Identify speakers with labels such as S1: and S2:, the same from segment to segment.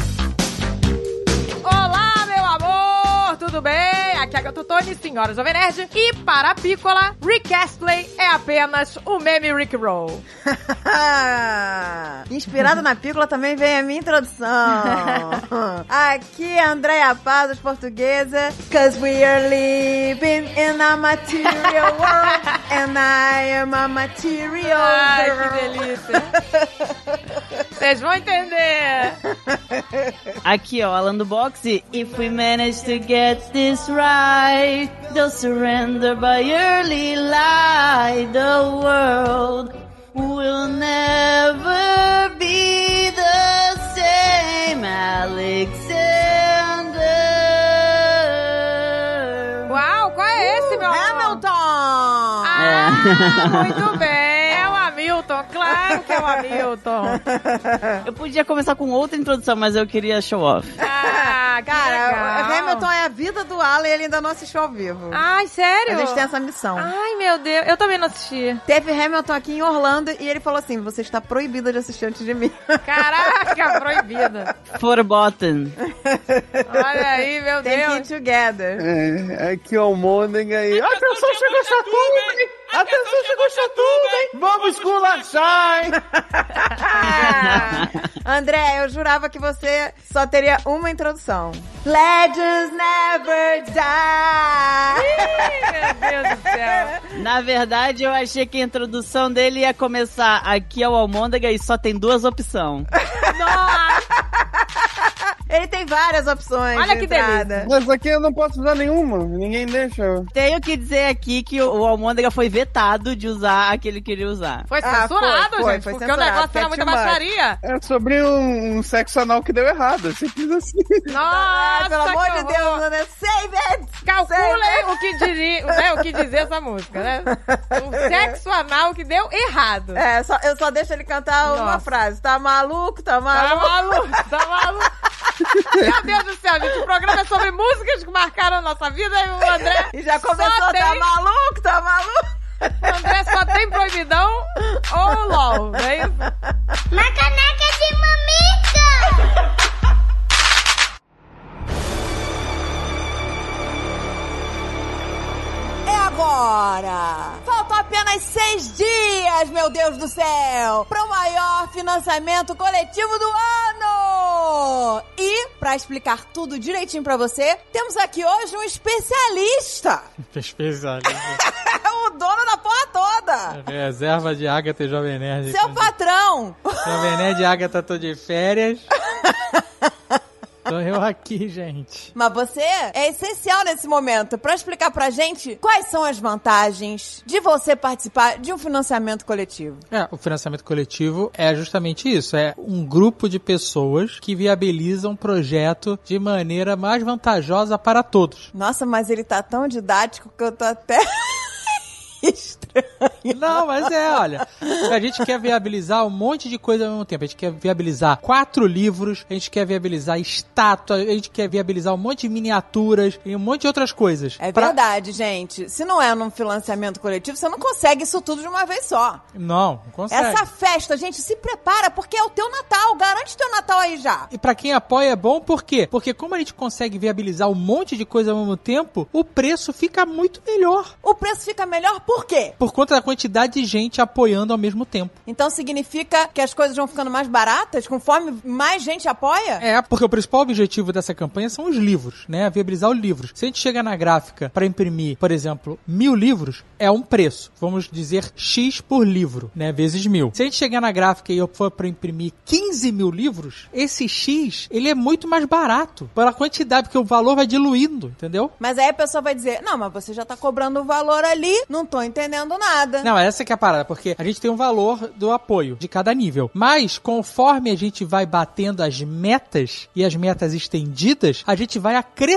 S1: Stone, é Senhora Jovem Nerd. E para a Piccola, Rick Astley é apenas o meme Rick Roll.
S2: Inspirado na pícola também vem a minha introdução. Aqui é Andréia Pazos, portuguesa. Cause we are living in a material world and I am a material
S1: Ai,
S2: girl.
S1: que delícia. Vocês vão entender.
S3: Aqui, ó, Alan do Boxe. If we manage to get this right, they'll surrender by early light. The world will never be the same, Alexander.
S1: Uau, qual é esse, meu amor?
S2: Hamilton!
S1: Ah,
S3: É.
S1: muito bem. É o Hamilton, claro que é o Hamilton.
S3: Eu podia começar com outra introdução, mas eu queria show off.
S1: Ah,
S2: Cara,
S1: que legal.
S2: É,
S1: Ah,
S2: Hamilton é a vida do Alan e ele ainda não assistiu ao vivo.
S1: Ai, sério?
S2: A gente tem essa missão.
S1: Ai, meu Deus. Eu também não assisti.
S2: Teve Hamilton aqui em Orlando e ele falou assim: você está proibida de assistir antes de mim.
S1: Caraca, proibida.
S3: Forgotten.
S1: Olha aí, meu
S2: Tem que ir
S1: Deus.
S2: together.
S4: É, aqui é o Mônega e... Atenção, chegou Chatuba, hein? Atenção, chegou Chatuba, hein? Vamos culachar, hein?
S2: André, eu jurava que você só teria uma introdução. Legends never die.
S1: Meu Deus do céu.
S3: Na verdade, eu achei que a introdução dele ia começar aqui ao Almôndega e só tem duas opções.
S1: Nossa,
S2: Ele tem várias opções.
S1: Olha
S2: de
S1: que
S2: entrada.
S4: Mas aqui eu não posso usar nenhuma. Ninguém deixa.
S3: Tenho que dizer aqui que o o Almôndega foi vetado de usar aquele que ele queria usar.
S1: foi
S2: Ah,
S1: censurado,
S2: foi, foi,
S1: gente,
S2: foi
S1: porque
S2: censurado,
S1: o negócio
S2: porque é
S1: era muita
S2: too much.
S1: baixaria.
S4: É sobre um, um sexo anal que deu errado. é Simples assim.
S1: Nossa,
S2: Ah, pelo amor
S1: que
S2: de
S1: horror.
S2: Deus, André, save it!
S1: Calculem
S2: Save
S1: o que, diria, né, o que dizer essa música, né? O sexo anal que deu errado.
S2: É, só- eu só deixo ele cantar uma
S1: Nossa.
S2: frase. Tá maluco? Tá
S1: Tá
S2: maluco?
S1: maluco, tá maluco. Meu Deus do céu, gente, o programa é sobre músicas que marcaram a nossa vida e o André...
S2: E já
S1: só
S2: começou, tá
S1: tem-
S2: maluco? Tá maluco?
S1: O André só tem proibidão ou LOL, não é isso?
S5: Uma caneca de mamica!
S2: É agora! Faltam apenas seis dias, meu Deus do céu, para o maior financiamento coletivo do ano! E, para explicar tudo direitinho para você, temos aqui hoje um especialista!
S6: Pesquisar.
S2: É o dono da porra toda!
S6: Reserva de Agatha e Jovem Nerd.
S2: Seu patrão!
S6: Jovem Nerd e Agatha tô de férias. tô eu aqui, gente.
S2: Mas você é essencial nesse momento para explicar pra gente quais são as vantagens de você participar de um financiamento coletivo.
S6: É, o financiamento coletivo é justamente isso. É um grupo de pessoas que viabilizam um projeto de maneira mais vantajosa para todos.
S2: Nossa, mas ele tá tão didático que eu tô até estranho.
S6: Não, mas é, olha. A gente quer viabilizar um monte de coisa ao mesmo tempo. A gente quer viabilizar quatro livros, a gente quer viabilizar estátua, a gente quer viabilizar um monte de miniaturas e um monte de outras coisas.
S2: É
S6: Pra-
S2: verdade, gente. Se não é num financiamento coletivo, você não consegue isso tudo de uma vez só.
S6: Não, não consegue.
S2: Essa festa, gente, se prepara porque é o teu Natal. Garante teu Natal aí já.
S6: E pra quem apoia é bom, por quê? Porque como a gente consegue viabilizar um monte de coisa ao mesmo tempo, o preço fica muito melhor.
S2: O preço fica melhor por quê?
S6: Por conta da quantidade de gente apoiando ao mesmo tempo.
S2: Então significa que as coisas vão ficando mais baratas conforme mais gente apoia?
S6: É, porque o principal objetivo dessa campanha são os livros, né? Viabilizar os livros. Se a gente chega na gráfica pra imprimir, por exemplo, mil livros, é um preço. Vamos dizer X por livro, né? Vezes mil. Se a gente chegar na gráfica e eu for pra imprimir 15 mil livros, esse X, ele é muito mais barato. Pela quantidade, porque o valor vai diluindo, entendeu?
S2: Mas aí a pessoa vai dizer: Não, mas você já tá cobrando o valor ali, não tô entendendo nada.
S6: Não, essa que é a parada, porque a gente tem um valor do apoio de cada nível. Mas conforme a gente vai batendo as metas e as metas estendidas, a gente vai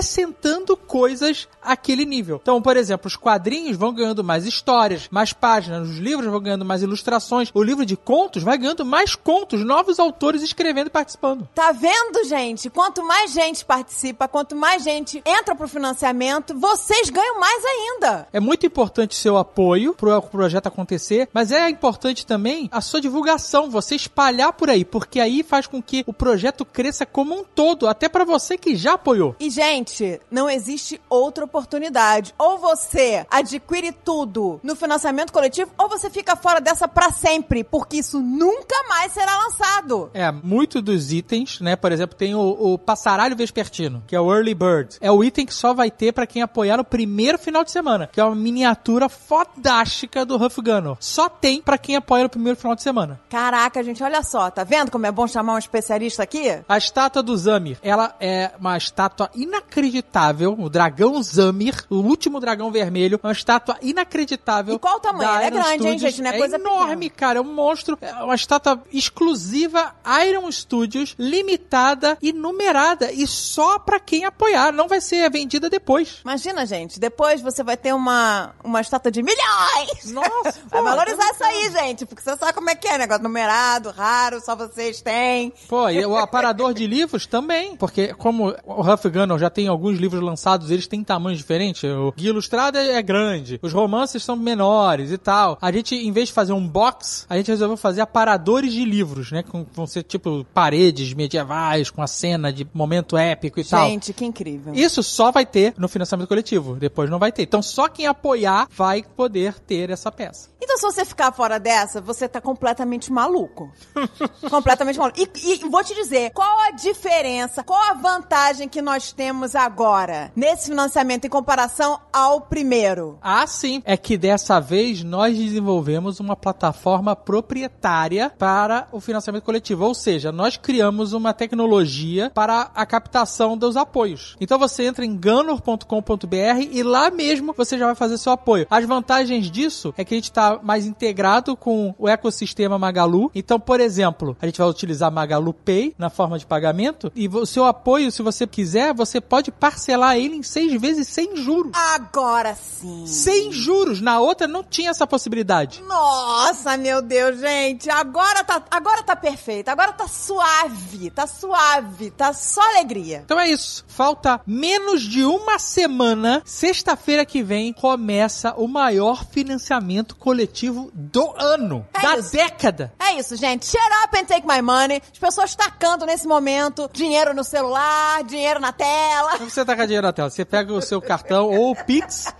S6: acrescentando coisas àquele nível. Então, por exemplo, os quadrinhos vão ganhando mais histórias, mais páginas, os livros vão ganhando mais ilustrações, o livro de contos vai ganhando mais contos, novos autores escrevendo e participando.
S2: Tá vendo, gente? Quanto mais gente participa, quanto mais gente entra pro financiamento, vocês ganham mais ainda.
S6: É muito importante o seu apoio pro projeto projeto acontecer, mas é importante também a sua divulgação, você espalhar por aí, porque aí faz com que o projeto cresça como um todo, até pra você que já apoiou.
S2: E, gente, não existe outra oportunidade. Ou você adquire tudo no financiamento coletivo, ou você fica fora dessa pra sempre, porque isso nunca mais será lançado.
S6: É, muito dos itens, né? Por exemplo, tem o, o passaralho vespertino, que é o Early Bird. É o item que só vai ter pra quem apoiar no primeiro final de semana, que é uma miniatura fodástica do Huff Gunner. Só tem pra quem apoia no primeiro final de semana.
S2: Caraca, gente, olha só, tá vendo como é bom chamar um especialista aqui?
S6: A estátua do Zamir, ela é uma estátua inacreditável, o dragão Zamir, o último dragão vermelho, é uma estátua inacreditável.
S2: E qual o tamanho?
S6: da
S2: Ela é
S6: Iron
S2: grande, hein,
S6: Studios.
S2: gente? Não é
S6: é
S2: coisa
S6: enorme, cara, é um monstro, é uma estátua exclusiva Iron Studios, limitada e numerada e só pra quem apoiar, não vai ser vendida depois.
S2: Imagina, gente, depois você vai ter uma, uma estátua de milhões!
S6: Nossa,
S2: Vai
S6: pô,
S2: valorizar isso aí, gente, porque você sabe como é que é, negócio numerado, raro, só vocês têm.
S6: Pô, e o aparador de livros também, porque como o Huff Gunner já tem alguns livros lançados, eles têm tamanhos diferentes. O Guia Ilustrada é grande, os romances são menores e tal. A gente, em vez de fazer um box, a gente resolveu fazer aparadores de livros, né? Com, vão ser tipo paredes medievais, com a cena de momento épico e tal.
S2: Gente, que incrível.
S6: Isso só vai ter no financiamento coletivo, depois não vai ter. Então só quem apoiar vai poder ter essa peça.
S2: Então, se você ficar fora dessa, você tá completamente maluco. completamente maluco. E, e vou te dizer, qual a diferença, qual a vantagem que nós temos agora nesse financiamento em comparação ao primeiro?
S6: Ah, sim. É que dessa vez nós desenvolvemos uma plataforma proprietária para o financiamento coletivo. Ou seja, nós criamos uma tecnologia para a captação dos apoios. Então você entra em ganor.com.br e lá mesmo você já vai fazer seu apoio. As vantagens disso é que a gente está mais integrado com o ecossistema Magalu. Então, por exemplo, a gente vai utilizar Magalu Pay na forma de pagamento e o seu apoio, se você quiser, você pode parcelar ele em seis vezes sem juros.
S2: Agora sim.
S6: Sem juros. Na outra não tinha essa possibilidade.
S2: Nossa, meu Deus, gente. Agora tá, agora tá perfeito. Agora tá suave. Tá suave. Tá só alegria.
S6: Então é isso. Falta menos de uma semana. Sexta-feira que vem começa o maior financiamento coletivo do ano.
S2: É
S6: da
S2: isso.
S6: década.
S2: É isso, gente. Shut up and take my money. As pessoas tacando nesse momento dinheiro no celular, dinheiro na tela.
S6: Não precisa tacar dinheiro na tela. Então Você pega o seu cartão ou o Pix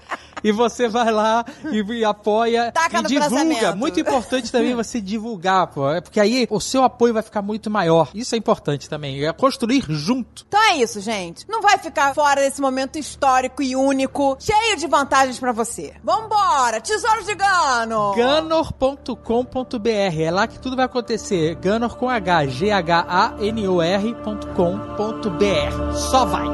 S6: e você vai lá e, e apoia
S2: Taca
S6: e
S2: no
S6: divulga.
S2: cruzamento.
S6: Muito importante também você divulgar, pô. É Porque aí o seu apoio vai ficar muito maior. Isso é importante também. É construir junto.
S2: Então é isso, gente. Não vai ficar fora desse momento histórico e único, cheio de vantagens pra você. Vambora! Tesouro de Gano!
S6: Ganor.com.br. É lá que tudo vai acontecer. Ganor com H, G-H-A-N-O-R.com.br. Só vai.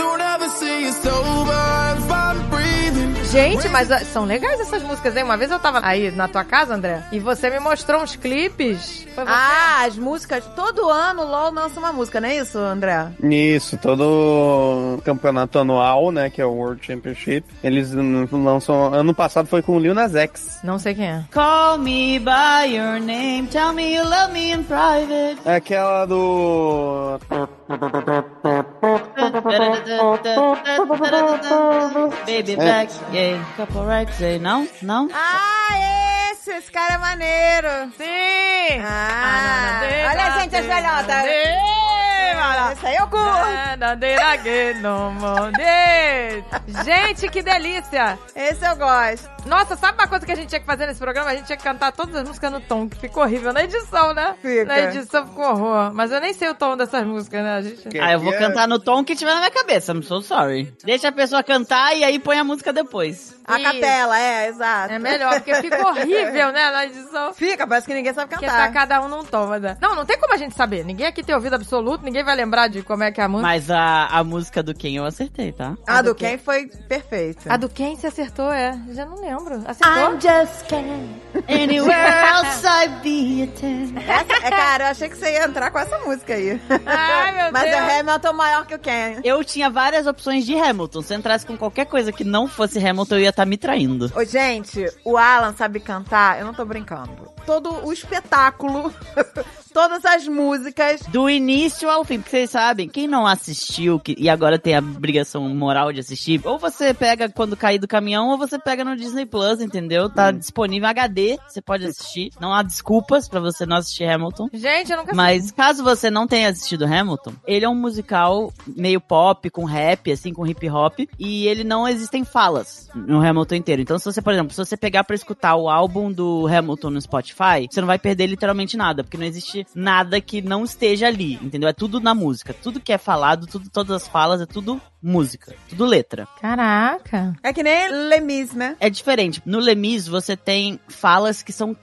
S7: Don't ever say it's over if I'm breathing.
S1: Gente, mas ah, são legais essas músicas, hein? Uma vez eu tava aí na tua casa, André, e você me mostrou uns clipes. Foi você?
S2: Ah, as músicas. Todo ano o LOL lança uma música, não é isso, André?
S4: Isso, todo campeonato anual, né, que é o World Championship, eles n- lançam... Ano passado foi com o Lil Nas X.
S1: Não sei quem é.
S3: Call me by your name, tell me you love me in private.
S4: É Aquela do...
S3: Baby back, yeah, couple right, say não, não.
S2: Ah, esse! Esse cara é maneiro!
S1: Sim!
S2: Ah, olha a gente, as velhotas! Ah, Esse aí eu curto!
S1: Gente, que delícia!
S2: Esse eu gosto!
S1: Nossa, sabe uma coisa que a gente tinha que fazer nesse programa? A gente tinha que cantar todas as músicas no tom, que ficou horrível na edição, né?
S2: Fica.
S1: Na edição ficou horror. Mas eu nem sei o tom dessas músicas, né? A gente...
S3: Ah, eu
S4: é
S3: vou cantar no tom que tiver na minha cabeça, I'm so sorry. Deixa a pessoa cantar e aí põe a música depois.
S2: A
S1: Isso.
S2: capela, é, exato.
S1: É melhor, porque fica horrível, né? Na edição.
S2: Fica, parece que ninguém sabe
S1: Porque
S2: cantar.
S1: tá cada um num tom, mas é. Não, não tem como a gente saber. Ninguém aqui tem ouvido absoluto, ninguém vai lembrar de como é que é a música.
S3: Mas a, a música do Ken eu acertei, tá?
S2: A do Ken foi perfeita.
S1: A do quem se acertou, é. Já não lembro. Acertou?
S8: just kidding.
S3: Anywhere else I be a ten.
S2: Essa, é, cara, eu achei que você ia entrar com essa música aí.
S1: Ai, meu
S2: Mas
S1: Deus.
S2: o Hamilton maior que o Ken.
S3: Eu tinha várias opções de Hamilton. Se eu entrasse com qualquer coisa que não fosse Hamilton, eu ia estar me tá traindo.
S2: Ô, gente, o Alan sabe cantar, eu não tô brincando.
S1: todo o espetáculo, todas as músicas.
S3: Do início ao fim, porque vocês sabem, quem não assistiu que, e agora tem a obrigação moral de assistir, ou você pega quando cair do caminhão, ou você pega no Disney Plus, entendeu? Tá disponível em HD, você pode assistir. Não há desculpas pra você não assistir Hamilton.
S1: Gente, eu nunca
S3: Mas caso você não tenha assistido Hamilton, ele é um musical meio pop, com rap, assim, com hip hop, e ele não existem falas no Hamilton inteiro. Então, se você, por exemplo, se você pegar pra escutar o álbum do Hamilton no Spotify, você não vai perder literalmente nada, porque não existe nada que não esteja ali, entendeu? É tudo na música. Tudo que é falado, tudo, todas as falas, é tudo música, tudo letra.
S9: Caraca.
S1: É que nem Lemis, né?
S3: É diferente. No Lemis, você tem falas que são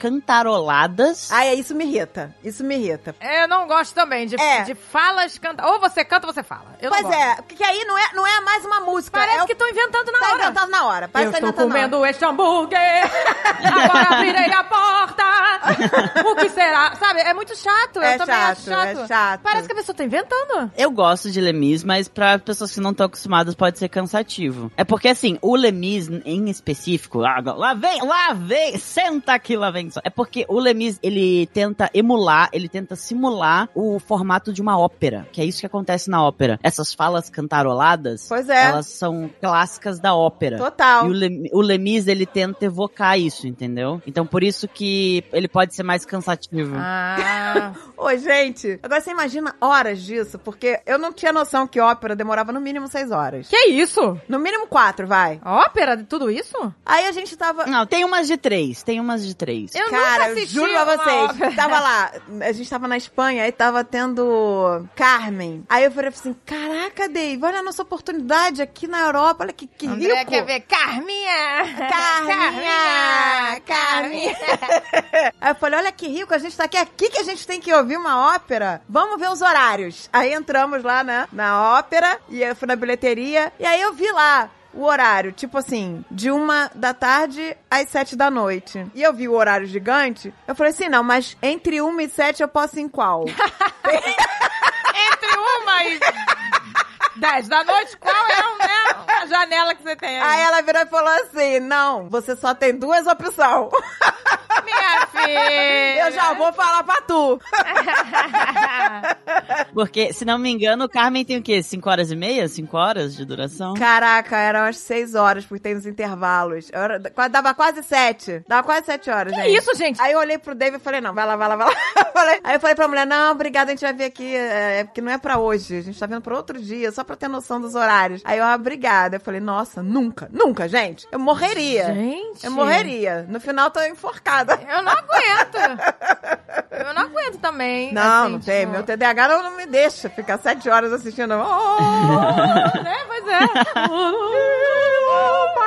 S3: cantaroladas.
S9: Ai, isso me irrita. Isso me irrita.
S1: Eu não gosto também de,
S2: É.
S1: de falas canta. Ou você canta ou você fala. Eu não
S2: Pois
S1: gosto.
S2: é, porque aí não é, não é mais uma música.
S1: Parece
S2: é o-
S1: que estão inventando na
S2: tá
S1: hora.
S2: inventado na hora. Parece
S1: eu
S2: que tá
S1: tô
S2: inventado na hora.
S1: comendo este hambúrguer, agora abrirei a porta. O que será? Sabe, é muito chato.
S2: É
S1: eu também
S2: chato,
S1: acho chato.
S2: é chato.
S1: Parece que a pessoa tá inventando.
S3: Eu gosto de Lemis, mas pra pessoas que não estão acostumadas pode ser cansativo. É porque assim, o Lemis em específico, lá, lá vem, lá vem, senta aqui, lá vem. só. É porque o Lemis, ele tenta emular, ele tenta simular o formato de uma ópera, que é isso que acontece na ópera. Essas falas cantaroladas,
S2: Pois é.
S3: elas são clássicas da ópera.
S2: Total.
S3: E o, Lem- o Lemis, ele tenta evocar isso, entendeu? Então por isso que ele pode ser mais cansativo.
S1: Ah,
S2: Ô, gente, agora você imagina horas disso, porque eu não tinha noção que ópera demorava no mínimo seis horas.
S1: que isso?
S2: No mínimo quatro, vai.
S1: Ópera de tudo isso?
S2: Aí a gente tava.
S3: Não, tem umas de três, tem umas de três.
S1: Eu
S2: Cara,
S1: nunca
S2: eu
S1: assisti
S2: juro pra
S1: uma
S2: vocês.
S1: ópera.
S2: Tava lá, a gente tava na Espanha e tava tendo Carmen. Aí eu falei assim: caraca, Dave, olha a nossa oportunidade aqui na Europa, olha que, que
S1: André
S2: rico.
S1: quer ver Carminha!
S2: Carminha! Carminha! Aí eu falei, olha que rico, a gente tá aqui, aqui que a gente tem que ouvir uma ópera. Vamos ver os horários. Aí entramos lá, né, na ópera, e eu fui na bilheteria, e aí eu vi lá o horário, tipo assim, de uma da tarde às sete da noite. E eu vi o horário gigante, eu falei assim, não, mas entre uma e sete eu posso ir em qual?
S1: Entre uma e dez da noite, qual é o mesmo? A janela que você tem aí?
S2: aí ela virou e falou assim, não, você só tem duas opções.
S1: Minha filha!
S2: Eu já vou falar pra tu.
S3: Porque, se não me engano, o Carmen tem o quê? 5 horas e meia? 5 horas de duração?
S2: Caraca, eram umas seis horas, porque tem os intervalos. Eu era- qua- dava quase sete. Dava quase sete horas,
S1: Que
S2: gente.
S1: isso, gente?
S2: Aí eu olhei pro David e falei, não, vai lá, vai lá, vai lá. Falei- Aí eu falei pra mulher, não, obrigada, a gente vai ver aqui, é, é porque não é pra hoje, a gente tá vendo pra outro dia, só pra ter noção dos horários. Aí eu, ah, obrigada. Eu falei, nossa, nunca, nunca, gente. Eu morreria.
S1: Gente.
S2: Eu morreria. No final, tô enforcada.
S1: Eu não aguento. Eu não aguento também.
S2: Não,
S1: assim,
S2: não tem.
S1: tipo,
S2: Meu TDAH não, não me deixa ficar sete horas assistindo. Oh,
S1: né? Pois
S2: oh,
S1: é.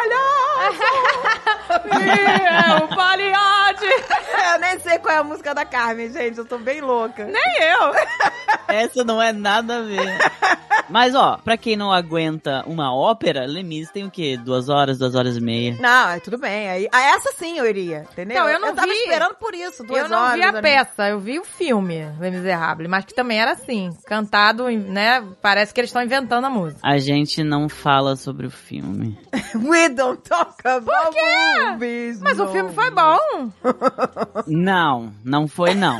S1: Ih, o palhate.
S2: eu nem sei qual é a música da Carmen, gente. Eu tô bem louca.
S1: Nem eu.
S3: Essa não é nada a ver. Mas, ó, pra quem não aguenta uma ópera, Lemis tem o quê? 2 horas, 2 horas e meia.
S2: Não, aí tudo bem. Aí, a essa sim eu iria, entendeu?
S1: Então, eu não
S2: tava
S1: vi.
S2: esperando por isso, duas
S1: eu não
S2: horas.
S1: vi a
S2: né?
S1: peça, eu vi o filme, Les Miserables, mas que também era assim, cantado, né? Parece que eles estão inventando a música.
S3: A gente não fala sobre o filme.
S2: We don't talk about movies.
S1: Mas o
S2: no.
S1: filme foi bom.
S3: Não, não foi, não.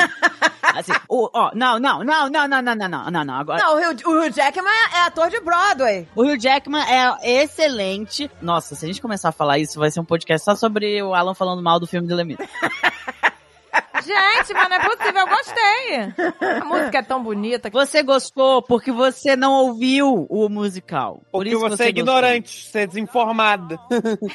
S3: Assim, o- ó, não, não, não, não, não, não, não, não, não, não, agora...
S2: Não, o Hugh, o Hugh Jackman é, é ator de Broadway.
S3: O Hugh Jackman é excelente. Nossa, se a gente começar a falar isso, vai ser um podcast só sobre o Alan falando mal do filme de Lemis.
S1: Gente, mas não é possível, eu gostei. A música é tão bonita.
S3: Você gostou porque você não ouviu o musical. Por
S4: Porque
S3: isso que
S4: você é
S3: gostou.
S4: ignorante, você é desinformada.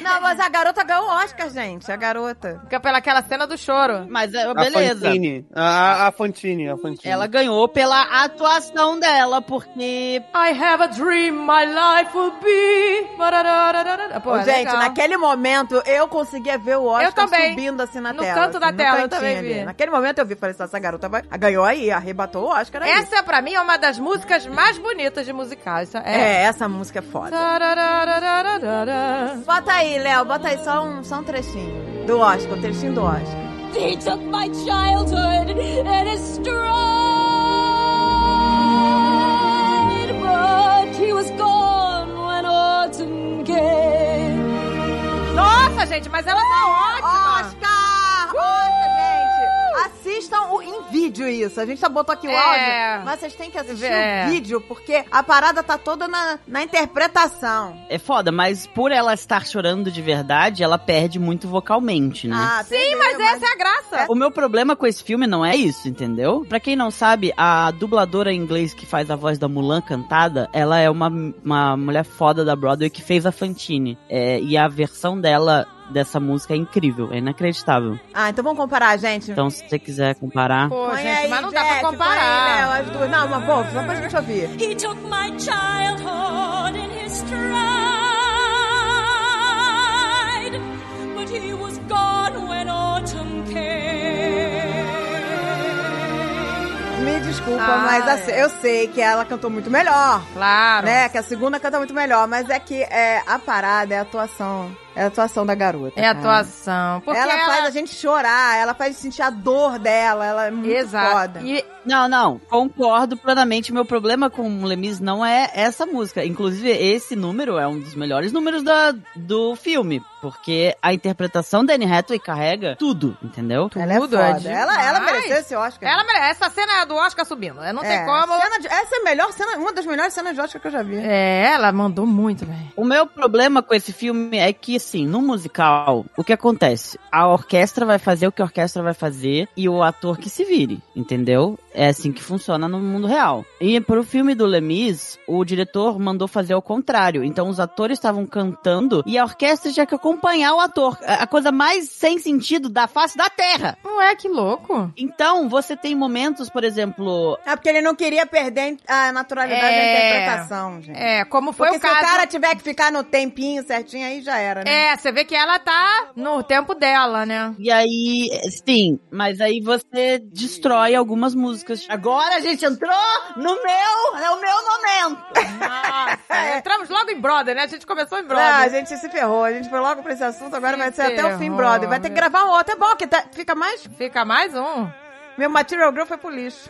S2: Não, mas a garota ganhou o Oscar, gente. A garota.
S1: Fica pela aquela cena do choro.
S3: Mas é,
S4: A
S3: beleza.
S4: Fantine. A, a Fantine, a Fantine.
S3: Ela ganhou pela atuação dela, porque.
S1: I have a dream, my life will be. Bararararara. Pô, é
S2: gente,
S1: legal.
S2: naquele momento eu conseguia ver o Oscar
S1: Eu também.
S2: subindo assim na
S1: No
S2: tela.
S1: canto da
S2: assim, no
S1: tela, eu
S2: cantinho
S1: também
S2: ali.
S1: vi.
S2: Naquele momento eu vi, falei, assim, essa garota vai... ganhou aí, arrebatou o Oscar aí.
S1: Essa, pra mim, é uma das músicas mais bonitas de musicais. É.
S2: É, essa música é foda.
S1: Tarararararara.
S2: Bota aí, Léo, bota aí só um, só um trechinho do Oscar, um trechinho do Oscar.
S10: They took my childhood and destroyed, but he was gone when autumn came.
S1: Nossa, gente, mas ela tá ótima.
S2: Oscar! Oscar, gente! vídeo isso. A gente tá botou aqui o
S1: É.
S2: áudio, mas vocês têm que assistir
S1: É.
S2: o vídeo, porque a parada tá toda na, na interpretação.
S3: É foda, mas por ela estar chorando de verdade, ela perde muito vocalmente, né?
S2: Ah,
S1: Sim, mas essa é a graça.
S3: O meu problema com esse filme não é isso, entendeu? Pra quem não sabe, a dubladora em inglês que faz a voz da Mulan cantada, ela é uma, uma mulher foda da Broadway que fez a Fantine. É, e a versão dela dessa música é incrível, é inacreditável.
S2: Ah, então vamos comparar, gente.
S3: Então, se você quiser comparar.
S1: Pô,
S2: Põe
S1: gente,
S2: aí,
S1: mas não dá
S2: Jeff,
S1: pra comparar.
S2: põe aí, Léo, as duas. Não, mas pô, só pra gente ouvir.
S11: He took my childhood in his stride, but he was gone when autumn came.
S2: Me desculpa,
S1: Ah,
S2: mas a-
S1: é.
S2: eu sei que ela cantou muito melhor.
S1: Claro.
S2: Né? Que a segunda canta muito melhor, mas é que é, a parada é a atuação. É a atuação da garota.
S12: É
S2: cara.
S12: atuação. Porque
S2: ela,
S12: ela,
S2: faz a gente chorar, ela faz sentir a dor dela, ela é muito
S1: Exato.
S2: foda.
S1: E
S3: Não, não, concordo plenamente. Meu problema com o Lemis não é essa música. Inclusive, esse número é um dos melhores números da, do filme. Porque a interpretação da Anne Hathaway carrega tudo, entendeu?
S2: Ela é
S1: tudo,
S2: foda.
S1: é
S2: ela, ela
S1: demais.
S2: mereceu esse Oscar.
S1: ela merece. Essa cena é do Oscar subindo. Não
S2: É,
S1: tem como.
S2: cena de- essa é a melhor cena, uma das melhores cenas de Oscar que eu já vi.
S12: é, ela mandou muito, velho.
S3: O meu problema com esse filme é que, assim, no musical, o que acontece? A orquestra vai fazer o que a orquestra vai fazer e o ator que se vire, entendeu? É assim que funciona no mundo real. E pro filme do Lemis, o diretor mandou fazer ao contrário. Então os atores estavam cantando e a orquestra tinha que acompanhar o ator. É A coisa mais sem sentido da face da terra.
S12: Ué, que louco.
S3: Então, você tem momentos, por exemplo,
S2: É porque ele não queria perder a naturalidade
S1: É.
S2: da interpretação, gente.
S1: É, como foi
S2: Porque
S1: o
S2: se
S1: caso.
S2: o cara tiver que ficar no tempinho certinho, aí já era, né?
S1: É, você vê que ela tá no tempo dela, né?
S3: E aí, sim, mas aí você destrói algumas músicas. Agora a gente entrou no meu, é o meu momento.
S1: Nossa, entramos logo em Brother, né? A gente começou em
S2: Ah, É. a
S1: Brother.
S2: gente se ferrou, a gente foi logo pra esse assunto, agora
S1: Se
S2: vai ser até o fim,
S1: ferrou, né?
S2: brother. Vai ter que
S1: meu.
S2: gravar outro, é bom, que tá- fica mais...
S1: Fica mais um.
S2: Meu material girl foi pro lixo.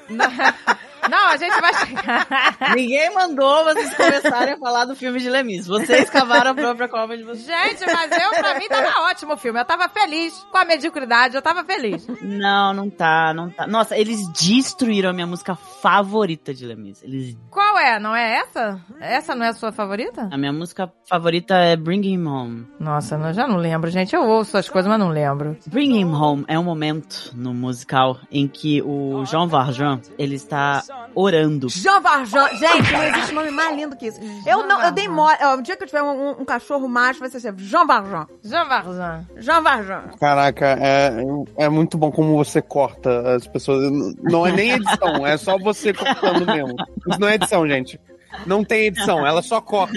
S1: Não, a gente vai chegar.
S3: Ninguém mandou vocês começarem a falar do filme de Lemis. Vocês cavaram a própria cova de vocês.
S1: Gente, mas eu, pra mim, tava ótimo o filme. Eu tava feliz com a mediocridade, eu tava feliz.
S3: Não, não tá, não tá. Nossa, eles destruíram a minha música favorita de Lemis. Eles,
S1: Qual é? Não é essa? Essa não é a sua favorita?
S3: a minha música favorita é Bring Him Home.
S1: Nossa, eu já não lembro, gente. Eu ouço as coisas, mas não lembro.
S3: Bring Him Home é um momento no musical em que o Jean Valjean, ele está orando
S2: Jean Valjean. Gente, não existe nome mais lindo que isso. Eu não, eu dei mole. ó, O dia que eu tiver um, um cachorro macho, vai ser assim, Jean Valjean.
S1: Jean Valjean.
S2: Jean Valjean.
S4: Caraca, é, é muito bom como você corta as pessoas. Não é nem edição, é só você cortando mesmo. Isso não é edição, gente. Não tem edição, ela só corta.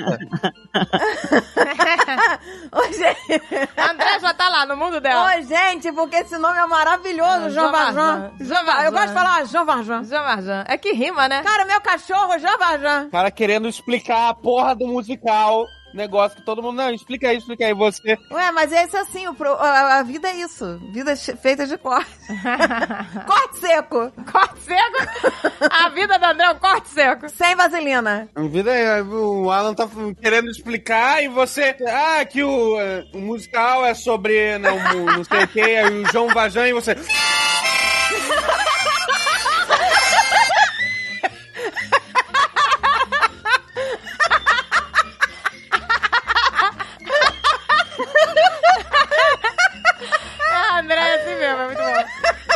S2: Ô, gente,
S1: A André já tá lá no mundo dela.
S2: ô, gente, porque esse nome é maravilhoso, Jean Valjean.
S1: Jean
S2: Ah,
S1: Valjean.
S2: Eu gosto de falar Jean Valjean.
S1: Jean Valjean. É que rima, né?
S2: Cara, meu cachorro, é Jean Valjean.
S4: O cara querendo explicar a porra do musical. Negócio que todo mundo. Não, explica aí, explica aí. Você.
S2: Ué, mas esse é assim, o pro- a, a vida é isso. Vida che- feita de corte. corte seco.
S1: Corte seco. A vida da André é um corte seco.
S2: Sem vaselina.
S4: A vida é- O Alan tá querendo explicar e você. Ah, que o, eh, o musical é sobre. Não, o- não sei o que, aí o João Vajan e você.
S1: Ah, André é assim mesmo, é muito bom.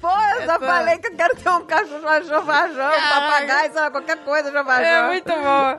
S2: Pô, eu só
S1: Essa-
S2: falei que eu quero ter um cachorro Jean Valjean, um
S1: É Caraca.
S2: papagaio, sei lá, qualquer coisa, Jean Valjean.
S1: É muito bom.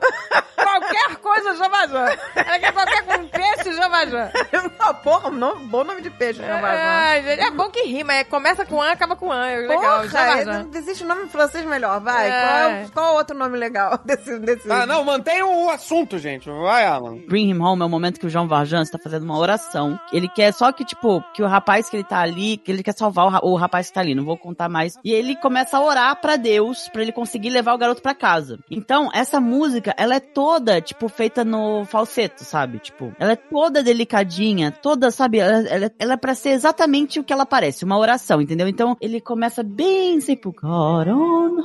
S1: Qualquer coisa, Jean Valjean. Ela quer qualquer coisa, um peixe, Jean Valjean.
S2: Não, porra, um nome- bom nome de peixe, Jean Valjean.
S1: Ai, gente, é bom que rima. É, começa com an, acaba com an. É legal,
S2: Porra,
S1: Jean Valjean.
S2: não existe nome em francês melhor, vai.
S1: É.
S2: Qual, é o- qual outro nome legal desse... desse...
S4: Ah, não, mantenha o assunto, gente. Vai, Alan.
S3: Bring Him Home é o momento que o João Valjean está fazendo uma oração. Ele quer só que, tipo, que o rapaz que ele tá ali, que ele quer salvar o, ra- o rapaz que tá ali, não vou contar mais. E ele começa a orar pra Deus, pra ele conseguir levar o garoto pra casa. Então, essa música, ela é toda, tipo, feita no falseto, sabe? Tipo, ela é toda delicadinha, toda, sabe? Ela, ela, ela é pra ser exatamente o que ela parece, uma oração, entendeu? Então, ele começa bem sempre, God on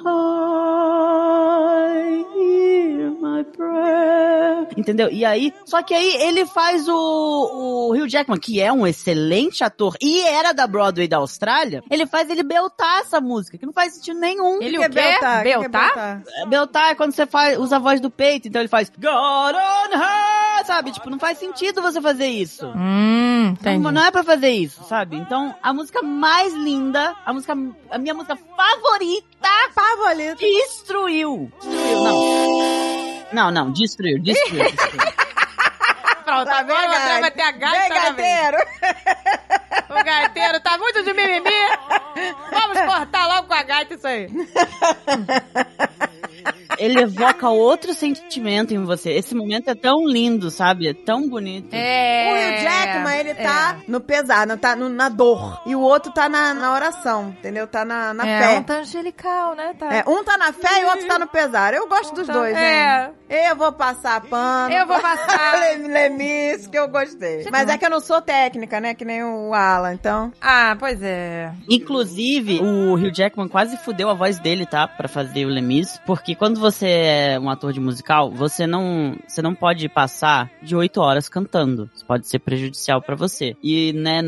S3: high, hear my prayer. Entendeu? E aí, só que aí ele faz o, o Hugh Jackman, que é um excelente ator e era da Broadway da Austrália, ele faz ele beltar essa música, que não faz sentido nenhum.
S13: Ele
S2: Que
S13: o
S2: é
S13: quê? Beltar?
S2: Beltar? que é
S3: Beltar é quando você faz, usa a voz do peito, então ele faz God on her, sabe? Tipo, não faz sentido você fazer isso.
S13: Hum, entendi.
S3: Não, não é pra fazer isso, sabe? Então, a música mais linda, a música, a minha música favorita,
S2: Favorito.
S3: destruiu. Destruiu, não. Não, não, destruiu, destruiu. destruiu.
S1: Pronto,
S2: Lá
S1: tá agora o
S2: vem
S1: André vai ter a
S2: Vem,
S1: gaita na vez.
S2: gaiteiro.
S1: O gaiteiro tá muito de mimimi. Vamos cortar logo com a gaita isso aí.
S3: Ele evoca outro sentimento em você. Esse momento é tão lindo, sabe? É tão bonito.
S13: É.
S2: O Will Jackman, ele
S1: É.
S2: tá no pesar, não tá no- na dor. E o outro tá na, na oração, entendeu? Tá na, na
S13: é,
S2: fé.
S13: um tá angelical, né? Tá.
S2: É, um tá na fé e o outro tá no pesar. Eu gosto dos dois,
S13: É.
S2: hein? Eu vou passar pano.
S13: Eu vou passar.
S2: Lem- Lemis, que eu gostei. Mas é que eu não sou técnica, né? Que nem o Alan, então.
S13: Ah, pois é.
S3: Inclusive, o Hugh Jackman quase fudeu a voz dele, tá? Pra fazer o Lemis. Porque quando você é um ator de musical, você não, você não pode passar de oito horas cantando. Isso pode ser prejudicial pra você. E, né,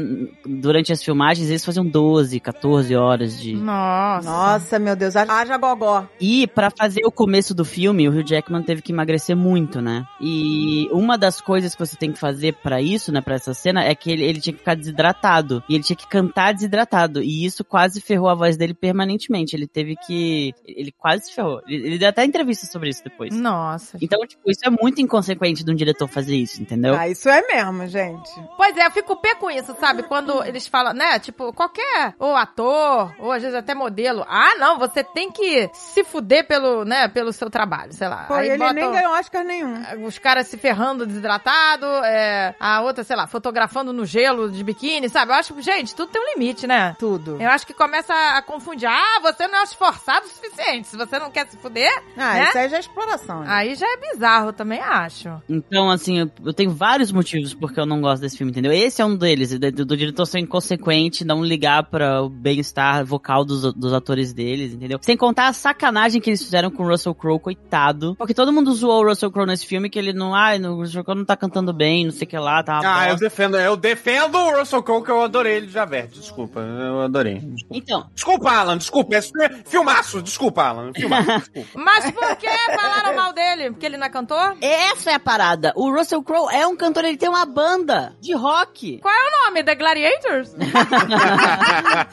S3: durante as filmagens, eles faziam 12, 14 horas de.
S13: Nossa.
S2: Nossa, meu Deus, haja gogó.
S3: E pra fazer o começo do filme, o Hugh Jackman teve que emagrecer muito, né? E uma das coisas que você tem que fazer pra isso, né, Pra essa cena, é que ele, ele tinha que ficar desidratado e ele tinha que cantar desidratado e isso quase ferrou a voz dele permanentemente. Ele teve que, ele quase ferrou. Ele, ele deu até entrevista sobre isso depois.
S1: Hum.
S13: Nossa.
S3: Então, tipo, isso é muito inconsequente de um diretor fazer isso, entendeu?
S2: Ah, isso é mesmo, gente.
S1: Pois é, eu fico pé com isso, sabe? Quando eles falam, né? Tipo, qualquer ou ator, ou às vezes até modelo. Ah, não, você tem que se fuder pelo, né, pelo seu trabalho, sei lá.
S2: Pô,
S1: Aí
S2: ele
S1: botam
S2: nem ganhou Oscar nenhum.
S1: Os caras se ferrando desidratado, é, a outra, sei lá, fotografando no gelo de biquíni, sabe? Eu acho, gente, tudo tem um limite, né?
S2: Tudo.
S1: Eu acho que começa a confundir. Ah, você não é esforçado o suficiente. Se você não quer se fuder,
S2: Ah,
S1: né?
S2: isso aí já é exploração. né?
S1: aí já é bizarro, eu também acho.
S3: Então, assim, eu, eu tenho vários motivos porque eu não gosto desse filme, entendeu? Esse é um deles, do, do diretor ser inconsequente, não ligar para o bem-estar vocal dos, dos atores deles, entendeu? Sem contar a sacanagem que eles fizeram com o Russell Crowe, coitado. Porque todo mundo zoou o Russell Crowe nesse filme, que ele não, ai, no, o Russell Crowe não tá cantando bem, não sei o que lá, tá uma
S4: Ah, eu
S3: bosta.
S4: defendo, eu defendo o Russell Crowe, que eu adorei ele de Javert. Desculpa, eu adorei. Desculpa,
S3: Então,
S4: Desculpa, Alan, desculpa. É fi- filmaço, desculpa, Alan. Filmaço, desculpa.
S1: Mas por que falaram mal dele? Porque ele não é cantor?
S3: essa é a parada. O Russell Crowe é um cantor, ele tem uma banda de rock.
S1: Qual é o nome? The Gladiators?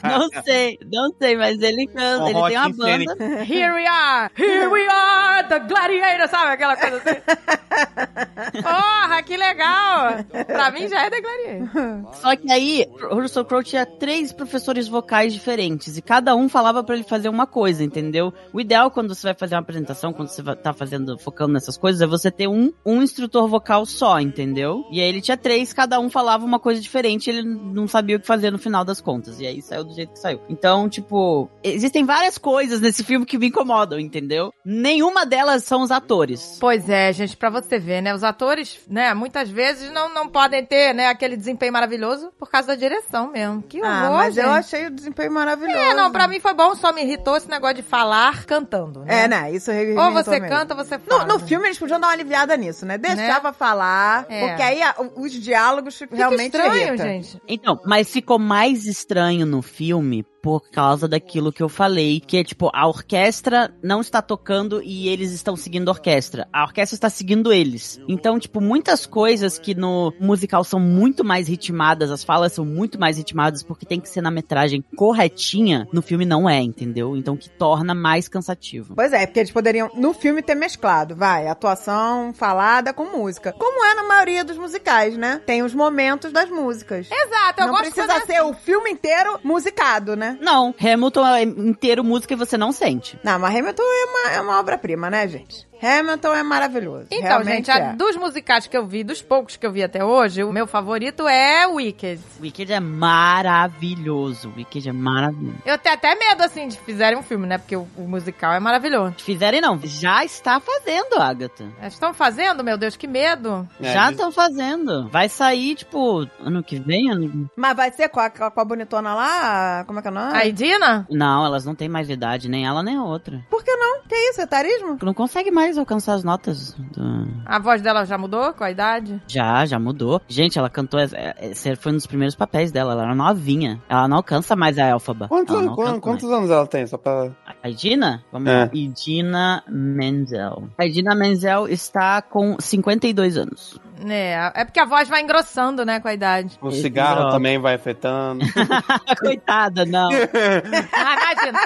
S3: não sei, não sei, mas ele canta,
S4: Um
S3: ele tem uma
S4: rock
S3: banda.
S4: insane.
S1: Here we are! Here we are! The Gladiator, sabe aquela coisa assim? Porra, que legal! Pra mim já é The Gladiator.
S3: Só que aí, o Russell Crowe tinha três professores vocais diferentes e cada um falava pra ele fazer uma coisa, entendeu? O ideal quando você vai fazer uma apresentação, quando você va- tá fazendo, focando nessas coisas, é você ter um, um instrutor vocal só, entendeu? E aí ele tinha três, cada um falava uma coisa diferente, ele não sabia o que fazer no final das contas. E aí saiu do jeito que saiu. Então, tipo, existem várias coisas nesse filme que me incomodam, entendeu? Nenhuma delas são os atores.
S1: Pois é, gente, pra você ver, né? Os atores, né, muitas vezes não, não podem ter, né, aquele desempenho maravilhoso por causa da direção mesmo. Que horror,
S2: Ah, mas eu
S1: gente.
S2: achei o desempenho maravilhoso.
S1: É, não, pra mim foi bom, só me irritou esse negócio de falar cantando, né?
S2: É, né? Isso
S1: Ou você
S2: mesmo.
S1: canta, ou você
S2: No,
S1: fala.
S2: no filme eles podiam dar uma aliviada nisso, né? Deixava falar,
S1: É.
S2: porque aí a- os diálogos
S1: Fica
S2: realmente
S1: estranho,
S2: irrita.
S1: gente.
S3: Então, mas ficou mais estranho no filme por causa daquilo que eu falei, que é tipo, a orquestra não está tocando e eles estão seguindo a orquestra. A orquestra está seguindo eles. Então, tipo, muitas coisas que no musical são muito mais ritmadas, as falas são muito mais ritmadas porque tem que ser na metragem corretinha, no filme não é, entendeu? Então que torna mais cansativo.
S2: Pois é, porque eles poderiam, no filme, ter mesclado, vai, atuação falada com música. Como é na maioria dos musicais, né? Tem os momentos das músicas.
S1: Exato, É, eu
S2: não
S1: gosto é assim. de
S2: precisa
S1: fazer
S2: ser o filme inteiro musicado, né?
S3: Não, Hamilton é inteiro música e você não sente.
S2: Não, mas Hamilton é uma, é uma obra-prima, né, gente? Hamilton é maravilhoso.
S1: Então,
S2: Realmente
S1: gente, a-
S2: é.
S1: dos musicais que eu vi, dos poucos que eu vi até hoje, o meu favorito é Wicked.
S3: Wicked é maravilhoso. Wicked é maravilhoso.
S1: Eu tenho até medo, assim, de fizerem um filme, né? Porque o, o musical é maravilhoso.
S3: Fizerem não, já está fazendo, Agatha.
S1: Eles Estão fazendo, meu Deus, que medo.
S4: É,
S3: Já
S4: eles-
S3: estão fazendo. Vai sair, tipo, ano que vem? Ano...
S2: Mas vai ser com a, com a bonitona lá, como é que é o nome?
S1: Aí, Dina?
S3: Não, elas não têm mais idade, nem ela nem a outra.
S2: Por que não? Que isso, etarismo?
S3: Não consegue mais mais alcançar as notas. do-
S1: A voz dela já mudou com a idade?
S3: Já, já mudou. Gente, ela cantou. é, é, Esse foi um dos primeiros papéis dela. Ela era novinha. Ela não alcança mais a Elfaba.
S4: Quantos,
S3: Ela Ah, não
S4: anos, quan-
S3: alcança
S4: quantos anos ela tem? Só pra.
S3: A Idina? Vamos
S4: É.
S3: lá. Idina Menzel. A Idina Menzel está com 52 anos.
S1: É, é porque a voz vai engrossando, né, com a idade.
S4: O cigarro
S3: Droga.
S4: também vai afetando.
S3: Coitada, não.
S1: Ah, imagina.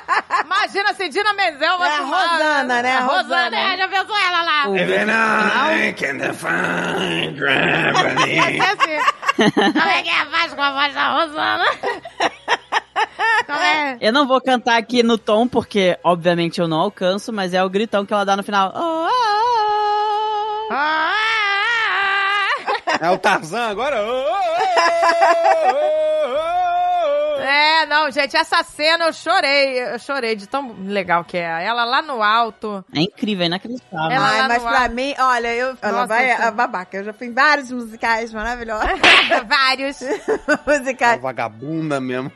S1: imagina se Dina Menzel vai
S2: É a
S1: fumar,
S2: Rosana, né?
S1: A
S2: A
S1: Rosana,
S2: Rosana.
S1: é, já pensou ela lá?
S4: É
S3: O vídeo
S14: I can define gravity.
S1: É assim. Como é que é a voz com a voz da Rosana? Como é?
S3: Eu não vou cantar aqui no tom, porque obviamente eu não alcanço, mas é o gritão que ela dá no final. Ah, ah, ah.
S1: Ah, ah,
S4: É o Tarzan agora?
S1: ah. É, não, gente, essa cena eu chorei, eu chorei de tão legal que é. Ela lá no alto.
S3: É incrível, é inacreditável.
S1: Ela lá
S2: Ai, mas
S1: no
S2: pra
S1: ar.
S2: mim, olha, eu. Ela
S1: Nossa,
S2: vai
S1: essa-
S2: a babaca. Eu já fui em vários musicais maravilhosos.
S1: Vários.
S4: Uma
S2: musicais.
S4: É vagabunda mesmo.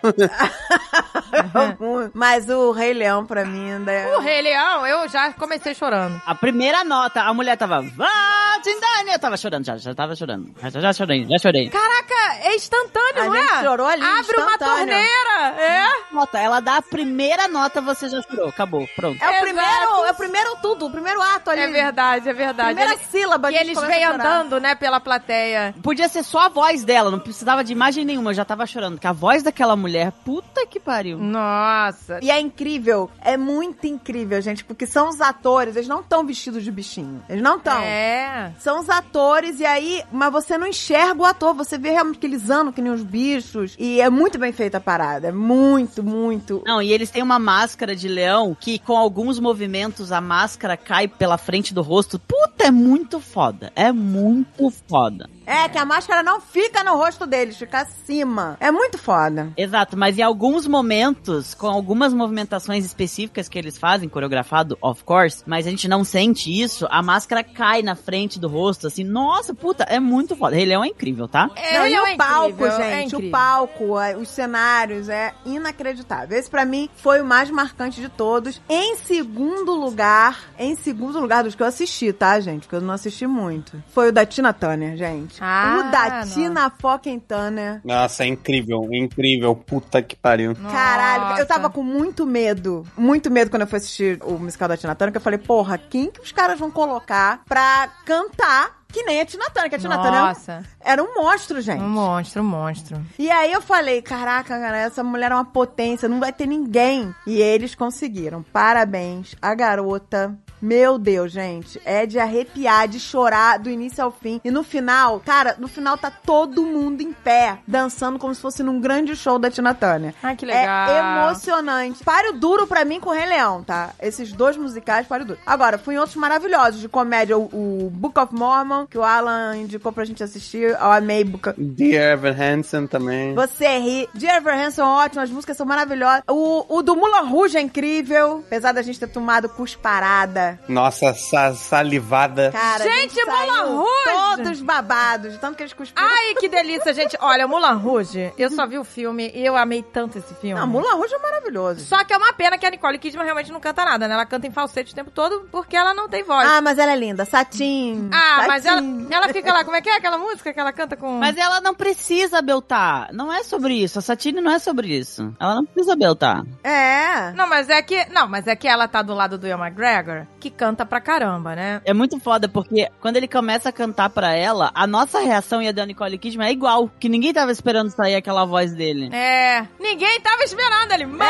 S2: Mas o Rei Leão, pra mim, ainda é.
S1: Uhum. O Rei Leão, eu já comecei chorando.
S3: A primeira nota, a mulher tava. Vatindani! Eu tava chorando já, já tava chorando. Já, já chorei, já chorei.
S1: Caraca, é instantâneo,
S2: A
S1: não
S2: gente
S1: é?
S2: chorou ali,
S1: Abre uma
S2: instantâneo.
S1: torneira, é?
S3: Nota, ela dá a primeira nota, você já chorou. Acabou, pronto.
S2: É o,
S1: Exato.
S2: primeiro, é o primeiro tudo, o primeiro ato ali.
S1: É verdade, é verdade.
S2: Primeira
S1: Eles-
S2: sílaba. a
S1: e
S2: gente
S1: eles
S2: começa a
S1: vêm
S2: chorar.
S1: andando, né, pela plateia.
S3: Podia ser só a voz dela, não precisava de imagem nenhuma, eu já tava chorando. Que a voz daquela mulher, puta que pariu.
S1: Nossa.
S2: E é incrível, é muito incrível, gente, porque são os atores, eles não estão vestidos de bichinho. Eles não estão.
S1: É.
S2: São os atores, e aí, mas você não enxerga o ator, você vê realmente que eles andam que nem os bichos. E é muito bem feita a parada. É muito, muito.
S3: Não, e eles têm uma máscara de leão que com alguns movimentos a máscara cai pela frente do rosto. Puta, é muito foda. É muito foda.
S2: É que a máscara não fica no rosto deles, fica acima. É muito foda.
S3: Exato, mas em alguns momentos, com algumas movimentações específicas que eles fazem, coreografado, of course, mas a gente não sente isso, a máscara cai na frente do rosto, assim, nossa, puta, é muito foda. Rei Leão é incrível, tá?
S1: É,
S2: Não,
S1: ele
S2: e
S1: é
S2: o
S1: incrível,
S2: palco,
S1: é
S2: gente. o
S1: incrível.
S2: palco, é, os cenários, é inacreditável. Esse, pra mim, foi o mais marcante de todos. Em segundo lugar, em segundo lugar dos que eu assisti, tá, gente? Porque eu não assisti muito. Foi o da Tina Turner, gente.
S1: Ah,
S2: o da
S1: nossa.
S2: Tina fucking Turner.
S4: Nossa, é incrível, é incrível. Puta que pariu.
S2: Caralho, eu tava
S1: Nossa.
S2: com muito medo, muito medo quando eu fui assistir o musical da Tina Turner, que eu falei, porra, quem que os caras vão colocar pra cantar que nem a Tina Turner, que a Tina Turner era um-
S1: Nossa,
S2: era um monstro, gente.
S1: um monstro, um monstro.
S2: E aí eu falei, caraca, cara, essa mulher é uma potência, não vai ter ninguém. E eles conseguiram. Parabéns, a garota. Meu Deus, gente, é de arrepiar, de chorar do início ao fim. E no final, cara, no final tá todo mundo em pé, dançando como se fosse num grande show da Tina Turner.
S1: Ai, que legal.
S2: É emocionante. Páreo duro pra mim com o Rei Leão, tá? Esses dois musicais, páreo duro. Agora, fui em outros maravilhosos de comédia. O, o Book of Mormon, que o Alan indicou pra gente assistir. Eu amei Book of
S4: Dear Evan Hansen também.
S2: você ri. Jennifer Hanson, ótimo, as músicas são maravilhosas. O, o do Mulan Rouge é incrível. Apesar da gente ter tomado cusparada.
S4: Nossa, sa- salivada.
S2: Cara,
S1: Gente,
S2: a gente
S1: Moulin
S2: saiu
S1: Rouge!
S2: Todos babados, de tanto que eles cuspiram.
S1: Ai, que delícia, gente. Olha, Mulan Rouge, eu só vi o filme e eu amei tanto esse filme.
S2: Não, Mulan Rouge é maravilhoso.
S1: Só que é uma pena que a Nicole Kidman realmente não canta nada, né? Ela canta em falsete o tempo todo porque ela não tem voz.
S2: Ah, mas ela é linda. Satin.
S1: Ah, mas ela,
S2: satin.
S1: ela fica lá, como é que é aquela música que ela canta com...
S3: Mas ela não precisa beltar. Não é sobre isso. A Satine não é sobre isso. Ela não precisa beltar.
S2: É.
S1: Não, mas é que. Não, mas é que ela tá do lado do Ian McGregor, que canta pra caramba, né?
S3: É muito foda, porque quando ele começa a cantar pra ela, a nossa reação e a da Nicole Kidman é igual. Que ninguém tava esperando sair aquela voz dele.
S1: É. Ninguém tava esperando ele. My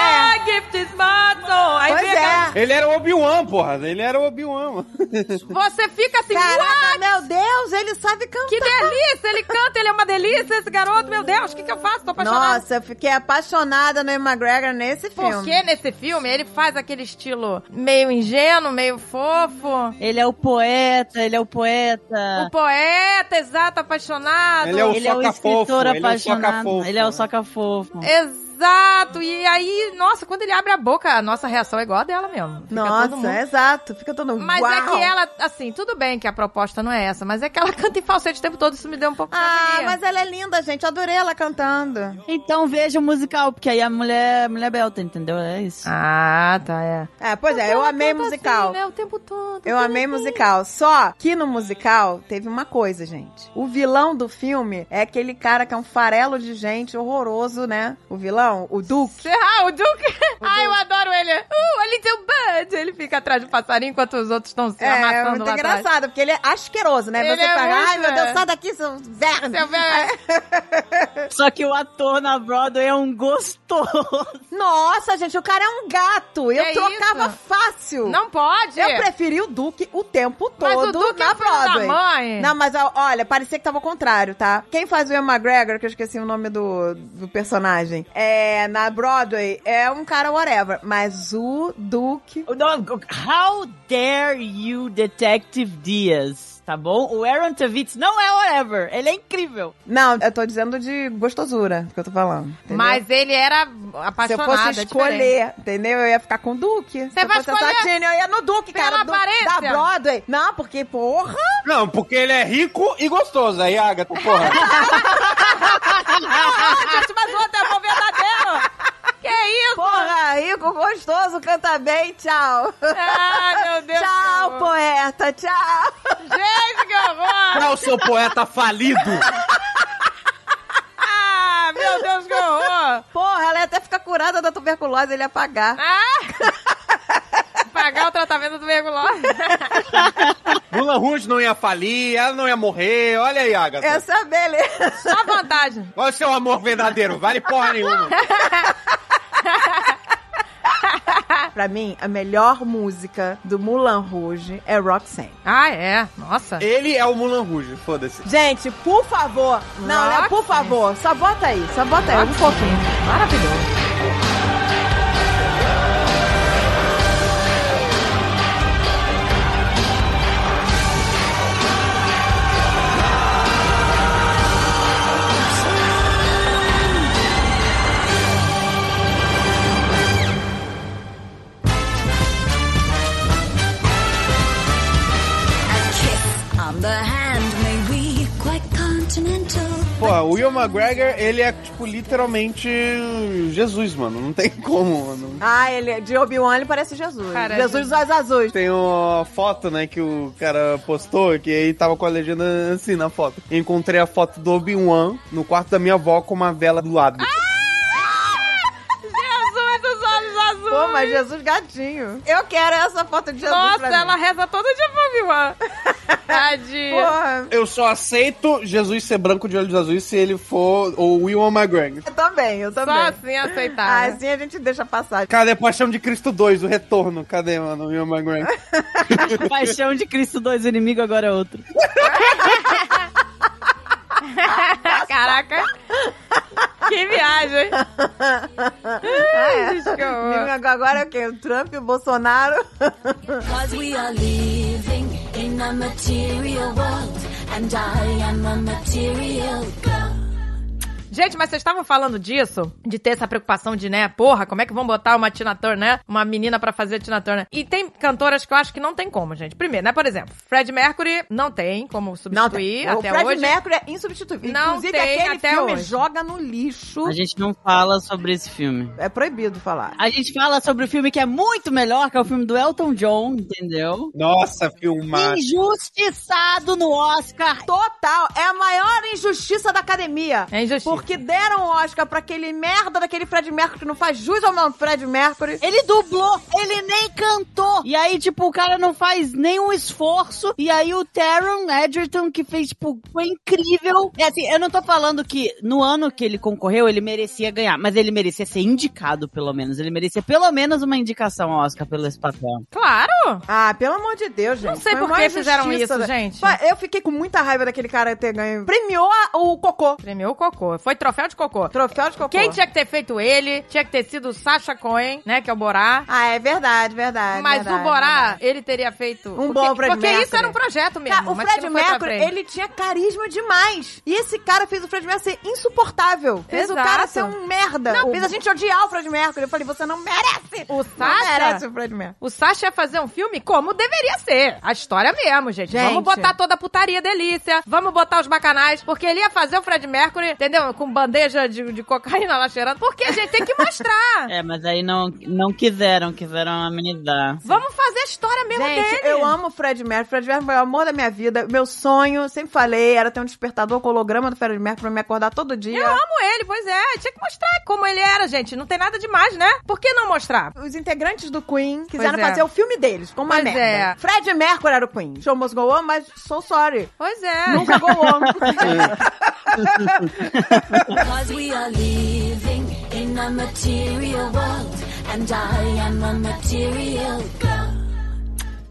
S1: gift is my soul. Aí
S2: É. Pois
S1: fica-
S2: é.
S4: Ele era o Obi-Wan, porra. Ele era o Obi-Wan. mano.
S1: Você fica assim, "Uau,
S2: Caraca, meu Deus, ele sabe cantar.
S1: que delícia! Ele canta, ele é uma delícia, esse garoto, meu Deus, o que, que eu faço? Tô apaixonada.
S2: Nossa, eu fiquei apaixonada no Ian McGregor nesse filme.
S1: Porque nesse filme ele faz aquele estilo meio ingênuo, meio fofo.
S3: Ele é o poeta, ele é o poeta.
S2: É.
S1: O poeta, exato, apaixonado.
S4: Ele é o
S3: ele é o
S4: soca-fofo,
S3: escritor
S4: ele é o
S3: apaixonado.
S4: soca-fofo.
S3: Ele é o soca fofo.
S1: Exato. Exato! E aí, nossa, quando ele abre a boca, a nossa reação é igual a dela mesmo. Fica todo mundo-
S2: Nossa, exato. Fica todo mundo.
S1: Mas é
S2: "Uau!"
S1: que ela, assim, tudo bem que a proposta não é essa, mas é que ela canta em falsete o tempo todo, isso me deu um pouco de
S2: Ah,
S1: agonia.
S2: mas ela é linda, gente. Eu adorei ela cantando.
S3: Então veja o musical, porque aí a mulher, mulher belta, entendeu? É isso.
S1: Ah, tá, é.
S2: É, pois é, eu
S1: Ela
S2: amei
S1: canta
S2: musical.
S1: assim, né, o tempo todo.
S2: Eu amei musical. Só que no musical teve uma coisa, gente. O vilão do filme é aquele cara que é um farelo de gente horroroso, né? O vilão, o Duke.
S1: Cê- Ah, o Duke! Ah, eu adoro ele! Uh, a little bird! Ele fica atrás do passarinho enquanto os outros estão se
S2: É,
S1: amassando
S2: muito
S1: lá atrás.
S2: engraçado, porque ele é asqueroso, né?
S1: Ele
S2: Você
S1: é
S2: fala,
S1: muito,
S2: ai meu Deus,
S1: é.
S2: sai daqui, seu verme.
S1: Seu velho.
S4: É.
S3: Só que o ator na Broadway é um gostoso.
S2: Nossa, gente, o cara é um gato. Eu
S1: É
S2: trocava
S1: isso.
S2: fácil.
S1: Não pode!
S2: Eu preferi o Duque o tempo todo
S1: Mas o Duke é
S2: na
S1: o filho da
S2: Broadway.
S1: mãe.
S2: Não, mas ó, olha, parecia que tava ao contrário, tá? Quem faz o Ian McGregor, que eu esqueci o nome do, do personagem, é na Broadway, é um cara whatever. Mas o Duke...
S3: Não, How dare you, Detective Diaz? Tá bom? O Aaron Tvitz não é whatever. Ele é incrível.
S2: Não, eu tô dizendo de gostosura que eu tô falando. entendeu?
S1: Mas ele era
S2: Se eu
S1: apaixonado.
S2: fosse
S1: é diferente.
S2: escolher, entendeu? Eu ia ficar com o Duque. Se eu
S1: vai
S2: fosse a
S1: escolher
S2: Satine, eu ia no Duque,
S1: pela
S2: cara. do-
S1: aparência?
S2: Da Broadway. Não, porque, porra...
S4: Não, porque ele é rico e gostoso. Aí, Agatha, porra.
S1: Ah, gente, mas o outro é o verdadeiro! Que isso?
S2: Porra, rico, gostoso, canta bem, tchau.
S1: Ai, Ah, meu Deus!
S2: Tchau,
S1: que horror.
S2: poeta, tchau.
S1: Gente, que horror!
S4: Qual o seu poeta falido?
S1: Ah, meu Deus, que horror!
S2: Porra, ela ia até ficar curada da tuberculose, ele ia pagar.
S1: Ah! Pagar o tratamento do tuberculose.
S4: Lula Rouge não ia falir, ela não ia morrer. Olha aí, Agatha.
S2: Essa é beleza.
S1: Só vantagem.
S4: Qual é o seu amor verdadeiro? Vale porra nenhuma.
S2: pra mim, a melhor música do Mulan Rouge é Roxanne.
S1: Ah, é. Nossa.
S4: Ele é o Mulan Rouge, foda-se.
S2: Gente, por favor. Não,
S1: Roxanne.
S2: não, por favor. Só bota aí, só bota aí, um pouquinho.
S1: Maravilhoso.
S11: On the hand may be quite continental.
S4: Pô, o Will McGregor, ele é, tipo, literalmente Jesus, mano. Não tem como, mano.
S2: Ah, ele, de Obi-Wan ele parece Jesus.
S1: Cara,
S2: Jesus dos olhos azuis.
S4: Tem uma foto, né, que o cara postou, que aí tava com a legenda assim na foto. Encontrei a foto do Obi-Wan no quarto da minha avó com uma vela do lado.
S1: Jesus dos olhos azuis.
S2: Pô, mas Jesus gatinho. Eu quero essa foto de Jesus
S1: Nossa,
S2: pra
S1: ela
S2: mim.
S1: reza todo dia pra Obi-Wan. Tadinha.
S2: Porra,
S4: Eu só aceito Jesus ser branco de olhos azuis se ele for o Will McGregor.
S2: eu também, eu também.
S1: Só assim aceitar.
S2: Ah,
S1: né?
S2: assim a gente deixa passar.
S4: Cadê Paixão de Cristo 2, o retorno? Cadê, mano, o Will McGregor?
S3: Paixão de Cristo 2, o inimigo agora é outro.
S1: Caraca. Que viagem.
S2: Ah, é.
S1: Ai, gente, que horror.
S2: Agora é o quê? O Trump e o Bolsonaro?
S11: Cause we are living in a material world, and I am a material girl.
S1: Gente, mas vocês estavam falando disso? De ter essa preocupação de, né, porra, como é que vão botar uma Tina Turner, né? Uma menina pra fazer Tina Turner. E tem cantoras que eu acho que não tem como, gente. Primeiro, né, por exemplo, Fred Mercury não tem como substituir
S2: o
S1: até
S2: Fred
S1: hoje.
S2: Mercury é insubstituível.
S1: Não
S2: Inclusive,
S1: tem
S2: aquele
S1: até
S2: filme
S1: hoje.
S2: joga no lixo.
S3: A gente não fala sobre esse filme.
S2: É proibido falar.
S3: A gente fala sobre o filme que é muito melhor, que é o filme do Elton John, entendeu?
S4: Nossa, filmar.
S3: Injustiçado no Oscar.
S2: Total, é a maior injustiça da academia.
S1: É injustiça.
S2: Porque deram o Oscar pra aquele merda daquele Fred Mercury que não faz jus ao nome Fred Mercury.
S3: Ele dublou, ele nem cantou. E aí, tipo, o cara não faz nenhum esforço. E aí o Taron Edgerton, que fez, tipo, foi incrível. É assim, eu não tô falando que no ano que ele concorreu, ele merecia ganhar. Mas ele merecia ser indicado, pelo menos. Ele merecia pelo menos uma indicação ao Oscar pelo esse papel.
S1: Claro!
S2: Ah, pelo amor de Deus, gente.
S1: Não sei
S2: Foi
S1: por
S2: uma
S1: que fizeram
S2: injustiça,
S1: isso,
S2: né?
S1: gente.
S2: Pá, Eu fiquei com muita raiva daquele cara ter ganho. Premiou a- o cocô.
S1: Tremeu o cocô. Foi Foi troféu de cocô.
S2: Troféu de cocô.
S1: Quem tinha que ter feito ele tinha que ter sido o Sacha Cohen, né? Que é o Borá.
S2: Ah, é verdade, verdade.
S1: Mas
S2: verdade, é
S1: o Borá,
S2: verdade.
S1: ele teria feito.
S2: Um bom Fred
S1: Porque isso
S2: Mercury.
S1: era um projeto mesmo.
S2: Cara, o
S1: mas que
S2: Fred
S1: não foi pra
S2: Mercury,
S1: frente.
S2: ele tinha carisma demais. E esse cara fez o Fred Mercury ser insuportável. Fez o
S1: Exato.
S2: cara ser um merda.
S1: Não,
S2: fez a gente odiar o Fred Mercury. Eu falei, você não merece.
S1: O
S2: Não
S1: Sacha-
S2: merece o Fred Mercury.
S1: O Sasha ia fazer um filme como deveria ser. A história mesmo, gente.
S2: Gente.
S1: Vamos botar toda a putaria delícia. Vamos botar os bacanais. Porque ele ia fazer o Fred Mercury, entendeu? Com bandeja de, de cocaína lá cheirando. Porque, gente, tem que mostrar.
S3: É, mas aí não, não quiseram, quiseram amenizar.
S1: Vamos fazer a história mesmo
S2: Gente,
S1: dele.
S2: eu amo o Fred Mercury. Fred Mercury é o amor da minha vida. Meu sonho, sempre falei, era ter um despertador com holograma do Fred Mercury pra me acordar todo dia.
S1: Eu amo ele, pois é. Tinha que mostrar como ele era, gente. Não tem nada demais, né? Por que não mostrar?
S2: Os integrantes do Queen quiseram
S1: Pois é.
S2: fazer o filme deles, com uma
S1: Pois
S2: merda.
S1: é.
S2: Fred Mercury era o Queen. Show must go on, mas so sorry.
S1: Pois é.
S2: Nunca go on.
S11: Cause we are living in a material world, and I am a material girl.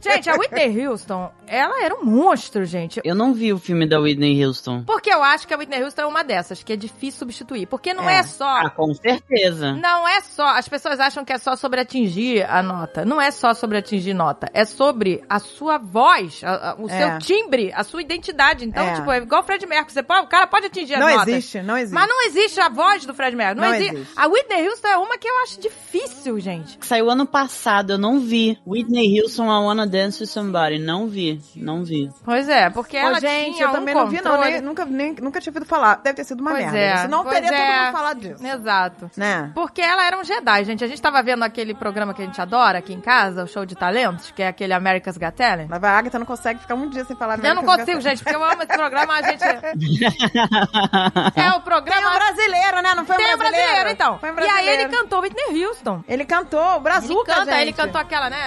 S1: Gente, a Whitney Houston, ela era um monstro, gente.
S3: Eu não vi o filme da Whitney Houston.
S1: Porque eu acho que a Whitney Houston é uma dessas, que é difícil substituir. Porque não é, só.
S3: Ah, com certeza.
S1: Não é só. As pessoas acham que é só sobre atingir a nota. Não é só sobre atingir nota. É sobre a sua voz, a- a- o
S2: É.
S1: seu timbre, a sua identidade. Então,
S2: É.
S1: tipo, é igual o Fred Mercury. Você pode, o cara pode atingir
S2: não
S1: as notas.
S2: existe, não existe.
S1: Mas não existe a voz do Fred Mercury. Não,
S2: Não
S1: existe.
S2: existe.
S1: A Whitney Houston é uma que eu acho difícil, gente.
S3: Que saiu ano passado, eu não vi. Whitney Houston, I Wanna Dance With Somebody. Não vi, não vi.
S1: Pois é, porque
S2: Ô,
S1: ela
S2: gente,
S1: tinha
S2: eu
S1: um
S2: também não vi, não.
S1: controle.
S2: nem- nunca, nem- nunca tinha ouvido falar. Deve ter sido uma
S1: Pois
S2: merda.
S1: é,
S2: Senão
S1: pois
S2: teria todo
S1: é.
S2: mundo falado disso.
S1: Exato.
S2: Né?
S1: Porque ela era um Jedi, gente. A gente tava vendo aquele programa que a gente adora aqui em casa, o Show de Talentos, que é aquele America's Got Talent.
S2: Mas a Agatha não consegue ficar um dia sem falar merda.
S1: Eu não consigo, gente, porque eu amo esse programa, a gente... É o
S2: Tem um
S1: programa...
S2: brasileiro, né? Não foi
S1: Tem
S2: um
S1: o brasileiro,
S2: brasileiro,
S1: então.
S2: Foi um
S1: E aí
S2: brasileiro.
S1: ele cantou Whitney Houston.
S2: Ele cantou, o Brazuca,
S1: Ele canta,
S2: gente.
S1: ele cantou aquela, né?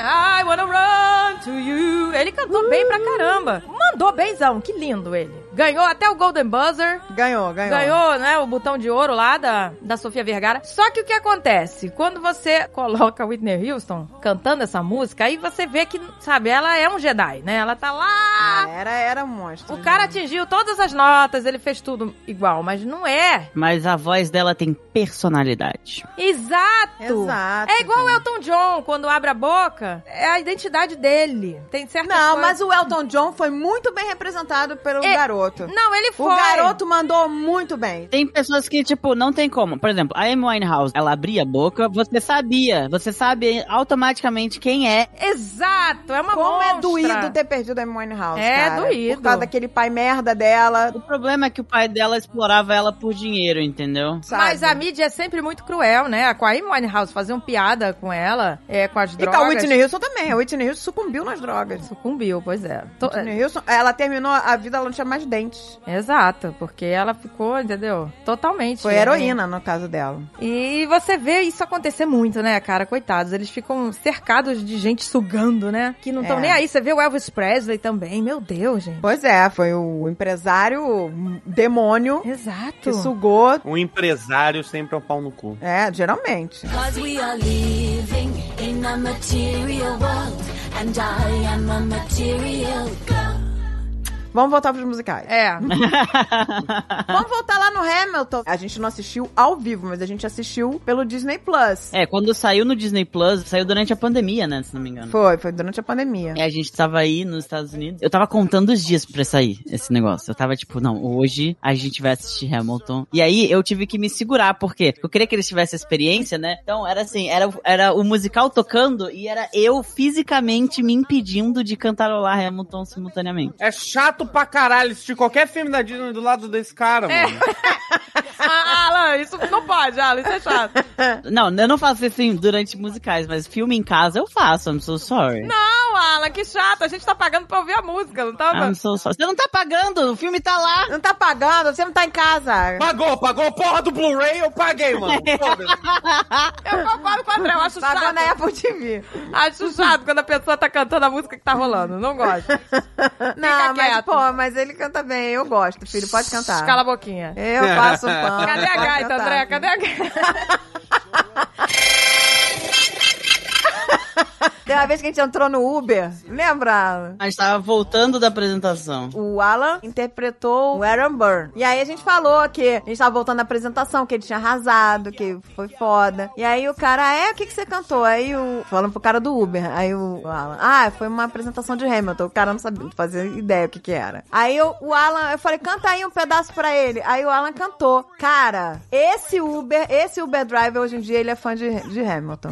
S1: I wanna run to you. Ele cantou bem pra caramba. Mandou benzão, que lindo ele. Ganhou até o Golden Buzzer.
S2: Ganhou, ganhou.
S1: Ganhou, né, o botão de ouro lá da, da Sofia Vergara. Só que o que acontece? Quando você coloca Whitney Houston cantando essa música, aí você vê que, sabe, ela é um Jedi, né? Ela tá lá.
S2: Era, era um monstro.
S1: O cara atingiu todas as notas, ele fez tudo igual, mas não é.
S3: Mas a voz dela tem personalidade.
S1: Exato!
S2: né? Exato.
S1: É igual o Elton John, quando abre a boca, é a identidade dele. Tem certa
S2: Não, mas o Elton John foi muito bem representado pelo
S1: É,
S2: garoto.
S1: Não, ele foi.
S2: O garoto mandou muito bem.
S3: Tem pessoas que, tipo, não tem como. Por exemplo, a Amy Winehouse, ela abria a boca, você sabia. Você sabe automaticamente quem é.
S1: Exato, é uma
S2: Como
S1: monstra.
S2: é doído ter perdido a Amy Winehouse,
S1: É
S2: cara.
S1: doído.
S2: Por causa daquele pai merda dela,
S3: O problema é que o pai dela explorava ela por dinheiro, entendeu?
S2: sabe?
S1: Mas a mídia é sempre muito cruel, né? Com a Amy Winehouse faziam piada com ela, é, com as
S2: E
S1: drogas.
S2: com a Whitney Houston também. A Whitney Houston sucumbiu nas drogas.
S1: Sucumbiu, pois é. To-
S2: Whitney Houston, ela terminou a vida, ela não tinha mais dentes.
S1: Exato, porque ela ficou, entendeu? Totalmente.
S2: Foi heroína no caso dela.
S1: E você vê isso acontecer muito, né, cara? Coitados, eles ficam cercados de gente sugando, né? Que não estão
S2: É.
S1: nem aí. Você vê o Elvis Presley também. Meu Deus, gente.
S2: Pois é, foi o empresário demônio
S1: Exato.
S2: que sugou.
S4: Um empresário sempre é um pau no cu.
S2: É, geralmente.
S11: Cause we are living in a material world, and I am a material girl.
S2: Vamos voltar pros musicais.
S1: É.
S2: Vamos voltar lá no Hamilton. A gente não assistiu ao vivo, mas a gente assistiu pelo Disney Plus.
S3: É, quando saiu no Disney Plus, saiu durante a pandemia, né? Se não me engano.
S2: Foi, foi durante a pandemia.
S3: E a gente tava aí nos Estados Unidos. Eu tava contando os dias pra sair esse negócio. Eu tava tipo, não, hoje a gente vai assistir Hamilton. E aí eu tive que me segurar, porque eu queria que eles tivessem experiência, né? Então era assim, era, era o musical tocando e era eu fisicamente me impedindo de cantarolar Hamilton simultaneamente.
S4: É chato pra caralho assistir qualquer filme da Disney do lado desse cara, mano.
S1: Ah, Alan, isso não pode, Alan, isso é chato.
S3: Não, eu não faço assim durante musicais, mas filme em casa eu faço, I'm so sorry.
S1: Não, Alan, que chato. A gente tá pagando pra ouvir a música, não tá?
S3: I'm so sorry. Você não tá pagando, o filme tá lá.
S2: Não tá pagando, você não tá em casa.
S4: Pagou, pagou a porra do Blu-ray, eu paguei, mano. Foda-se.
S1: Eu concordo com o André, eu acho
S2: Pagou
S1: chato.
S2: na Tá Apple TV.
S1: Acho chato quando a pessoa tá cantando a música que tá rolando. Não gosto.
S2: Não, mas,
S1: quieto.
S2: pô, mas ele canta bem, eu gosto, filho, pode cantar.
S1: Cala a boquinha.
S2: Eu passo o pano.
S1: Cadê a
S2: pode
S1: gaita,
S2: cantar.
S1: André? Cadê a gaita?
S2: Tem uma vez que a gente entrou no Uber, lembra?
S3: A gente tava voltando da apresentação.
S2: O Alan interpretou o Aaron Burr. E aí a gente falou que a gente tava voltando da apresentação, que ele tinha arrasado, que foi foda. E aí o cara, é, o que, que você cantou? Aí o. Falando pro cara do Uber. Aí o Alan, ah, foi uma apresentação de Hamilton. O cara não sabia, não fazia ideia o que que era. Aí eu- o Alan, eu falei, canta aí um pedaço pra ele. Aí o Alan cantou. Cara, esse Uber, esse Uber Driver hoje em dia, ele é fã de, de Hamilton.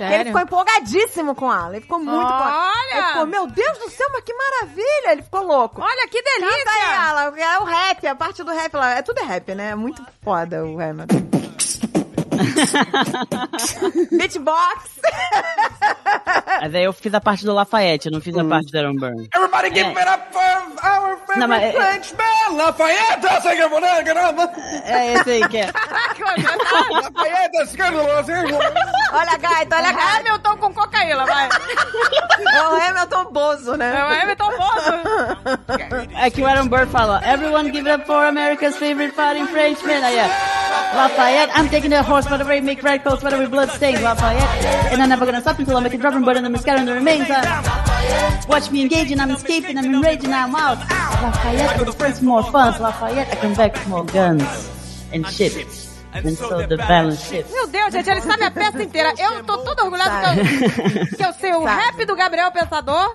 S2: Ele ficou empolgadíssimo com o Alan. Ele ficou muito empolgado.
S1: Olha!
S2: Ele ficou, meu Deus do céu, mas que maravilha! Ele ficou louco.
S1: Olha que
S2: Canta aí,
S1: delícia!
S2: Alan. É o rap, a parte do rap lá. É tudo é rap, né? É muito foda o Hamilton. Beatbox!
S3: Mas aí eu fiz a parte do Lafayette, eu não fiz a parte do Aaron Burr.
S4: Everybody give it up for our
S3: É. Não, mas
S4: favorite
S3: é-
S4: Frenchman, Lafayette, Lafayette,
S3: É esse aí que é.
S4: escandaloso, hein, irmão?
S2: Olha a gaita, olha a gaita.
S1: Hamilton ah, com cocaína, vai.
S2: É o Hamilton Bozo, né?
S1: É o Hamilton Bozo.
S3: É que o Aaron Burr fala, everyone give it up for America's favorite fighting Frenchman. Aí é, Lafayette, I'm taking the horse by the way, make red coats by the way, blood stains, Lafayette. And I'm never gonna stop until I make a drop and burn and the mascara and the remains. uh, watch me engage and I'm escaping, I'm enraging, I'm out. Lafayette will bring more funds, Lafayette, I come back with more guns and shit. And so the balance shifts.
S1: Meu Deus, gente, ele sabe a peça inteira. Eu tô toda orgulhosa que eu, que eu sei o rap do Gabriel Pensador.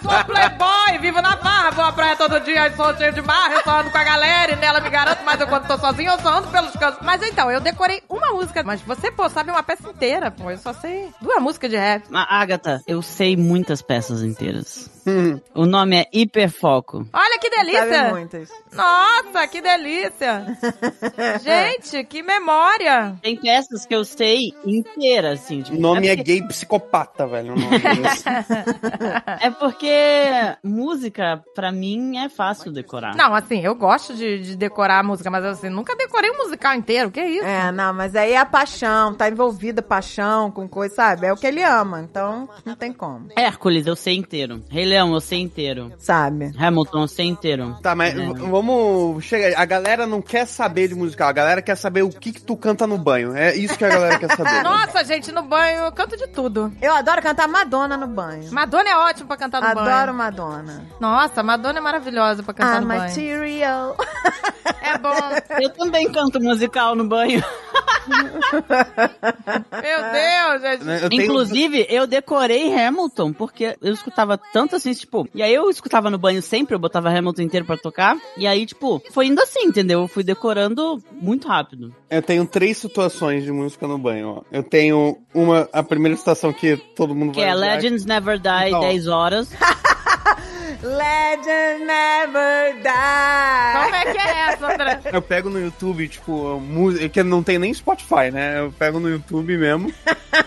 S1: sou playboy, vivo na barra, vou à praia todo dia, sou cheio de barra, eu só ando com a galera e nela me garanto, mas eu quando tô sozinho, eu só ando pelos cantos. Mas então, eu decorei uma música, mas você, pô, sabe uma peça inteira, pô. Eu só sei duas músicas de rap.
S3: A Agatha, eu sei muitas peças inteiras.
S4: Hum.
S3: O nome é Hiperfoco.
S1: Olha que
S2: Sabe
S1: delícia!
S2: muitas.
S1: Nossa, que delícia! Gente, que memória!
S3: Tem peças que eu sei inteira, assim.
S4: O
S3: tipo,
S4: nome é
S3: porque-
S4: gay psicopata, velho. o nome desse.
S3: É porque música, pra mim, é fácil decorar.
S1: Não, assim, eu gosto de, de decorar a música, mas assim, nunca decorei um musical inteiro, que isso?
S2: É, não, mas aí é a paixão, tá envolvida paixão com coisa, sabe? É o que ele ama, então não tem como,
S3: Hércules, eu sei inteiro. Rei Leão, eu sei inteiro.
S2: sabe?
S3: Hamilton, eu sei inteiro.
S4: Tá, mas
S3: É.
S4: v- vamos. Chega, a galera não quer saber de musical, a galera quer saber o que, que tu canta no banho. É isso que a galera quer
S2: É.
S4: saber.
S1: Nossa, gente, no banho eu canto de tudo.
S2: Eu adoro cantar Madonna no banho.
S1: Madonna é ótimo pra cantar no
S2: Adoro
S1: banho.
S2: Madonna.
S1: Nossa, Madonna é maravilhosa pra cantar
S2: Ah,
S1: no banho.
S2: material.
S1: É bom.
S3: Eu também canto musical no banho.
S1: Meu Deus, gente.
S4: Né, eu tenho-
S3: Inclusive, eu decorei Hamilton, porque eu escutava tanto assim, tipo. E aí eu escutava no banho sempre, eu botava Hamilton inteiro pra tocar. E aí, tipo, foi indo assim, entendeu? Eu fui decorando muito rápido.
S4: Eu tenho três situações de música no banho, ó. Eu tenho uma, a primeira situação que todo mundo
S3: Que
S4: vai.
S3: é
S4: lembrar.
S3: Legends Never Die,
S4: Então.
S3: 10 horas.
S2: Legend never die.
S1: Como é que é essa, André?
S4: Eu pego no YouTube, tipo, música. Que não tem nem Spotify, né? Eu pego no YouTube mesmo.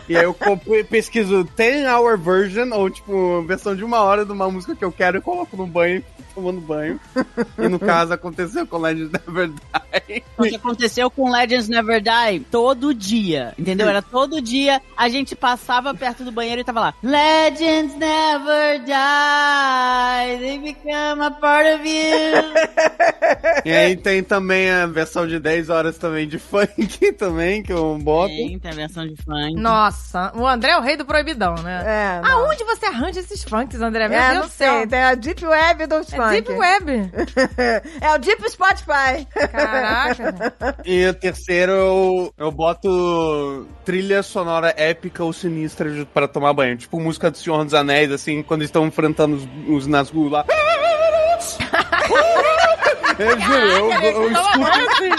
S4: e aí eu compro e pesquiso 10 hour version, ou tipo, versão de uma hora de uma música que eu quero e coloco no banho, fico tomando banho. E no caso aconteceu com Legends Never Die.
S3: O que aconteceu com Legends Never Die todo dia, entendeu? Era todo dia a gente passava perto do banheiro e tava lá. Legends never die, they become a part of you.
S4: E aí tem também a versão de 10 horas também de funk também, que eu boto.
S3: Tem tem a versão de funk.
S1: Nossa, o André é o rei do proibidão, né?
S2: É, não.
S1: Aonde você arranja esses funks, André? Meu
S2: é,
S1: Deus
S2: não
S1: do céu.
S2: sei, tem a Deep Web dos
S1: É
S2: funk.
S1: Deep Web.
S2: é o Deep Spotify.
S1: Caraca.
S4: E o terceiro, eu, eu boto trilha sonora épica ou sinistra de- pra tomar banho. Tipo música do Senhor dos Anéis, assim, quando eles estão enfrentando os, os Nazgûl lá. Eu juro, eu, eu escuto. assim.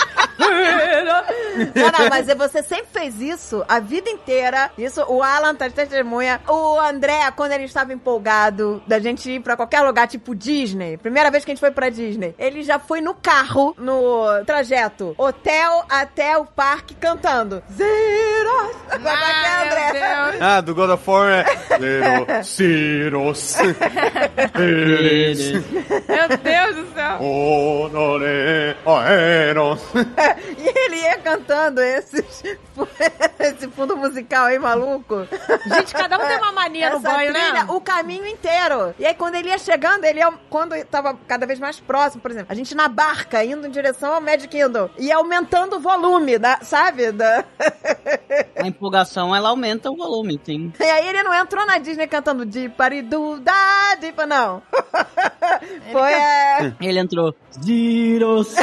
S2: Não, não, mas você sempre fez isso a vida inteira. Isso, o Alan tá de testemunha. O André, quando ele estava empolgado da gente ir pra qualquer lugar, tipo Disney, primeira vez que a gente foi pra Disney, ele já foi no carro, no trajeto, hotel até o parque, cantando. Zero! Vai pra cá,
S1: Ah, meu
S2: é André.
S1: Deus.
S4: Ah, do God of War é. Little Cirus. Eres
S1: Meu Deus do céu.
S4: honore aeros.
S2: E sommelier cantando esses, esse fundo musical aí, maluco.
S1: Gente, cada um tem uma mania no
S2: Essa
S1: banho,
S2: trilha,
S1: né?
S2: O caminho inteiro. E aí, quando ele ia chegando, ele ia, quando tava cada vez mais próximo, por exemplo, a gente na barca, indo em direção ao Magic Kingdom, e aumentando o volume, da, sabe? Da-
S3: A empolgação, ela aumenta o volume, sim.
S2: E aí ele não entrou na Disney cantando de paridu da dipa, não. Foi é,
S3: Ele entrou. Giros.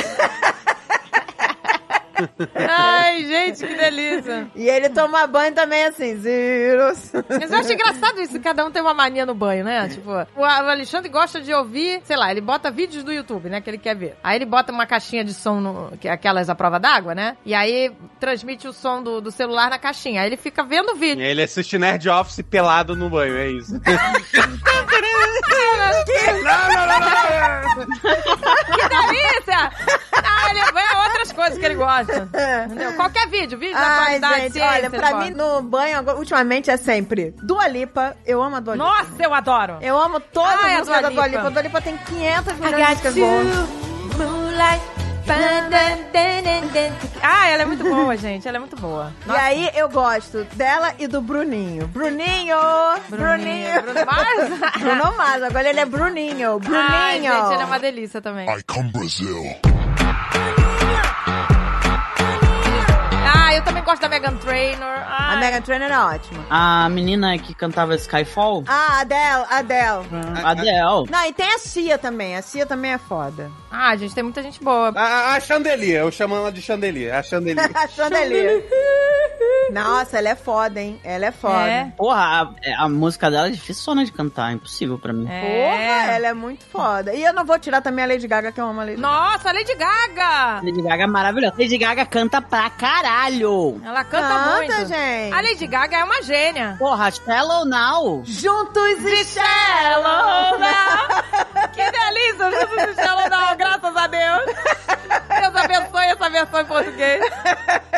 S1: Ai, gente, que delícia.
S2: E ele toma banho também assim, zeros.
S1: Mas eu acho engraçado isso, cada um tem uma mania no banho, né? Tipo, o Alexandre gosta de ouvir, sei lá, ele bota vídeos do YouTube, né? Que ele quer ver. Aí ele bota uma caixinha de som, no, que é aquelas à prova d'água, né? E aí transmite o som do, do celular na caixinha. Aí ele fica vendo o vídeo.
S4: Ele assiste Nerd Office pelado no banho, é isso.
S1: Que delícia! Ah, ele vê outras coisas que ele gosta. Entendeu? Qualquer vídeo, vídeo da
S2: Ai,
S1: qualidade,
S2: gente,
S1: ciência,
S2: olha,
S1: ele
S2: pra
S1: bota.
S2: mim no banho agora, ultimamente é sempre Dua Lipa, eu amo a Dua Lipa.
S1: Nossa, eu adoro!
S2: Eu amo toda
S1: Ai,
S2: a
S1: a
S2: música
S1: Dua
S2: da Dua
S1: Lipa.
S2: Lipa. A Dua Lipa tem 500
S13: I
S2: milhões de
S13: got
S1: é
S2: músicas
S13: you,
S2: boas.
S13: moonlight. dun, dun, dun, dun, dun.
S1: Ah, ela é muito boa, gente. Ela é muito boa.
S2: E aí eu gosto dela e do Bruninho. Bruninho! Bruninho!
S1: Bruno Mars?
S2: Bruno Mars, agora ele é Bruninho. Bruninho!
S1: Ai, gente, ele é uma delícia também.
S14: I come Brazil.
S1: Ah, eu também gosto da Megan Trainor. Ah,
S2: A
S1: Ai,
S2: Megan Trainor é ótima.
S3: A menina que cantava Skyfall.
S2: Ah, Adele, Adele.
S1: Hum.
S3: Adele.
S2: Não, e tem a Cia também. A Cia também é foda.
S1: Ah, gente, tem muita gente boa.
S4: A, a Chandelier, eu chamo ela de Chandelier. A Chandelier.
S2: A Chandelier. Nossa, ela é foda, hein? Ela é foda.
S1: É.
S3: Porra, a, a música dela é dificilzona de cantar, é impossível pra mim.
S2: Porra, ela é muito foda. E eu não vou tirar também a Lady Gaga, que eu amo a Lady Gaga.
S1: Nossa, a Lady Gaga!
S3: Lady Gaga é maravilhosa. Lady Gaga canta pra caralho.
S1: Ela canta,
S2: Canta,
S1: muito.
S2: gente.
S1: A Lady Gaga é uma gênia.
S3: Porra, Shallow Now.
S2: Juntos e
S1: Shallow Now. Que delícia, Jesus do Shallow Now, graças a Deus. Deus abençoe essa versão em português.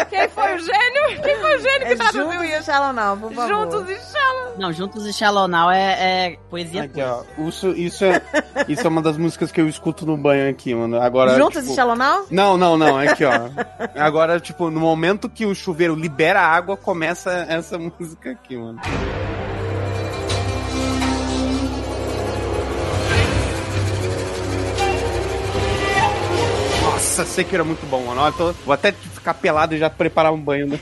S1: Quem foi o gênio? Quem foi o gênio que
S2: É
S1: traduziu
S2: juntos e
S1: isso?
S2: Shallow Now, por favor.
S1: Juntos e Shallow.
S3: Não, Juntos e Shallow Now é, é poesia.
S4: Aqui, ó. Isso, isso, é, isso é uma das músicas que eu escuto no banho aqui, mano. Agora,
S2: Juntos
S4: tipo-
S2: e Shallow Now?
S4: Não, não, não. é Aqui, ó. Agora, tipo, no momento que o chuveiro libera a água, começa essa música aqui, mano. Nossa, Sekiro é muito bom, mano. Olha, tô- vou até ficar pelado e já preparar um banho. Né?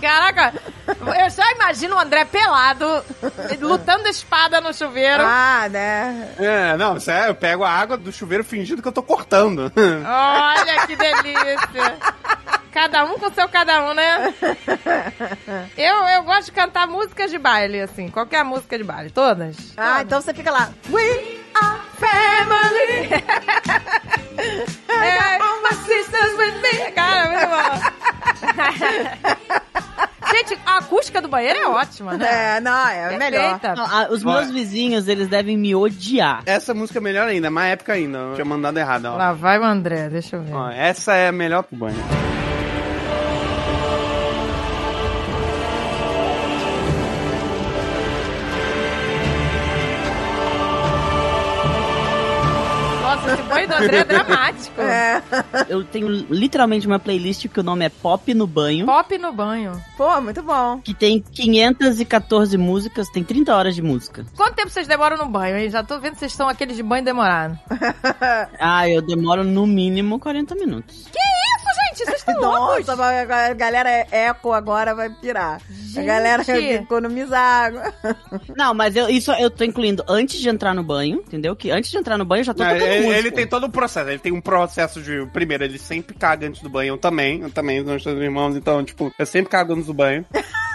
S1: Caraca, eu só imagino o André pelado, lutando espada no chuveiro.
S2: Ah, né?
S4: É, não, sério, eu pego a água do chuveiro fingindo que eu tô cortando.
S2: Ah.
S1: Olha que delícia! Cada um com seu cada um, né? Eu, eu gosto de cantar músicas de baile, assim. Qualquer música de baile, todas.
S2: Ah, então você fica lá. We are family.
S1: É, all my sisters with me. Cara, muito bom. Gente, a acústica do banheiro é ótima, né?
S2: É, não, é melhor.
S1: Perfeita.
S3: Não, ah, os
S4: Bora.
S3: meus vizinhos, eles devem me odiar.
S4: Essa música é melhor ainda, é mais época ainda. Eu tinha mandado errado, ó.
S1: Lá vai o André, deixa eu ver.
S4: Ó, essa é a melhor pro banho.
S1: Nossa, esse banho do André é dramático.
S2: É.
S3: Eu tenho literalmente uma playlist que o nome é Pop no Banho.
S1: Pop no banho.
S2: Pô, muito bom.
S3: Que tem 514 músicas, tem 30 horas de música.
S1: Quanto tempo vocês demoram no banho, hein? Já tô vendo que vocês são aqueles de banho demorado.
S3: Ah, eu demoro no mínimo 40 minutos.
S1: Gente, vocês estão loucos!
S2: Nossa, mas a galera é eco agora vai pirar. A galera vai economizar água.
S3: Não, mas eu, isso eu tô incluindo antes de entrar no banho, entendeu? Que antes de entrar no banho eu já tô
S4: Não,
S3: tocando
S4: É, ele,
S3: música.
S4: ele tem todo o processo. Ele tem um processo de. Primeiro, ele sempre caga antes do banho. Eu também. Eu também, nós somos irmãos. Então, tipo, eu sempre cago antes do banho.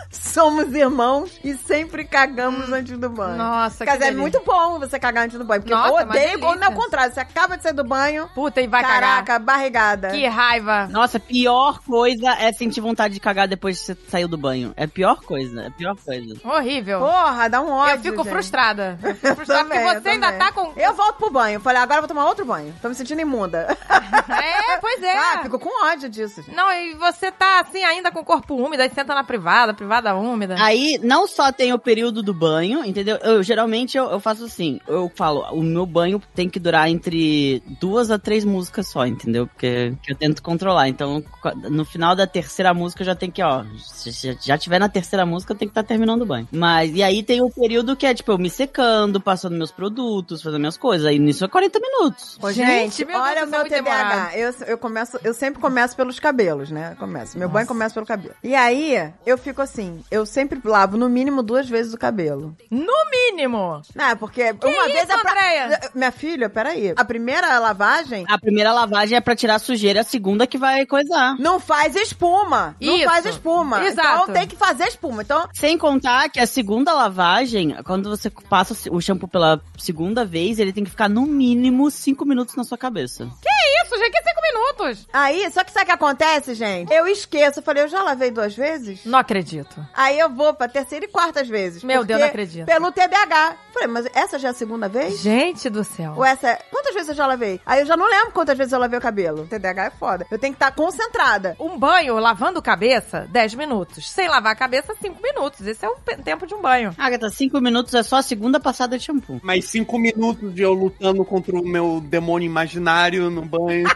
S2: Somos irmãos e sempre cagamos antes do banho.
S1: Nossa, que
S2: Mas é
S1: delícia.
S2: muito bom você cagar antes do banho. Porque
S1: Nossa,
S2: eu
S1: uma
S2: odeio quando é o
S1: delícia.
S2: contrário. Você acaba de sair do banho,
S1: Puta, e vai
S2: caraca,
S1: cagar.
S2: barrigada.
S1: Que raiva.
S3: Nossa, pior coisa é sentir vontade de cagar depois que você saiu do banho. É a pior coisa, é a pior coisa.
S1: Horrível.
S2: Porra, dá um ódio.
S1: eu fico
S2: gente.
S1: frustrada. Eu fico frustrada
S2: Também,
S1: porque
S2: eu
S1: você ainda
S2: também.
S1: tá com.
S2: Eu volto pro banho. Falei, agora eu vou tomar outro banho. Tô me sentindo imunda.
S1: É, pois é.
S2: Ah, fico com ódio disso, gente.
S1: Não, e você tá assim ainda com o corpo úmido, aí senta na privada, a privada lavada úmida.
S3: Aí não só tem o período do banho, entendeu? Eu geralmente eu, eu faço assim, eu falo, o meu banho tem que durar entre duas a três músicas só, entendeu? Porque eu tento controlar. Então, no final da terceira música eu já tem que, ó, se já tiver na terceira música, eu tenho que estar tá terminando o banho. Mas e aí tem o período que é tipo eu me secando, passando meus produtos, fazendo minhas coisas. Aí nisso é 40 minutos.
S2: Ô, gente,
S1: é
S2: olha o meu TDAH. Eu, eu, começo, eu sempre começo pelos cabelos, né? Eu começo. Meu banho começa pelo cabelo. E aí, eu fico assim, eu sempre lavo no mínimo duas vezes o cabelo.
S1: No mínimo!
S2: Não, porque que uma
S1: isso,
S2: vez é pra...
S1: Andréia?
S2: Minha filha, peraí. A primeira lavagem...
S3: A primeira lavagem é pra tirar a sujeira, a segunda que vai coisar.
S2: Não faz espuma. Não
S1: Isso.
S2: faz espuma.
S1: Exato.
S2: Então tem que fazer espuma. Então,
S3: Sem contar que a segunda lavagem, quando você passa o shampoo pela segunda vez, ele tem que ficar no mínimo 5 minutos na sua cabeça.
S1: Que isso, gente? Que cinco minutos?
S2: aí, só que sabe o que acontece, gente? Eu esqueço. Eu falei, eu já lavei duas vezes?
S1: Não acredito.
S2: Aí eu vou pra terceira e quartas vezes.
S1: Meu
S2: porque-
S1: Deus, não acredito.
S2: Pelo TDAH. Falei, mas essa já é a segunda vez?
S1: Gente do céu.
S2: Ou essa é... Quantas vezes eu já lavei? Aí eu já não lembro quantas vezes eu lavei o cabelo. TDAH é foda. Eu tenho que estar concentrada.
S1: Um banho lavando cabeça, 10 minutos. Sem lavar a cabeça, 5 minutos. Esse é o pe- tempo de um banho.
S3: Agatha, 5 minutos é só a segunda passada de shampoo.
S4: Mais cinco minutos de eu lutando contra o meu demônio imaginário no banho.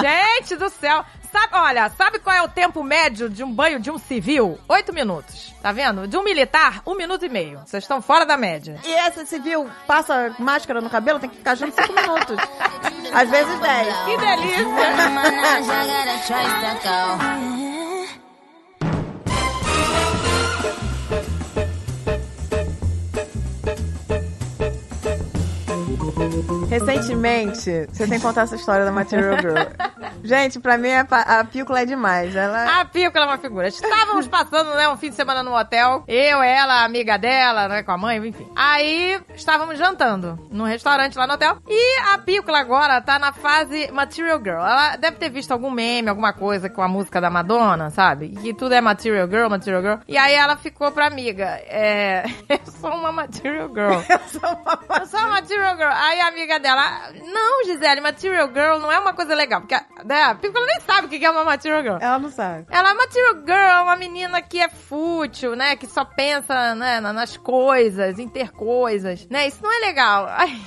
S1: Gente do céu! Sabe, olha, sabe qual é o tempo médio de um banho de um civil? Oito minutos. Tá vendo? De um militar, um minuto e meio. Vocês estão fora da média.
S2: E essa civil passa máscara no cabelo, tem que ficar junto cinco minutos. Às vezes dez.
S1: Que delícia!
S11: I gotta try stuck out.
S2: Recentemente, você tem que contar essa história da Material Girl. Gente, pra mim a, pa- a pícola é demais. Ela.
S1: A Pícola é uma figura. Estávamos passando, né, um fim de semana num hotel. Eu, ela, a amiga dela, né, com a mãe, enfim. Aí, estávamos jantando num restaurante lá no hotel. E a Pícola agora tá na fase Material Girl. Ela deve ter visto algum meme, alguma coisa com a música da Madonna, sabe? Que tudo é Material Girl, Material Girl. E aí ela ficou pra amiga, é... Eu sou uma Material Girl.
S2: Ah.
S1: Eu sou a Material Girl. Aí a amiga dela, não, Gisele, Material Girl não é uma coisa legal. Porque né, a Pícola nem sabe o que é uma Material Girl.
S2: Ela não sabe.
S1: Ela é material girl, uma menina que é fútil, né? Que só pensa né, na- nas coisas, intercoisas, né? Isso não é legal. Ai.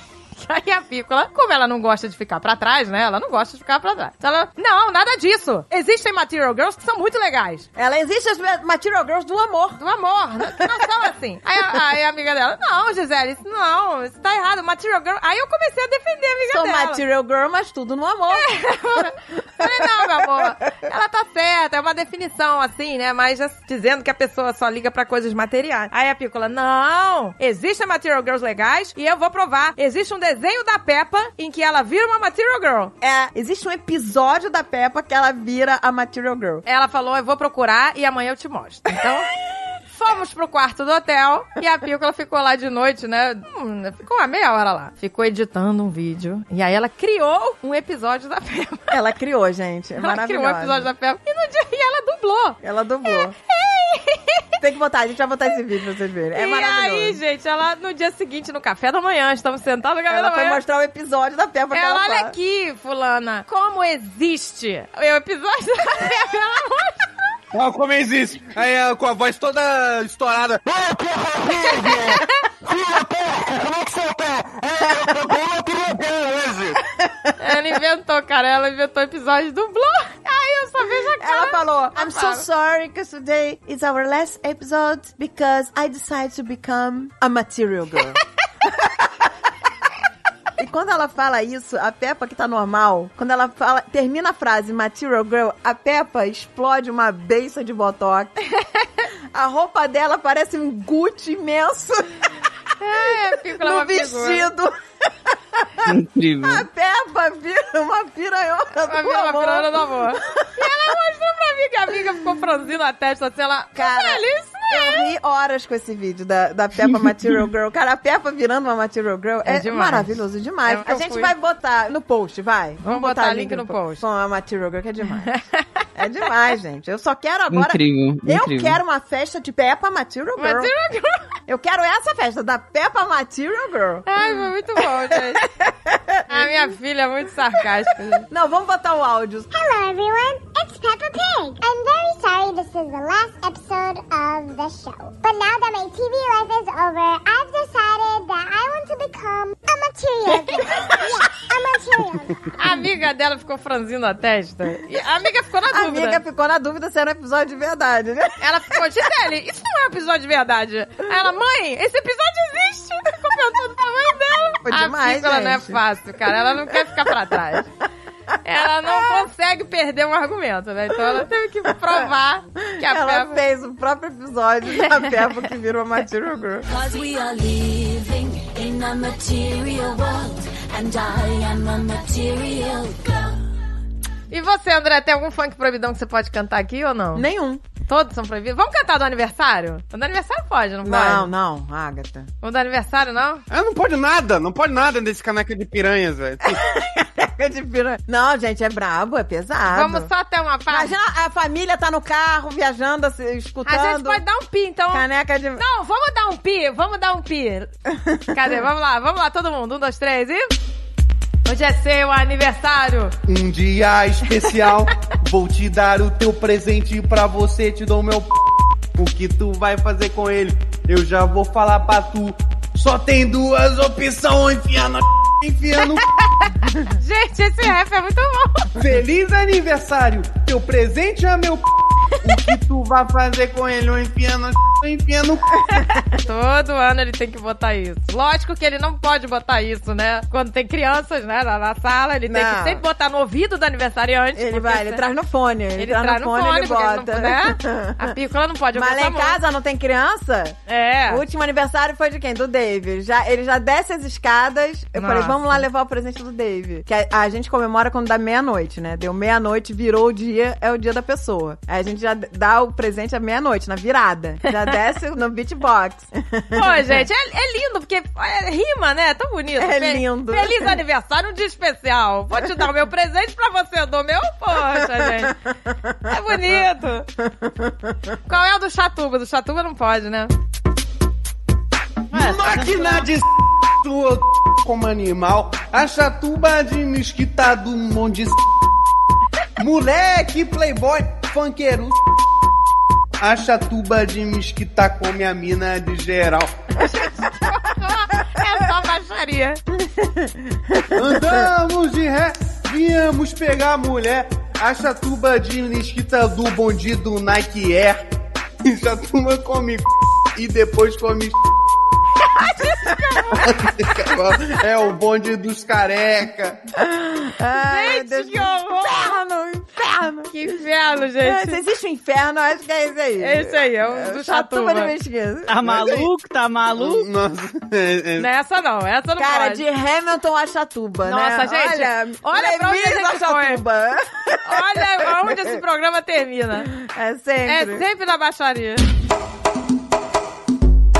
S1: Aí a Pícola, como ela não gosta de ficar pra trás, né? Ela não gosta de ficar pra trás. Então ela, não, nada disso. Existem material girls que são muito legais.
S2: Ela existe as Material Girls do amor.
S1: Do amor, né? que não são assim. Aí, a- aí a amiga dela, não, Gisele, isso não, isso tá errado. Material girl. Aí eu comecei a defender a amiga
S2: Sou
S1: dela.
S2: Material Girl, mas tudo no amor.
S1: Falei, não, meu amor. Ela tá certa, é uma definição assim, né? Mas já dizendo que a pessoa só liga pra coisas materiais. Aí a Pícola, não! Existem Material Girls legais e eu vou provar. Existe um desenho da Peppa em que ela vira uma Material Girl.
S2: É, existe um episódio da Peppa que ela vira a Material Girl.
S1: Ela falou, eu vou procurar e amanhã eu te mostro. Então... Fomos pro quarto do hotel e a Pícola ficou lá de noite, né? Hum, ficou uma meia hora lá. Ficou editando um vídeo. E aí ela criou um episódio da Peppa.
S2: Ela criou, gente. É
S1: Ela criou um
S2: maravilhosa.
S1: episódio da Peppa. E no dia e ela dublou.
S2: Ela dublou. Tem que botar, a gente vai botar esse vídeo pra vocês verem. É
S1: e
S2: maravilhoso.
S1: aí, gente, ela no dia seguinte, no café da manhã, estamos sentados no café
S2: ela
S1: da
S2: foi
S1: manhã.
S2: mostrar o episódio da Peppa que
S1: Ela,
S2: é. ela
S1: olha
S2: fala.
S1: aqui, fulana, como existe o episódio da Peppa. Ela mostra.
S4: Ah, como existe? Aí ela com a voz toda estourada. Ô, porra, filho! Filha, porra, como é que você tá? É, eu tô uma hoje.
S1: Ela inventou, cara, ela inventou o episódio do blog. Aí eu só vejo a cara.
S2: Ela falou, I'm so
S1: Claro.
S2: sorry because today is our last episode because I decided to become a material girl. E quando ela fala isso, a Peppa que tá normal, quando ela fala, termina a frase Material Girl, a Peppa explode uma beça de botox. a roupa dela parece um Gucci imenso
S1: É, Pícola é
S2: no
S1: uma figura.
S2: vestido.
S3: Incrível.
S2: A Peppa vira uma piranhona
S1: Uma
S2: do
S1: vila
S2: amor.
S1: pirana do amor. E ela mostrou pra mim que a amiga ficou franzindo a testa assim, ela.
S2: Cara,
S1: Caralho, isso não é.
S2: Eu ri horas com esse vídeo da, da Peppa Material Girl. Cara, a Peppa virando uma Material Girl é,
S1: É demais.
S2: maravilhoso demais.
S1: É o que
S2: a
S1: eu
S2: gente
S1: fui.
S2: vai botar no post, vai.
S1: Vamos botar link no post.
S2: Com a Material Girl, que é demais. é demais, gente. Eu só quero agora...
S3: Incrível,
S2: Eu
S3: incrível.
S2: quero uma festa de Peppa Material Girl.
S1: Material Girl.
S2: Eu quero essa festa da Peppa Material Girl.
S1: Ai, foi muito bom, gente. a minha filha é muito sarcástica. gente.
S2: Não, vamos botar o áudio.
S1: Tá
S15: Hello, everyone, and That's Peppa Pig. I'm very sorry this is the last episode of the show. But now that my TV life is over, I've decided that I want to become a material girl. yeah, a material girl.
S1: A amiga dela ficou franzindo a testa. E a amiga ficou na
S2: A
S1: dúvida.
S2: amiga ficou na dúvida se era um episódio de verdade, né?
S1: Ela ficou, Gisele, isso não é um episódio de verdade. Aí ela, mãe, esse episódio existe. Comentando pra mãe dela.
S2: Foi
S1: a
S2: demais,
S1: Fícola não é
S2: gente.
S1: fácil, cara. Ela não quer ficar pra trás. Ela não consegue perder um argumento, né? Então ela teve que provar que a
S2: Ela
S1: Peppa...
S2: fez o próprio episódio da Peppa que virou a Material Girl.
S11: Cause we are living in a material world, and I am a material girl.
S1: E você, André, tem algum funk proibidão que você pode cantar aqui ou não?
S2: Nenhum.
S1: Todos são proibidos. Vamos cantar do aniversário? O do aniversário pode, não,
S2: Não,
S1: pode?
S2: não, Agatha.
S1: O do aniversário, não?
S4: Ah, não pode nada, não pode nada desse caneca de piranhas, velho.
S2: É de piranha. Não, gente, é brabo, é pesado.
S1: Vamos só até uma parte.
S2: Imagina a família tá no carro, viajando, assim, escutando.
S1: A gente pode dar um pi, então.
S2: Caneca de...
S1: Não, vamos dar um pi, vamos dar um pi. Cadê? Vamos lá, vamos lá, todo mundo. Um, dois, três e. Hoje é seu aniversário.
S4: Um dia especial, vou te dar o teu presente pra você, te dou meu p... O que tu vai fazer com ele? Eu já vou falar pra tu. Só tem duas opções, enfiar na p... enfiar no p...
S1: Gente, esse rap é muito bom.
S4: Feliz aniversário, teu presente é meu p... O que tu vai fazer com ele? Eu enfiar na p... enfiar no p...
S1: Todo ano ele tem que botar isso. Lógico que ele não pode botar isso, né? Quando tem crianças, né, na, na sala, ele tem
S2: Não.
S1: que sempre botar no ouvido do aniversariante.
S2: Ele
S1: porque
S2: vai,
S1: se-
S2: ele traz no fone. Ele,
S1: Ele traz no fone,
S2: ele
S1: porque ele
S2: bota.
S1: não- né? A pícola não pode
S2: Mas lá
S1: ouvir
S2: em
S1: essa
S2: casa não tem criança?
S1: música. É.
S2: O último aniversário foi de quem? Do Dave. Já, ele já desce as escadas. Eu falei,
S1: Nossa.
S2: vamos lá levar o presente do Dave. Que a, a gente comemora quando dá meia-noite, né? Deu meia-noite, virou o dia, é o dia da pessoa. Aí a gente já d- dá o presente à meia-noite, na virada. Já desce no beatbox.
S1: Pô, gente, é, é lindo, porque é, rima, né? É tão bonito.
S2: É
S1: Fe-
S2: lindo.
S1: Feliz aniversário, um dia especial. Vou te dar o meu presente pra você, eu dou o meu. Poxa, gente. É bonito. Qual é o do Chatuba? Do Chatuba não pode, né?
S4: Máquina de s***, tu, eu te como animal. A chatuba de mesquita do monte de s***. Moleque, playboy, funkeiro. s***. A chatuba de mesquita come a mina de geral.
S1: É só baixaria.
S4: Andamos de ré, viemos pegar a mulher. A chatuba de mesquita do bandido Nike Air. E chatuba come c... e depois come c... É o bonde dos careca.
S2: Ai,
S1: Gente,
S2: Deus,
S1: que horror.
S2: inferno, inferno.
S1: Que inferno,
S2: É, Se
S1: gente.
S2: existe um inferno, eu acho que é isso aí.
S1: É isso aí, é o do
S2: Chatuba de
S1: Chatuba.
S2: Mesquita.
S3: Tá maluco? Tá maluco?
S4: Nossa, é, é.
S1: Não é essa não, essa não
S2: Cara,
S1: pode.
S2: de Hamilton a Chatuba,
S1: Nossa,
S2: né?
S1: gente, olha pra onde a
S2: Lemis
S1: gente
S2: a
S1: foi.
S2: Chatuba.
S1: Olha onde esse programa termina.
S2: É sempre.
S1: É sempre na baixaria.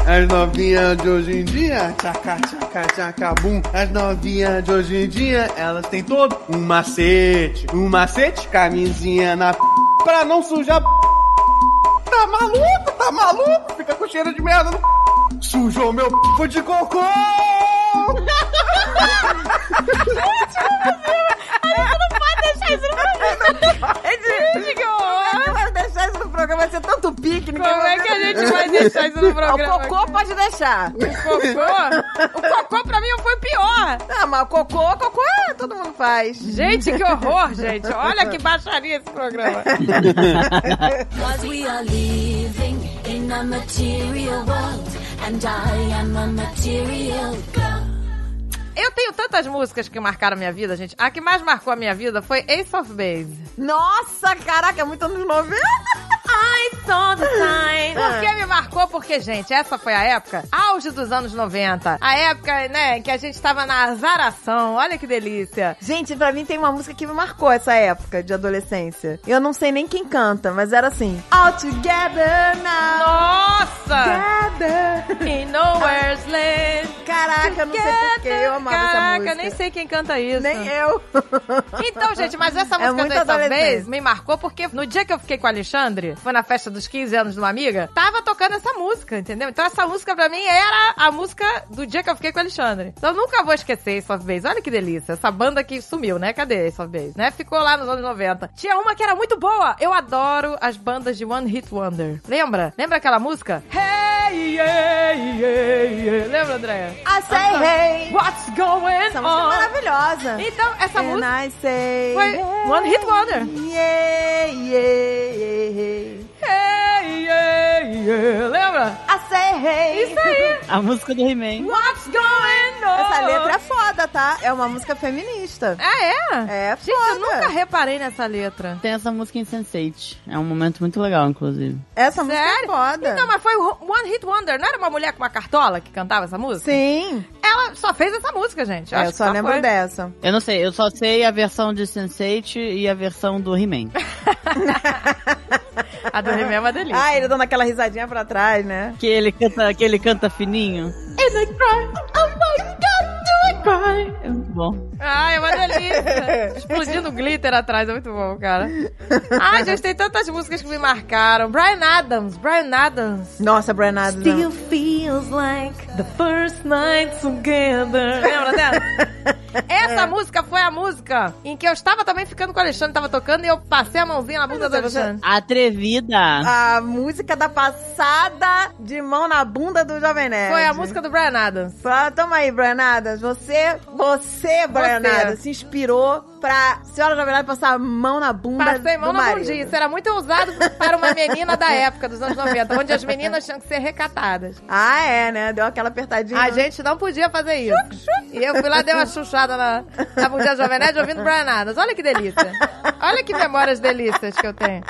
S4: As novinhas de hoje em dia, tchaca, tchaca, tchaca, bum. As novinhas de hoje em dia, elas têm todo um macete, um macete, camisinha na p... pra não sujar p... Tá maluco, tá maluco? Fica com cheiro de merda no p... Sujou meu p... de cocô!
S1: Gente, que horror.
S2: Vai deixar isso no programa, vai ser tanto pique. ninguém
S1: Como
S2: vai
S1: é que a
S2: fazer.
S1: gente vai deixar isso no programa?
S2: Ah, O cocô pode deixar.
S1: cocô? O cocô pra mim foi o pior.
S2: Não, mas o cocô, o cocô é, todo mundo faz.
S1: Gente, que horror, gente. Olha que baixaria esse programa.
S3: Cause we are living in a material world, and I am a material girl.
S1: Eu tenho tantas músicas que marcaram minha vida, gente. A que mais marcou a minha vida foi Ace of Base.
S2: Nossa, caraca, é muito anos 90.
S1: I saw the time. Por que me marcou? Porque, gente, essa foi a época auge dos anos 90. A época, né, que a gente tava na azaração. Olha que delícia.
S2: Gente, pra mim tem uma música que me marcou essa época de adolescência. Eu não sei nem quem canta, mas era assim. All together now.
S1: Nossa!
S2: Together.
S1: In Nowhere's Land.
S2: Caraca, eu não sei porquê, eu amava essa música.
S1: Caraca, nem sei quem canta isso.
S2: Nem eu.
S1: Então, gente, mas essa
S2: É
S1: música
S2: muito
S1: do Ace of
S2: adolescente.
S1: Base me marcou porque no dia que eu fiquei com o Alexandre, fui na festa dos 15 anos de uma amiga, tava tocando essa música, entendeu? Então essa música pra mim era a música do dia que eu fiquei com o Alexandre. Então eu nunca vou esquecer Ace of Base. Olha que delícia. Essa banda que sumiu, né? Cadê Ace of Base? Né? Ficou lá nos anos 90. Tinha uma que era muito boa. Eu adoro as bandas de One Hit Wonder. Lembra? Lembra aquela música? Hey, hey, hey, hey. Lembra, Andréia?
S2: I say hey.
S1: What's going
S2: Essa música é
S1: on?
S2: maravilhosa. É,
S1: Então, Oh. essa
S2: And
S1: música
S2: I say
S1: foi
S2: hey,
S1: One Hit Wonder.
S2: Yeah, yeah, yeah, yeah.
S1: é, Hey, hey, hey. é, Lembra?
S2: I say hey.
S1: Isso aí.
S3: A música do He-Man.
S1: What's going on?
S2: Essa letra é foda, tá? É uma música feminista.
S1: Ah, é?
S2: É
S1: Gente, eu
S2: foda.
S1: nunca reparei nessa letra.
S3: Tem essa música em Sense8. É um momento muito legal, inclusive.
S2: Essa música é
S1: Sério?
S2: foda.
S1: Então, mas foi o One Hit Wonder. Não era uma mulher com uma cartola que cantava essa música?
S2: Sim.
S1: Ela só fez essa música, gente.
S2: É,
S1: Acho
S2: eu
S1: que tá
S2: só lembro
S1: foi.
S2: dessa.
S3: Eu não sei, eu só sei a versão de Sense8 e a versão do He-Man.
S1: A do Remy é uma delícia.
S2: Ah, ele dando aquela risadinha pra trás, né?
S3: que, ele canta, que ele canta fininho.
S1: Oh
S3: É muito bom.
S1: Ah, é uma delícia. Explodindo glitter atrás, é muito bom, cara. Ai, gente, tem tantas músicas que me marcaram. Brian Adams, Brian Adams.
S2: Nossa, Brian Adams. não.
S13: Still feels like
S1: The first night together. Lembra dela? Essa música foi a música em que eu estava também ficando com o Alexandre, tava tocando e eu passei a mãozinha na bunda do Alexandre.
S3: Atrevida.
S2: A música da passada de mão na bunda do Jovem Nerd.
S1: Foi a música do Brian Adams.
S2: Fala, toma aí, Brian Adams. Você, você, Brian
S1: Você.
S2: Adams, se inspirou pra senhora Jovem Nerd passar a mão na bunda
S1: Passei
S2: do
S1: mão na
S2: marido.
S1: bundinha. Isso era muito ousado para uma menina da época, dos anos 90, onde as meninas tinham que ser recatadas.
S2: Ah, é, né? Deu aquela apertadinha.
S1: A gente não podia fazer isso. E eu fui lá, dei uma chuchada na, na bundinha Jovem Nerd ouvindo Brian Adams. Olha que delícia. Olha que memórias delícias que eu tenho.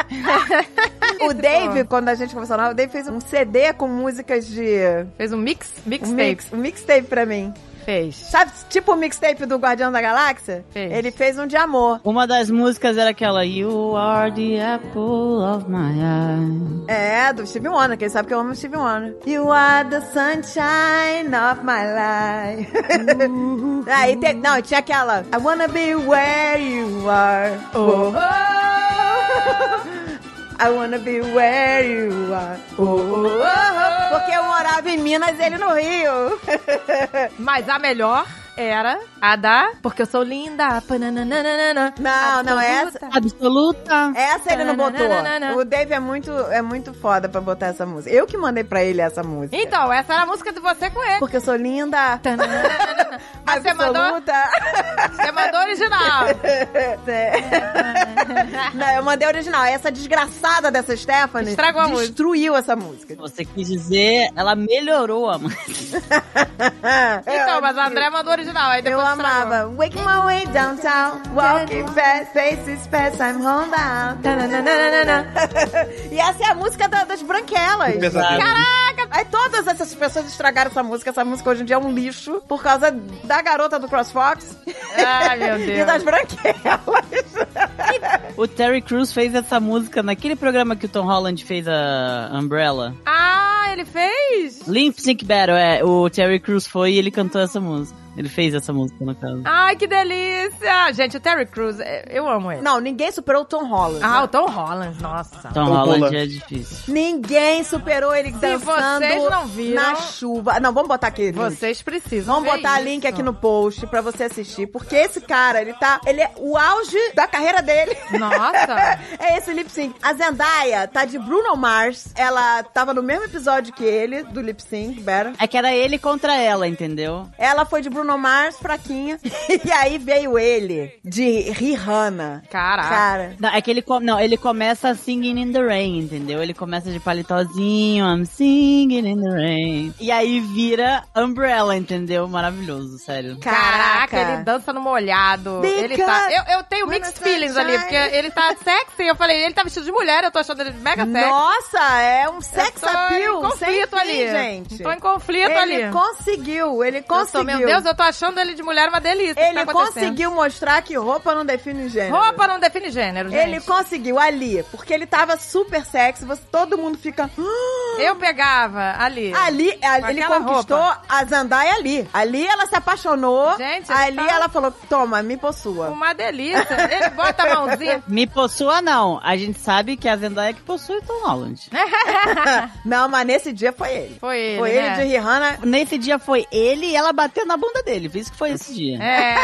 S2: O Dave, quando a gente começou lá, o Dave fez um CD com músicas de...
S1: Fez um mix,
S2: Um
S1: mixtape.
S2: mix, um mixtape pra mim.
S1: Fez.
S2: Sabe, tipo o mixtape do Guardião da Galáxia?
S1: Fez.
S2: Ele fez um de amor.
S3: Uma das músicas era aquela You are the apple of my eye.
S2: É, do Steve Wonder, quem sabe que eu amo o Steve Wonder. You are the sunshine of my life.
S1: Uhum.
S2: Aí tem, não, tinha aquela I wanna be where you are. Oh. I wanna be where you are. Oh, oh, oh. Porque eu morava em Minas e ele no Rio.
S1: Mas a melhor era a da... Porque eu sou linda. pananana,
S2: Não, não, essa.
S1: absoluta.
S3: Absoluta.
S2: Essa ele não botou.
S1: Tananana.
S2: O Dave é muito, é muito foda pra botar essa música. Eu que mandei pra ele essa música.
S1: Então, essa era a música de você com ele.
S2: Porque eu sou linda.
S1: Mas Ah, você mandou, você mandou original.
S2: É. Não, eu mandei a original. Essa desgraçada dessa Stephanie
S1: Estragou a música.
S2: destruiu essa música.
S3: Você quis dizer, ela melhorou a música.
S1: Então, mas a André mandou original. Aí
S2: Eu
S1: depois estragou.
S2: amava. Wake my way downtown, walking fast, faces fast, I'm homebound. Tananana. E essa é a música da- das branquelas.
S4: Pesadelo.
S2: Caraca! Aí todas essas pessoas estragaram essa música. Essa música hoje em dia é um lixo por causa da garota do CrossFox
S1: Ai, meu
S2: e
S1: Deus.
S2: das branquelas.
S3: O Terry Crews fez essa música naquele programa que o Tom Holland fez a Umbrella.
S1: Ah, ele fez?
S3: Limp Sync Battle, é. O Terry Crews foi e ele cantou essa música. Ele fez essa música, no caso.
S1: Ai, que delícia! Gente, o Terry Crews, é- eu amo ele.
S2: Não, ninguém superou o Tom Holland.
S1: Ah, o Tom Holland, nossa.
S3: Tom
S4: Tom
S3: Holland
S4: Holland.
S3: é difícil.
S2: Ninguém superou ele dançando
S1: vocês não viram-
S2: na chuva. Não, vamos botar aqui. gente.
S1: Vocês precisam.
S2: Vamos
S1: ver
S2: botar
S1: isso.
S2: link aqui no post pra você assistir, porque esse cara, ele tá, ele é o auge da carreira dele.
S1: Nossa!
S2: É esse lip sync. A Zendaya tá de Bruno Mars. Ela tava no mesmo episódio que ele, do lip sync, Better.
S3: É que era ele contra ela, entendeu?
S2: Ela foi de Bruno Mars, fraquinha. e aí veio ele, de Rihanna.
S1: Caraca.
S2: Cara.
S3: Não, é que ele, com- não, ele começa singing in the rain, entendeu? Ele começa de palitozinho, I'm singing in the rain. E aí vira Umbrella, entendeu? Maravilhoso, sério.
S1: Caraca, ele dança no molhado. Ele tá.
S2: Because-
S1: Eu, eu tenho mixed
S2: Wanna
S1: feelings ali, porque
S2: sunshine.
S1: ele tá sexy. Eu falei, ele tá vestido de mulher, eu tô achando ele mega sexy.
S2: Nossa, é um sex
S1: Eu tô em
S2: appeal sem
S1: conflito
S2: fim,
S1: ali.
S2: gente.
S1: Tô em conflito
S2: ele
S1: ali.
S2: conseguiu, ele
S1: Eu tô,
S2: conseguiu.
S1: meu Deus, eu eu tô achando ele de mulher uma delícia. Isso
S2: Ele
S1: tá acontecendo.
S2: conseguiu mostrar que roupa não define gênero.
S1: Roupa não define gênero, gente.
S2: Ele conseguiu ali, porque ele tava super sexy, você, todo mundo fica. "Ah!"
S1: Eu pegava ali.
S2: Ali, a-
S1: Com
S2: ele
S1: aquela
S2: conquistou a Zandaya ali. Ali ela se apaixonou.
S1: Gente, ele
S2: ali
S1: tá-
S2: ela falou: toma, me possua.
S1: Uma delícia. Ele bota a mãozinha.
S3: Me possua, não. A gente sabe que a Zendaya é que possui Tom Holland.
S2: Não, mas nesse dia foi ele.
S1: Foi ele,
S2: Foi ele
S1: né?
S2: de Rihanna.
S3: Nesse dia foi ele e ela bateu na bunda dele. Por isso que foi esse dia.
S1: É,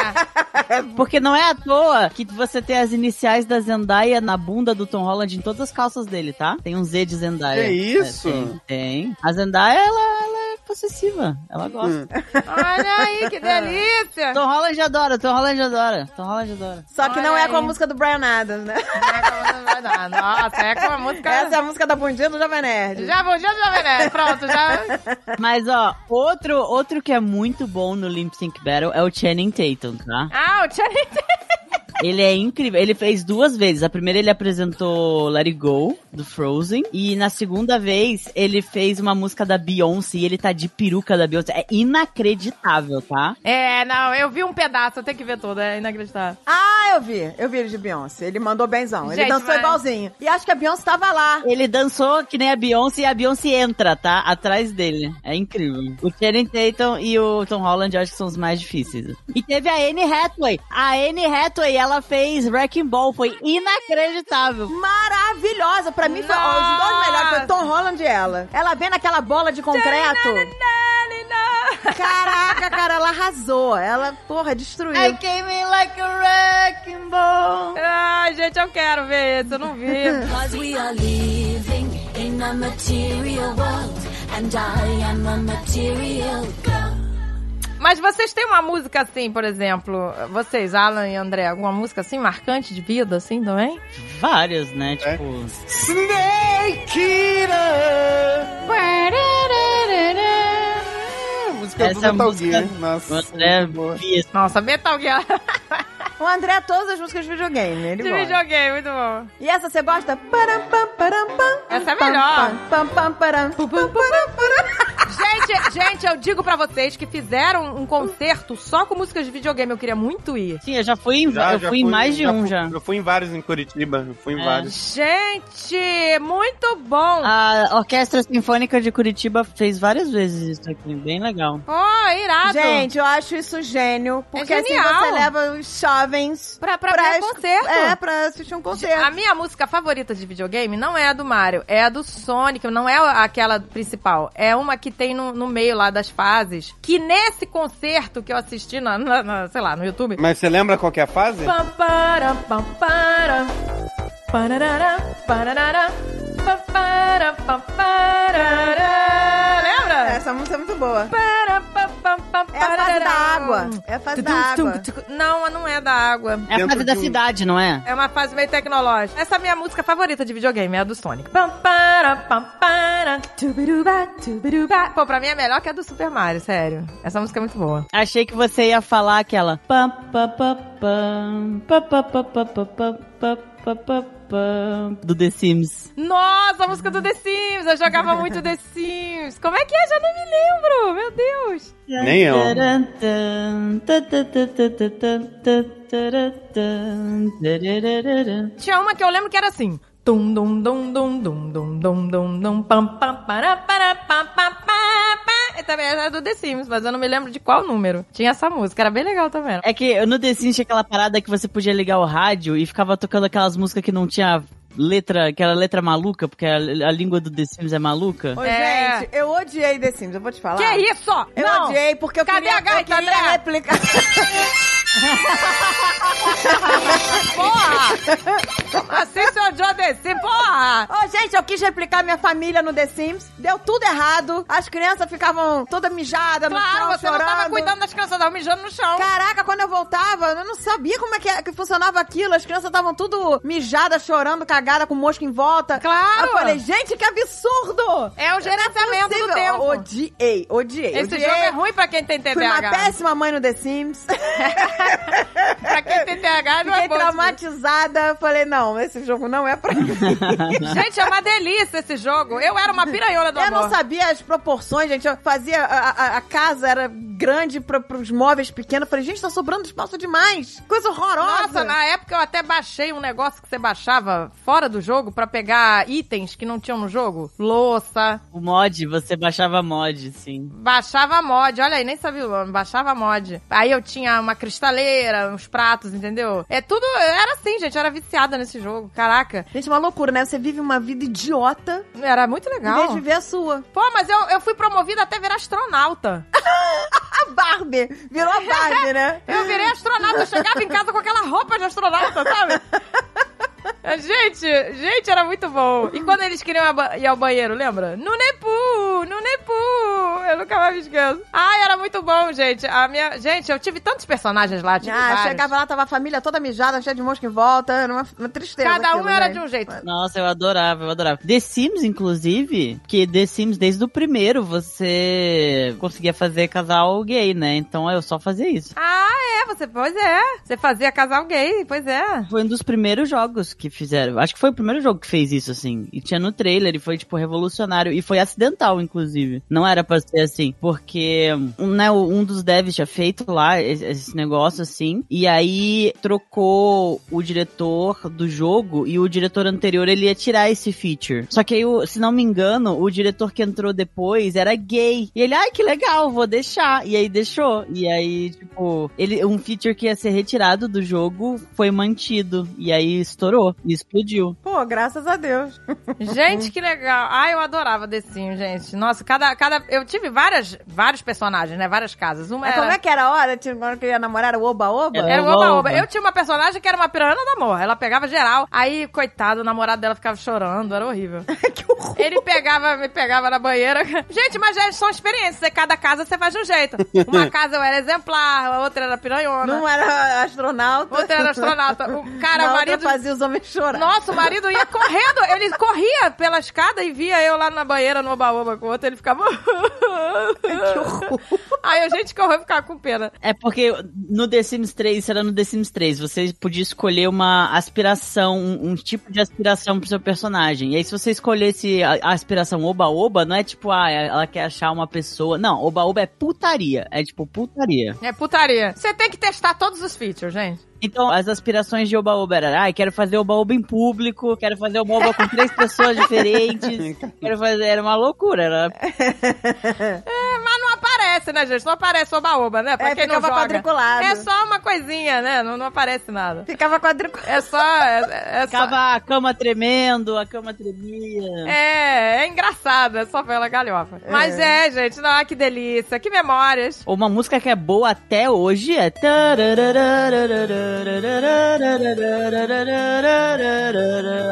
S3: Porque não é à toa que você tem as iniciais da Zendaya na bunda do Tom Holland em todas as calças dele, tá? Tem um Z de Zendaya.
S4: Que isso?
S3: É, tem, tem. A Zendaya, ela, ela é possessiva. Ela gosta.
S1: olha aí que delícia.
S3: Tom Holland adora, Tom Holland adora. Tom Holland adora.
S2: Só que não
S1: Olha
S2: é com a
S1: aí.
S2: música do Brian Adams, né?
S1: Nossa, é com a música.
S2: Essa é a música da bundinha do Jovem Nerd.
S1: Já bom dia, Jovem Nerd. Pronto, já.
S3: Mas, ó, outro, outro que é muito bom no Limp Sync Battle é o Channing Tatum, tá?
S1: Ah, o Channing
S3: Ele é incrível. Ele fez duas vezes. A primeira ele apresentou Let It Go, do Frozen. E na segunda vez ele fez uma música da Beyoncé e ele tá de peruca da Beyoncé. É inacreditável, tá?
S1: É, não, eu vi um pedaço, eu tenho que ver tudo, é inacreditável.
S2: Ah, eu vi. Eu vi ele de Beyoncé. Ele mandou benzão. Ele
S1: Gente,
S2: dançou
S1: mas-
S2: igualzinho. E acho que a Beyoncé tava lá.
S3: Ele dançou que nem a Beyoncé e a Beyoncé entra, tá? Atrás dele. É incrível. O Channing Tatum e o Tom Holland eu acho que são os mais difíceis. E teve a Anne Hathaway. A Anne Hathaway, ela fez Wrecking Ball. Foi inacreditável.
S2: Maravilhosa. Pra mim foi ó, os dois melhores. Foi Tom Holland e ela. Ela vem naquela bola de concreto. Caraca, cara, ela arrasou. Ela, porra, destruiu.
S1: É
S3: I came in like a wrecking ball.
S1: Ai, gente, eu quero ver esse, eu não vi.
S11: Cause we are living in a material world, and I am a material girl.
S1: Mas vocês têm uma música assim, por exemplo, vocês, Alan e André, alguma música assim, marcante de vida, assim, também?
S3: Várias,
S4: É.
S3: né? Tipo.
S4: Música
S3: Essa
S4: do Metal
S3: música-
S4: Gear. né? Nossa,
S3: O André
S4: muito boa.
S3: via
S1: Nossa, Metal Gear
S2: O André, todas as músicas de videogame. Ele
S1: de
S2: gosta.
S1: videogame, muito bom.
S2: E essa você gosta? Param, pam, param, pam.
S1: Essa é melhor.
S2: Pam, pam, pam, param. Pam, pam, param, param.
S1: Gente, gente, eu digo pra vocês que fizeram um concerto só com músicas de videogame, eu queria muito ir.
S3: Sim, eu já fui em, eu fui em mais de um
S4: fui-
S3: já.
S4: Eu fui em vários em Curitiba, eu fui em
S3: É.
S4: vários.
S1: Gente, muito bom.
S3: A Orquestra Sinfônica de Curitiba fez várias vezes isso aqui, bem legal.
S1: Pô, irado.
S2: Gente, eu acho isso um gênio. Porque assim
S1: É genial.
S2: você leva os jovens
S1: pra, pra, ver
S2: es-
S1: concerto.
S2: É, pra assistir um concerto.
S1: A minha música favorita de videogame não é a do Mario, é a do Sonic, não é aquela principal. É uma que tem no, no meio lá das fases. Que nesse concerto que eu assisti na, na- na- sei lá, no YouTube.
S4: Mas você lembra qual que é a fase?
S1: Pam, para, pam, para. Pararara, pararara, pam, para, pam, pararara. Lembra?
S2: Essa música é muito boa.
S1: Para, pam, pam, pam,
S2: É a fase
S1: pararara.
S2: da água. É a fase da água.
S1: Não, não é da água.
S3: É a
S4: Dentro
S3: fase da
S4: de um-
S3: cidade, não é?
S1: É uma fase meio tecnológica. Essa é a minha música favorita de videogame, é a do Sonic. Pam, para, pam, para, tubiruba, tubiruba. Pô, pra mim é melhor que a do Super Mario, sério. Essa música é muito boa.
S3: Achei que você ia falar aquela. pam, pam, pam, pam, pam, pam, pam, pam, pam, pam, pam, pam, pam, pam, Do The Sims.
S1: Nossa, a música do The Sims. Eu jogava muito The Sims. Como é que é? Já não me lembro. Meu Deus.
S4: Nem eu.
S1: Tinha uma que eu lembro que era assim. Dum, dum, dum, dum, dum, dum, dum, dum, dum, pam, pam, para, para, pam, pam, pam, pam. E também era do The Sims, mas eu não me lembro de qual número. Tinha essa música, era bem legal também.
S3: É que no The Sims tinha aquela parada que você podia ligar o rádio e ficava tocando aquelas músicas que não tinha letra, aquela letra maluca, porque a, a língua do The Sims é maluca.
S2: Ô,
S1: É.
S2: gente, eu odiei The Sims, eu vou te falar.
S1: Que isso?
S2: Eu
S1: não.
S2: odiei porque eu
S1: Cadê
S2: queria,
S1: a gaita,
S2: eu queria
S1: André?
S2: réplica.
S1: Porra! Assiste o John Desi, porra!
S2: Ô, gente, eu quis replicar minha família no The Sims. Deu tudo errado. As crianças ficavam toda mijada no
S1: Claro,
S2: chão,
S1: você não tava
S2: chorando.
S1: cuidando das crianças, tava mijando no chão.
S2: Caraca, quando eu voltava, eu não sabia como é que, é- que funcionava aquilo. As crianças estavam tudo mijadas, chorando, cagada, com mosca em volta.
S1: Claro.
S2: Eu falei, gente, que absurdo!
S1: É o gerenciamento do
S2: Eu
S1: tempo.
S2: Odiei, odiei.
S1: Esse é
S2: odiei.
S1: jogo é ruim pra quem tem
S2: Fui uma
S1: TDAH.
S2: péssima mãe no The Sims.
S1: Pra quem tem TDAH não é
S2: Fiquei
S1: bom.
S2: traumatizada. Falei, não, esse jogo não é pra mim.
S1: Gente, é uma delícia esse jogo. Eu era uma piranhona do
S2: Eu
S1: amor.
S2: não sabia as proporções, gente. Eu fazia. A, a- a casa era grande pra, pros móveis pequenos. Eu falei, gente, tá sobrando espaço demais. Coisa horrorosa.
S1: Nossa, na época eu até baixei um negócio que você baixava fora do jogo pra pegar itens que não tinham no jogo. Louça,
S3: O mod, você baixava mod, sim.
S1: baixava mod. Olha aí, nem sabia o nome, baixava mod. Aí eu tinha uma cristaleira, uns pratos, entendeu? É tudo, era assim, gente, eu era viciada nesse jogo. Caraca,
S2: Gente, é uma loucura, né? Você vive uma vida idiota
S1: era muito
S2: em vez de
S1: legal.
S2: viver a sua.
S1: Pô, mas eu, eu fui promovida até virar astronauta.
S2: A Barbie! Virou a Barbie, né?
S1: Eu virei astronauta, eu chegava em casa com aquela roupa de astronauta, sabe? Gente, gente, era muito bom. E quando eles queriam aba- ir ao banheiro, lembra? No Nepu, no Nepu. Eu nunca mais me esqueço. Ai, era muito bom, gente. A minha... Gente, eu tive tantos personagens lá, tive
S2: Ah,
S1: vários.
S2: chegava lá, tava a família toda mijada, cheia de mosca em volta. Era uma, uma tristeza.
S1: Cada um
S2: aquilo, né?
S1: era
S2: gente.
S1: de um jeito.
S3: Nossa, eu adorava, eu adorava. The Sims, inclusive, que The Sims, desde o primeiro, você conseguia fazer casal gay, né? Então eu só fazia isso.
S1: Ah, é, você, pois é. Você fazia casal gay, pois é.
S3: Foi um dos primeiros jogos que fizeram. Acho que foi o primeiro jogo que fez isso, assim. E tinha no trailer, e foi, tipo, revolucionário. E foi acidental, inclusive. Não era pra ser assim. Porque, um, né, um dos devs tinha feito lá es- esse negócio, assim. E aí trocou o diretor do jogo. E o diretor anterior, ele ia tirar esse feature. Só que aí, o- se não me engano, o diretor que entrou depois era gay. E ele, ai, que legal, vou deixar. E aí deixou. E aí, tipo, ele, um feature que ia ser retirado do jogo foi mantido. E aí estourou. E explodiu.
S2: Pô, graças a Deus.
S1: É. Gente, que legal. Ai, eu adorava The Sims, gente. Nossa, cada... cada... Eu tive várias, vários personagens, né? Várias casas. Uma
S2: Mas
S1: era...
S2: como é que era a hora? Tinha uma hora que eu ia namorar era o Oba-Oba?
S3: Era
S1: Era o
S3: Oba-Oba.
S1: Oba-Oba. Eu tinha uma personagem que era uma piranha da morra. Ela pegava geral. Aí, coitado, o namorado dela ficava chorando. Era horrível.
S2: que horror.
S1: Ele pegava, me pegava na banheira. Gente, mas já são experiências. né? Cada casa você faz de um jeito. Uma casa eu era exemplar, a outra era piranhona.
S2: Não era astronauta.
S1: Outra era astronauta. O cara, o
S2: Na outra
S1: marido...
S2: fazia os homens chorar.
S1: Nossa, o marido ia correndo. Ele corria pela escada e via eu lá na banheira, no oba-oba com o outro. Ele ficava... que horror. Aí a gente correu e ficava com pena.
S3: É porque no The Sims 3, isso era no The Sims 3, você podia escolher uma aspiração, um, um tipo de aspiração pro seu personagem. E aí, se você escolhesse a, a aspiração oba-oba, não é tipo, ah, ela quer achar uma pessoa. Não, oba-oba é putaria. É tipo putaria.
S1: É putaria. Você tem que testar todos os features, gente.
S3: Então, as aspirações de oba-oba era, ai, quero fazer oba-oba em público, quero fazer oba-oba com três pessoas diferentes. Quero fazer. Era uma loucura, era
S1: Mas não aparece, né, gente? Não aparece oba-oba, né? Pra
S2: É,
S1: quem não
S2: ficava
S1: joga.
S2: quadriculado.
S1: É só uma coisinha, né? Não, não aparece nada.
S2: Ficava quadriculado.
S1: É só... É, é só...
S3: Ficava a cama tremendo, a cama tremia.
S1: É, é engraçado, é só pela galhofa. Mas é, gente, não, que delícia, que memórias.
S3: Ou Uma música que é boa até hoje é.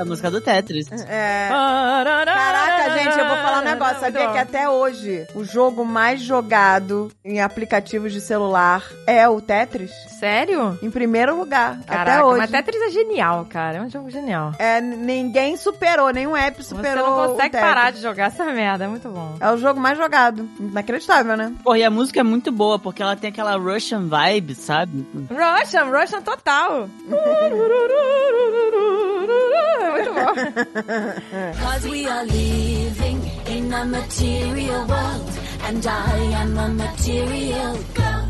S3: A música do Tetris.
S2: É.
S1: Caraca,
S2: Caraca, gente, eu vou falar um negócio. Sabia que até hoje o jogo mais jogado em aplicativos de celular é o Tetris?
S1: Sério?
S2: Em primeiro lugar,
S1: Caraca,
S2: até hoje.
S1: mas Tetris é genial, cara. É um jogo genial.
S2: É, n- ninguém superou, nenhum app superou.
S1: Você não
S2: o
S1: consegue
S2: Tetris.
S1: parar de jogar essa merda, é muito bom.
S2: É o jogo mais jogado. Inacreditável, né?
S3: Porra, e a música é muito boa, porque ela tem aquela Russian vibe, sabe?
S1: Russian, Russian total. É muito bom.
S11: Cause we are living in a material world, and I am a material girl.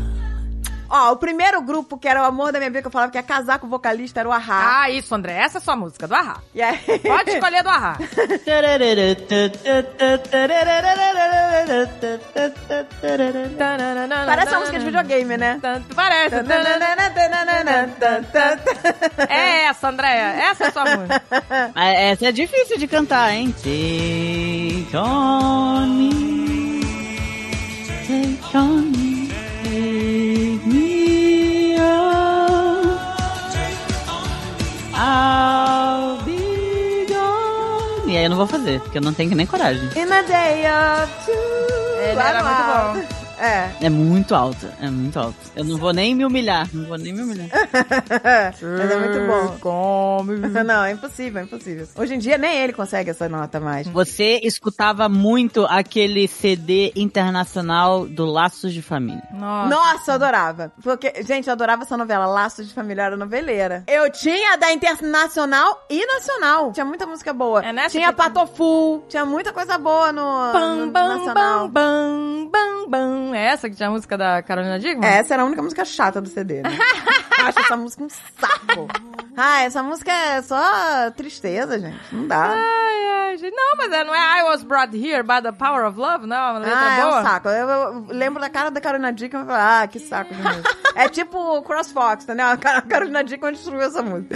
S2: Ó, o primeiro grupo que era o amor da minha vida que eu falava que ia casar com o vocalista era o Ahá.
S1: Ah, isso, André. Essa é a sua música, do Arra.
S2: E aí...
S1: Pode escolher do Arra.
S2: Parece uma música de videogame, né?
S1: Parece. É essa, Andréia. Essa é a sua música.
S3: Ah, Essa é difícil de cantar, hein? Take on me. Take on me. Take me on. I'll be gone. E aí eu não vou fazer, porque eu não tenho nem coragem.
S2: In a day of two.
S1: Ele era
S2: Uau.
S1: muito bom.
S2: É.
S3: É muito alta, é muito alta. Eu não vou nem me humilhar, não vou nem me humilhar.
S2: Mas é muito bom. Não, é impossível, é impossível. Hoje em dia nem ele consegue essa nota mais.
S3: Você escutava muito aquele CD internacional do Laços de Família.
S2: Nossa. eu adorava. Porque, gente, eu adorava essa novela. Laços de Família eu era noveleira. Eu tinha da internacional e nacional. Tinha muita música boa.
S1: É nessa
S2: tinha
S1: que-
S2: Patofu. Tinha muita coisa boa no, no
S1: Bam, bam,
S2: nacional.
S1: bam, bam, bam, bam. É essa que tinha a música da Carolina Digman?
S2: Essa era a única música chata do CD, né? Eu Acho essa música um saco. Ah, essa música é só tristeza, gente. Não dá.
S1: Ah, Ai, ai, gente. Não, mas é, não é I was brought here by the power of love, não? É uma letra
S2: Ah, é
S1: boa?
S2: um saco. Eu, eu lembro da cara da Carolina Dickman e falo, ah, que saco de música. é tipo o Cross Fox, entendeu? A cara- a Carolina Dickman destruiu essa música.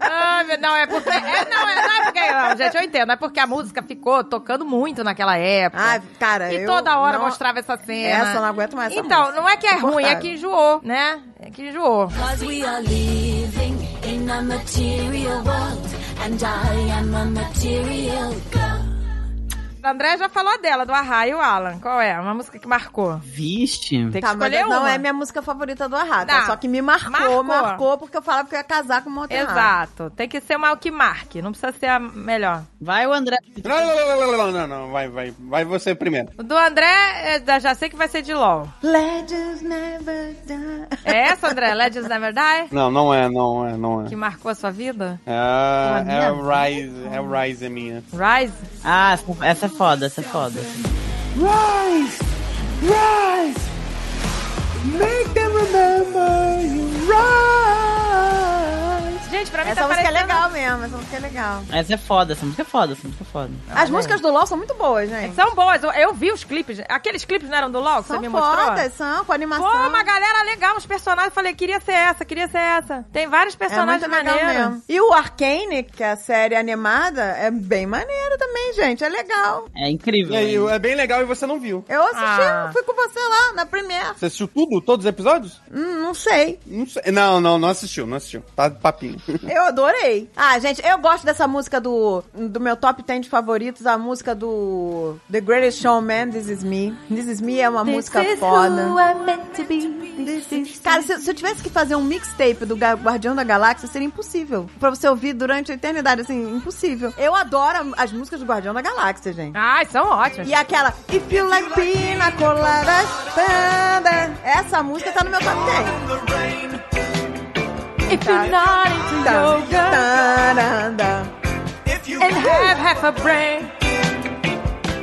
S1: Ai, meu- não, é porque. É, não, é, não é porque. Não, gente, eu entendo. É porque a música ficou tocando muito naquela época.
S2: Ah, cara,
S1: e
S2: eu
S1: toda hora
S2: não-
S1: mostrava essa cena.
S2: Essa eu não aguento mais essa
S1: Então,
S2: música.
S1: não é que é ruim, é
S2: Insuportável.
S1: que enjoou, né? É que enjoou.
S11: Cause we are living in a material world, and I am a material girl.
S1: A André já falou dela, do Arraio Alan. Qual é? Uma música que marcou.
S3: Viste?
S1: Tem que
S2: Tá, mas
S1: escolher
S2: não
S1: uma.
S2: é minha música favorita do Arrata.
S1: Tá.
S2: Só que me marcou,
S1: Marcou.
S2: marcou, porque eu falava que eu ia casar com o Monterrey.
S1: Exato. Tem que ser uma que marque. Não precisa ser a melhor.
S3: Vai o André.
S4: Não, não, não, não, não, não, não, vai, vai, vai você primeiro.
S1: O do André, é, da- já sei que vai ser de LOL.
S2: Legends never die.
S1: É essa, André? Legends Never Die?
S4: Não, não é, não é, não é.
S1: Que marcou a sua vida?
S4: Ah, é o Rise, é o Rise é minha.
S1: Rise?
S3: Ah, essa é foda, essa é foda.
S4: Rise! Rise! Make them remember you rise!
S1: Gente, pra mim
S2: Essa
S1: tá
S2: música é
S1: parecendo...
S2: legal mesmo, essa música é legal.
S3: Essa é foda, essa música é foda, essa música é foda.
S2: As músicas do LOL são muito boas, gente.
S1: São boas. Eu, eu vi os clipes. Aqueles clipes não eram do LOL que você
S2: São
S1: me mostrou?
S2: fodas, são, com
S1: Pô,
S2: animação. É
S1: uma galera legal, uns personagens. Falei, queria ser essa, queria ser essa. Tem vários
S2: É muito
S1: personagens
S2: legal
S1: maneiros.
S2: mesmo. E o Arcane, que é a série animada, é bem maneiro também, gente. É legal.
S3: É incrível.
S4: E aí,
S3: hein?
S4: é bem legal e você não viu.
S2: Eu assisti,
S1: Ah.
S2: eu fui com você lá na Premiere.
S4: Você assistiu tudo? Todos os episódios?
S2: Hum, não sei.
S4: Não, sei. não, não, não assistiu, não assistiu. Tá de papinho.
S2: Eu adorei. Ah, gente, eu gosto dessa música do, do meu top 10 de favoritos, a música do The Greatest Showman, This Is Me. This Is Me é uma música
S13: This is
S2: foda.
S13: who I'm meant to be. This is
S2: Cara, se, se eu tivesse que fazer um mixtape do Ga- Guardião da Galáxia, seria impossível. Pra você ouvir durante a eternidade, assim, impossível. Eu adoro as músicas do Guardião da Galáxia, gente.
S1: Ai, são ótimas.
S2: E aquela If you like pina colada banda. Essa música tá no meu top 10.
S1: If you're not into yoga
S2: Taranda.
S1: and have half a brain.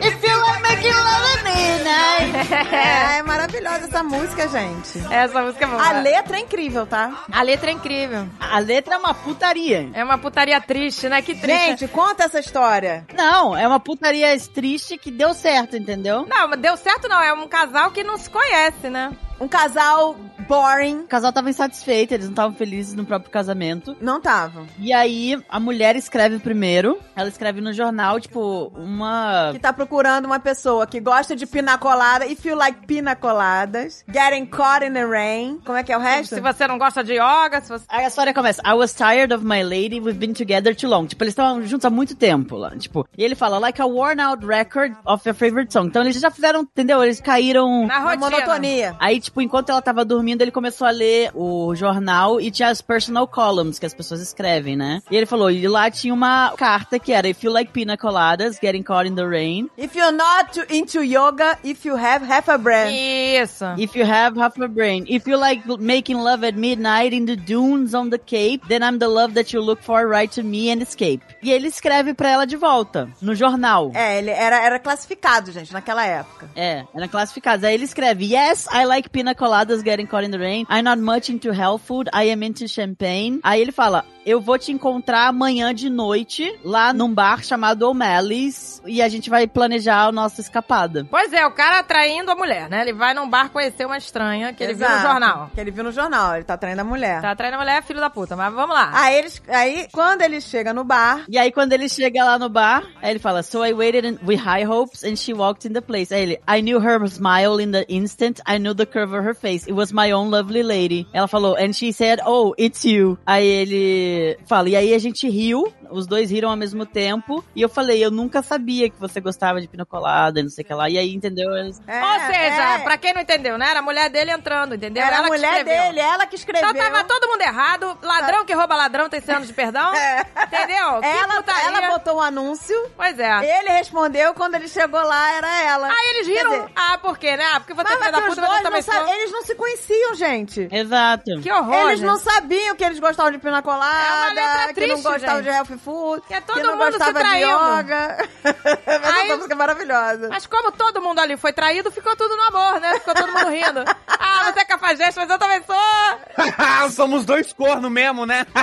S2: If you like making love at midnight. É, é maravilhosa essa música, gente.
S1: Essa música é boa.
S2: A letra é incrível, tá?
S1: A letra é incrível.
S3: A letra é uma putaria.
S1: É uma putaria triste, né? Que triste.
S2: Gente, conta essa história.
S3: Não, é uma putaria triste que deu certo, entendeu?
S1: Não, mas deu certo não. É um casal que não se conhece, né?
S2: Um casal boring.
S3: O casal tava insatisfeito, eles não estavam felizes no próprio casamento.
S2: Não tava.
S3: E aí, a mulher escreve primeiro. Ela escreve no jornal, tipo, uma.
S2: Que tá procurando uma pessoa que gosta de pina colada. If you like pina coladas. Getting caught in the rain. Como é que é o resto?
S1: Se você não gosta de yoga, se você...
S3: Aí a história começa. I was tired of my lady, we've been together too long. Tipo, eles estão juntos há muito tempo lá. Tipo, e ele fala, like a worn out record of your favorite song. Então eles já fizeram, entendeu? Eles caíram.
S1: Na
S2: Uma
S1: tá rotina.
S2: É monotonia.
S3: Aí, tipo, enquanto ela tava dormindo, ele começou a ler o jornal e tinha as personal columns que as pessoas escrevem, né? E ele falou, e lá tinha uma carta que era If you like pina coladas, getting caught in the rain.
S2: If you're not into yoga, if you have half a brand.
S1: Isso.
S3: If you have half a brain, if you like making love at midnight in the dunes on the Cape, then I'm the love that you look for, right to me and escape. E ele escreve pra ela de volta, no jornal.
S2: É, ele era, era classificado, gente, naquela época.
S3: É, era classificado. Aí ele escreve: Yes, I like pina coladas getting caught in the rain. I'm not much into health food. I am into champagne. Aí ele fala: Eu vou te encontrar amanhã de noite lá num bar chamado O'Malley's e a gente vai planejar a nossa escapada.
S1: Pois é, o cara traindo a mulher, né? Ele vai num bar conhecer uma estranha que ele viu no
S2: Exato.
S1: jornal.
S2: Que ele viu no jornal, ele tá traindo a mulher.
S1: Tá traindo a mulher, filho da puta, mas vamos lá.
S2: Aí, eles, aí, quando ele chega no bar,
S3: E aí quando ele chega lá no bar, aí ele fala: So I waited in- with high hopes and she walked in the place. Aí ele: I knew her smile in the instant. I knew the curve of her face. It was my own lovely lady. Ela falou: And she said, Oh, it's you. Aí ele fala: E aí a gente riu. Os dois riram ao mesmo tempo. E eu falei, eu nunca sabia que você gostava de pina colada, e não sei o que lá. E aí, entendeu? Eles-
S2: é,
S1: Ou seja, pra quem não entendeu, né? Era a mulher dele entrando, entendeu?
S2: Era a
S1: ela
S2: mulher
S1: que escreveu.
S2: dele, ela que escreveu.
S1: Então tava todo mundo errado. Ladrão que rouba ladrão tem 100 anos de perdão. Entendeu? Que
S2: É.
S1: tá
S2: Ela,
S1: putaria.
S2: ela botou o anúncio.
S1: Pois é.
S2: Ele respondeu, quando ele chegou lá, era ela.
S1: Aí eles riram.
S2: Quer dizer,
S1: Ah, por quê, né? Ah, porque você é
S2: mas,
S1: filha
S2: mas
S1: da
S2: que os
S1: puta, eu
S2: dois não
S1: também
S2: sa-
S1: sou.
S2: eles não se conheciam, gente.
S3: Exato.
S1: Que horror,
S2: Eles
S1: gente.
S2: não sabiam que eles gostavam de pina
S1: É uma
S2: colada,
S1: letra
S2: que não
S1: triste,
S2: gostavam
S1: gente.
S2: de health food,
S1: Que é todo
S2: não
S1: mundo se
S2: gostava de
S1: traindo.
S2: yoga. Mas
S1: Aí-
S2: essa música é maravilhosa.
S1: Mas como todo mundo ali foi traído, ficou tudo no amor, né? Ficou todo mundo rindo. Ah, você é cafajeste, mas eu também sou.
S4: Somos dois corno mesmo, né?
S1: Pô,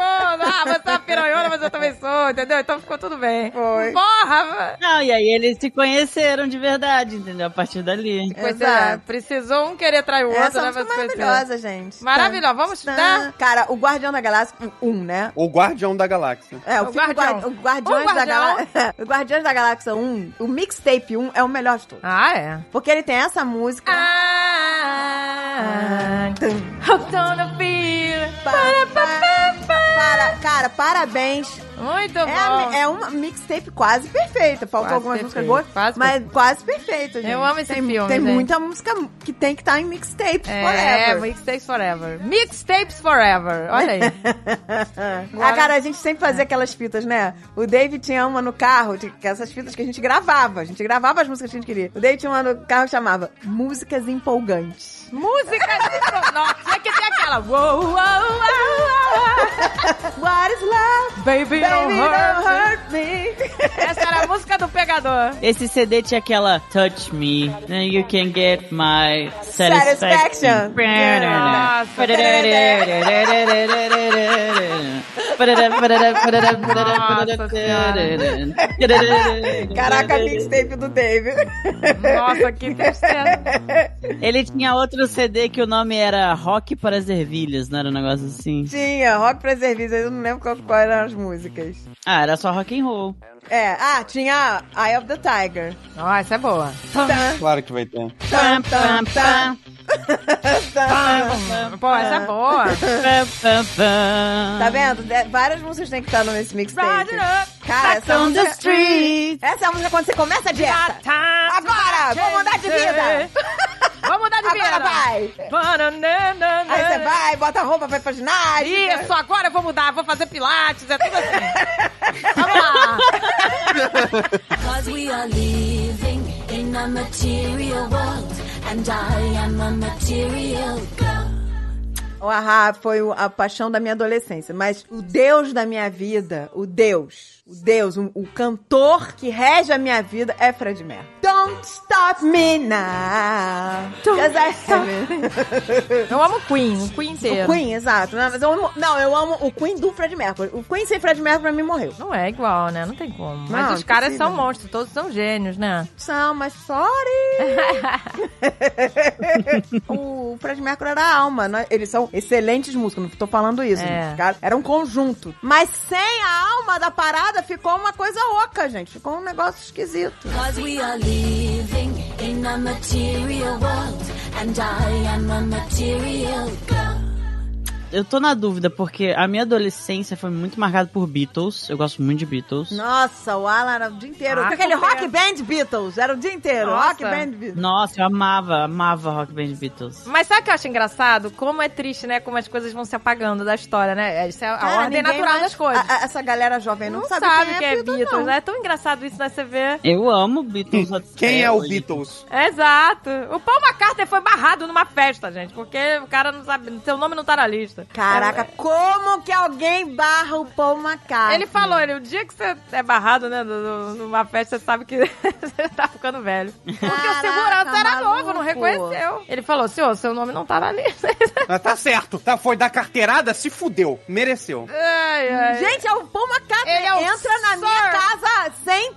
S1: Ah, você é uma piranhona, mas eu também sou, entendeu? Então ficou tudo bem.
S2: Foi.
S1: Porra!
S3: Não, e aí eles se conheceram de verdade, entendeu? A partir dali.
S1: Você
S2: Exato.
S1: é, precisou um querer trair o outro,
S2: Essa
S1: né?
S2: música é
S1: Mas coisa-
S2: maravilhosa, gente.
S1: Maravilhosa. Vamos
S2: Tã,
S1: dar-
S2: tã. Cara, o Guardião da Galáxia, o um, né?
S4: O Guardião da Galáxia.
S2: É, o,
S1: O
S2: filme
S1: Guardião.
S2: Guar- o Guardiões
S1: O
S2: da
S1: Guardião.
S2: Galáxia. o Guardiões da Galáxia 1, o mixtape 1 é o melhor de todos.
S1: Ah, é.
S2: Porque ele tem essa música.
S1: Ah, I
S2: Tum.
S1: don't feel.
S2: Para, para, para, cara, parabéns.
S1: Muito
S2: É, a
S1: Tá bom.
S2: mi- é uma mixtape quase perfeita. Faltou
S1: Quase
S2: algumas
S1: perfeita,
S2: músicas boas,
S1: quase
S2: mas quase perfeita, gente.
S1: amo esse
S2: tem,
S1: filme,
S2: Tem
S1: gente.
S2: muita música que tem que estar em mixtape
S1: É,
S2: forever.
S1: Mixtapes Forever. Mixtapes Forever. Olha aí.
S2: Ah, cara, a gente sempre fazia aquelas fitas, né? O David tinha uma no carro, de- que essas fitas que a gente gravava. A gente gravava as músicas que a gente queria. O David tinha uma no carro que chamava Músicas Empolgantes.
S1: Música de... Nossa, tinha que ser aquela. Uou, uou, uou, uou.
S2: What is love?
S1: Baby, don't
S2: Baby, don't
S1: hurt.
S2: hurt me.
S1: Essa era a música do pegador.
S3: Esse CD tinha aquela Touch Me, then you can get my
S2: Satisfaction.
S3: satisfaction.
S1: Nossa.
S2: Caraca, mixtape do David.
S1: Nossa, que tristeza.
S3: Ele tinha outro CD que o nome era Rock para as Ervilhas, não era um negócio assim?
S2: Tinha, Rock pra Serviço, eu não lembro qual, qual eram as músicas.
S3: Ah, era só rock and roll.
S2: É, ah, tinha Eye of the Tiger.
S1: Nossa, essa é boa.
S4: Claro que vai ter.
S2: Tam, tam, tam.
S1: Pô, essa é boa.
S2: Tá vendo? De- várias músicas tem que estar nesse mixtape.
S1: Riding up.
S2: Cara, essa
S3: on the
S2: música...
S3: street.
S2: Essa é a música quando você começa a dieta. Agora, Ah, vamos mudar de vida.
S1: Vamos mudar de vida.
S2: Agora vai.
S1: Bananana.
S2: Aí você vai, bota a roupa, vai pra ginástica.
S1: Isso, agora eu vou mudar, vou fazer pilates, é tudo assim. Vamos lá.
S11: Cause we are living in a material world, and I am a material girl.
S2: O Ahá foi o- a paixão da minha adolescência, mas o Deus da minha vida, o Deus, o Deus, o, o cantor que rege a minha vida é Fred Mercury. Don't stop me now. Don't stop me.
S1: Eu amo Queen, o Queen inteiro.
S2: Queen, exato. Não, mas eu amo, não, eu amo o Queen do Fred Mercury. O Queen sem Fred Mercury pra mim morreu.
S1: Não é igual, né? Não tem como. Mas
S2: Não,
S1: os caras
S2: impossível.
S1: são monstros, todos são gênios, né?
S2: São, mas sorry. o Fred Mercury era a alma. né? Eles são excelentes músicos, não tô falando isso.
S1: É.
S2: gente. Os caras- Era um conjunto. Mas sem a alma da parada ficou uma coisa oca, gente. Ficou um negócio esquisito.
S11: Cause we are living in a material world, and I am a material girl.
S3: Eu tô na dúvida, porque a minha adolescência foi muito marcada por Beatles. Eu gosto muito de Beatles.
S2: Nossa, o Alan era o dia inteiro.
S1: Ah,
S2: com aquele
S1: super.
S2: rock band Beatles. Era o dia inteiro.
S1: Nossa.
S2: Rock band Beatles.
S3: Nossa, eu amava, amava Rock Band Beatles.
S1: Mas sabe o que eu acho engraçado? Como é triste, né? Como as coisas vão se apagando da história, né? Isso é a
S2: Cara,
S1: ordem
S2: ninguém
S1: natural
S2: mais-
S1: das coisas.
S2: a- a- essa galera jovem não,
S1: não
S2: sabe, quem é,
S1: que é
S2: Beatles,
S1: Beatles.
S2: não.
S1: né? É tão engraçado isso, né? Você vê.
S3: Eu amo Beatles.
S4: Quem é o
S3: Beatles?
S4: Beatles?
S1: Exato. O Paul McCartney foi barrado numa festa, gente, porque o cara não sabe, seu nome não tá na lista.
S2: Caraca, como que alguém barra o Paul McCartney?
S1: Então, é. Ele falou, ele, o dia que você é barrado, né, do- do- numa festa, você sabe que você tá ficando velho. Porque o
S2: Caraca,
S1: segurança era novo, não
S2: maluco.
S1: reconheceu. Ele falou, senhor, seu nome não tá na lista.
S4: Ah, tá certo. Tá, foi da carteirada, se fudeu. Mereceu.
S1: ai, ai.
S2: Gente, é o Paul McCartney.
S1: Ele é o
S2: Entra na
S1: Sir.
S2: minha casa sem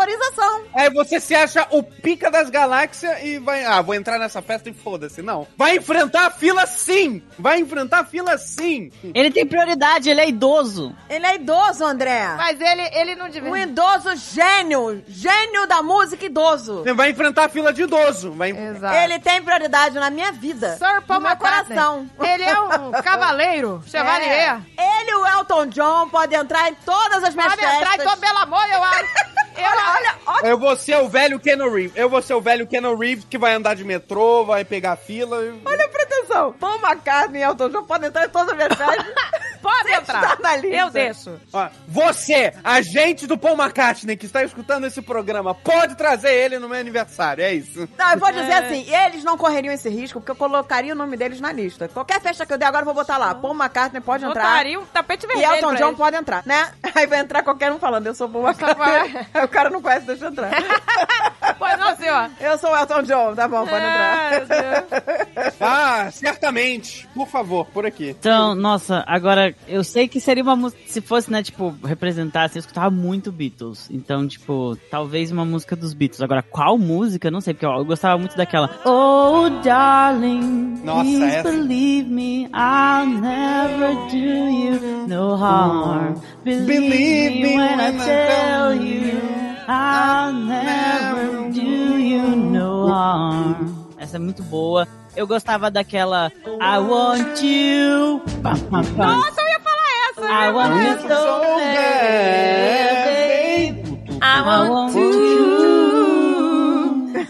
S2: autorização.
S4: Aí você se acha o pica das galáxias e vai. Ah, vou entrar nessa festa e foda-se. Não. Vai enfrentar a fila sim! Vai enfrentar a fila sim!
S3: Ele tem prioridade, ele é idoso.
S2: Ele é idoso, André.
S1: Mas ele, ele não devia.
S2: Um idoso gênio. Gênio da música idoso.
S4: Você vai enfrentar a fila de idoso. Vai...
S1: Exato.
S2: Ele tem prioridade na minha vida.
S1: é Sir Paul
S2: no meu
S1: McCartney.
S2: coração. É.
S1: Ele é um cavaleiro. Chevalier.
S2: Ele e o Elton John podem entrar em todas as minhas
S1: Pode entrar,
S2: festas.
S1: então, pelo amor, eu acho. Eu
S2: Olha,
S1: acho.
S2: olha, olha.
S4: Eu vou ser o velho Keanu Reeves. Eu vou ser o velho Keanu Reeves que vai andar de metrô, vai pegar fila. e-
S2: Olha a pretensão. Paul McCartney e Elton John podem entrar em todas as minhas festas.
S1: Pode
S2: Você
S1: entrar.
S2: está na lista.
S1: Eu deixo.
S4: Ó, você, agente do Paul McCartney que está escutando esse programa, pode trazer ele no meu aniversário. É isso.
S2: Não, eu vou dizer assim, eles não correriam esse risco porque eu colocaria o nome deles na lista. Qualquer festa que eu der agora eu vou botar lá. Paul McCartney pode entrar.
S1: Botaria um tapete
S2: E
S1: vermelho.
S2: Elton
S1: pra
S2: John
S1: ele.
S2: pode entrar, né? Aí vai entrar qualquer um falando, eu sou Paul McCartney. Aí o cara não conhece, deixa eu entrar.
S1: Pois não, assim, senhor.
S2: Eu sou o Elton John, tá bom, pode
S1: É,
S2: entrar.
S1: senhor.
S4: Ah, certamente. Por favor, por aqui.
S3: Então, nossa, agora eu sei que seria uma música. Se fosse, né, tipo, representasse, eu escutava muito Beatles. Então, tipo, talvez uma música dos Beatles. Agora, qual música? Eu Não sei, porque eu, eu gostava muito daquela. Oh, darling.
S4: Nossa,
S3: please
S4: essa.
S3: believe me, I'll never do you no harm. Hum. Believe, me when I tell you, I'll never do you no harm. Essa é muito boa. Eu gostava daquela I want you. Pá, pá, pá.
S1: Nossa, eu ia falar essa.
S3: I want you so
S4: um
S3: bad, babe.
S1: I
S3: um I
S1: want
S3: want you.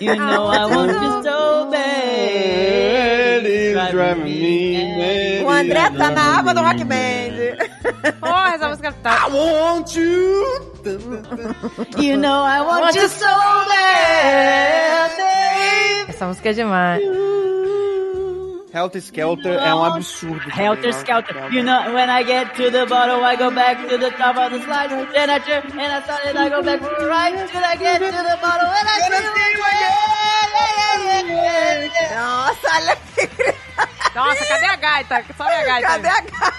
S3: You know I want you so bad. It's
S4: é
S3: driving me é.
S1: Ah.
S2: O André tá na aba do Rock Band.
S1: Porra, essa música tá.
S4: I want you.
S3: mad. You know I want you so bad, babe.
S1: Essa música é demais.
S4: Helter Skelter é um absurdo. também,
S3: Helter
S4: né?
S3: Skelter. You know, when I get to the bottom, I go back to the top of the slide. Then I turn and I start and I go back to the right. Till I get to the bottom and I turn and I go back.
S2: é. Nossa, olha que
S1: Nossa, cadê a gaita? Sobe a gaita.
S2: cadê a gaita?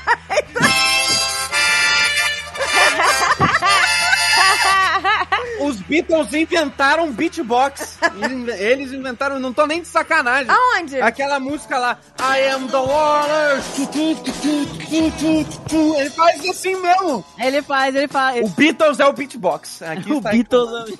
S4: Os Beatles inventaram beatbox. In- Eles inventaram, não tô nem de sacanagem.
S2: Aonde?
S4: Aquela música lá, I am the water. Tu, tu, tu, tu, tu, tu, tu, tu. Ele faz assim mesmo.
S3: Ele faz, ele faz.
S4: O Beatles é o beatbox. Aqui
S3: O
S4: está-
S3: Beatles.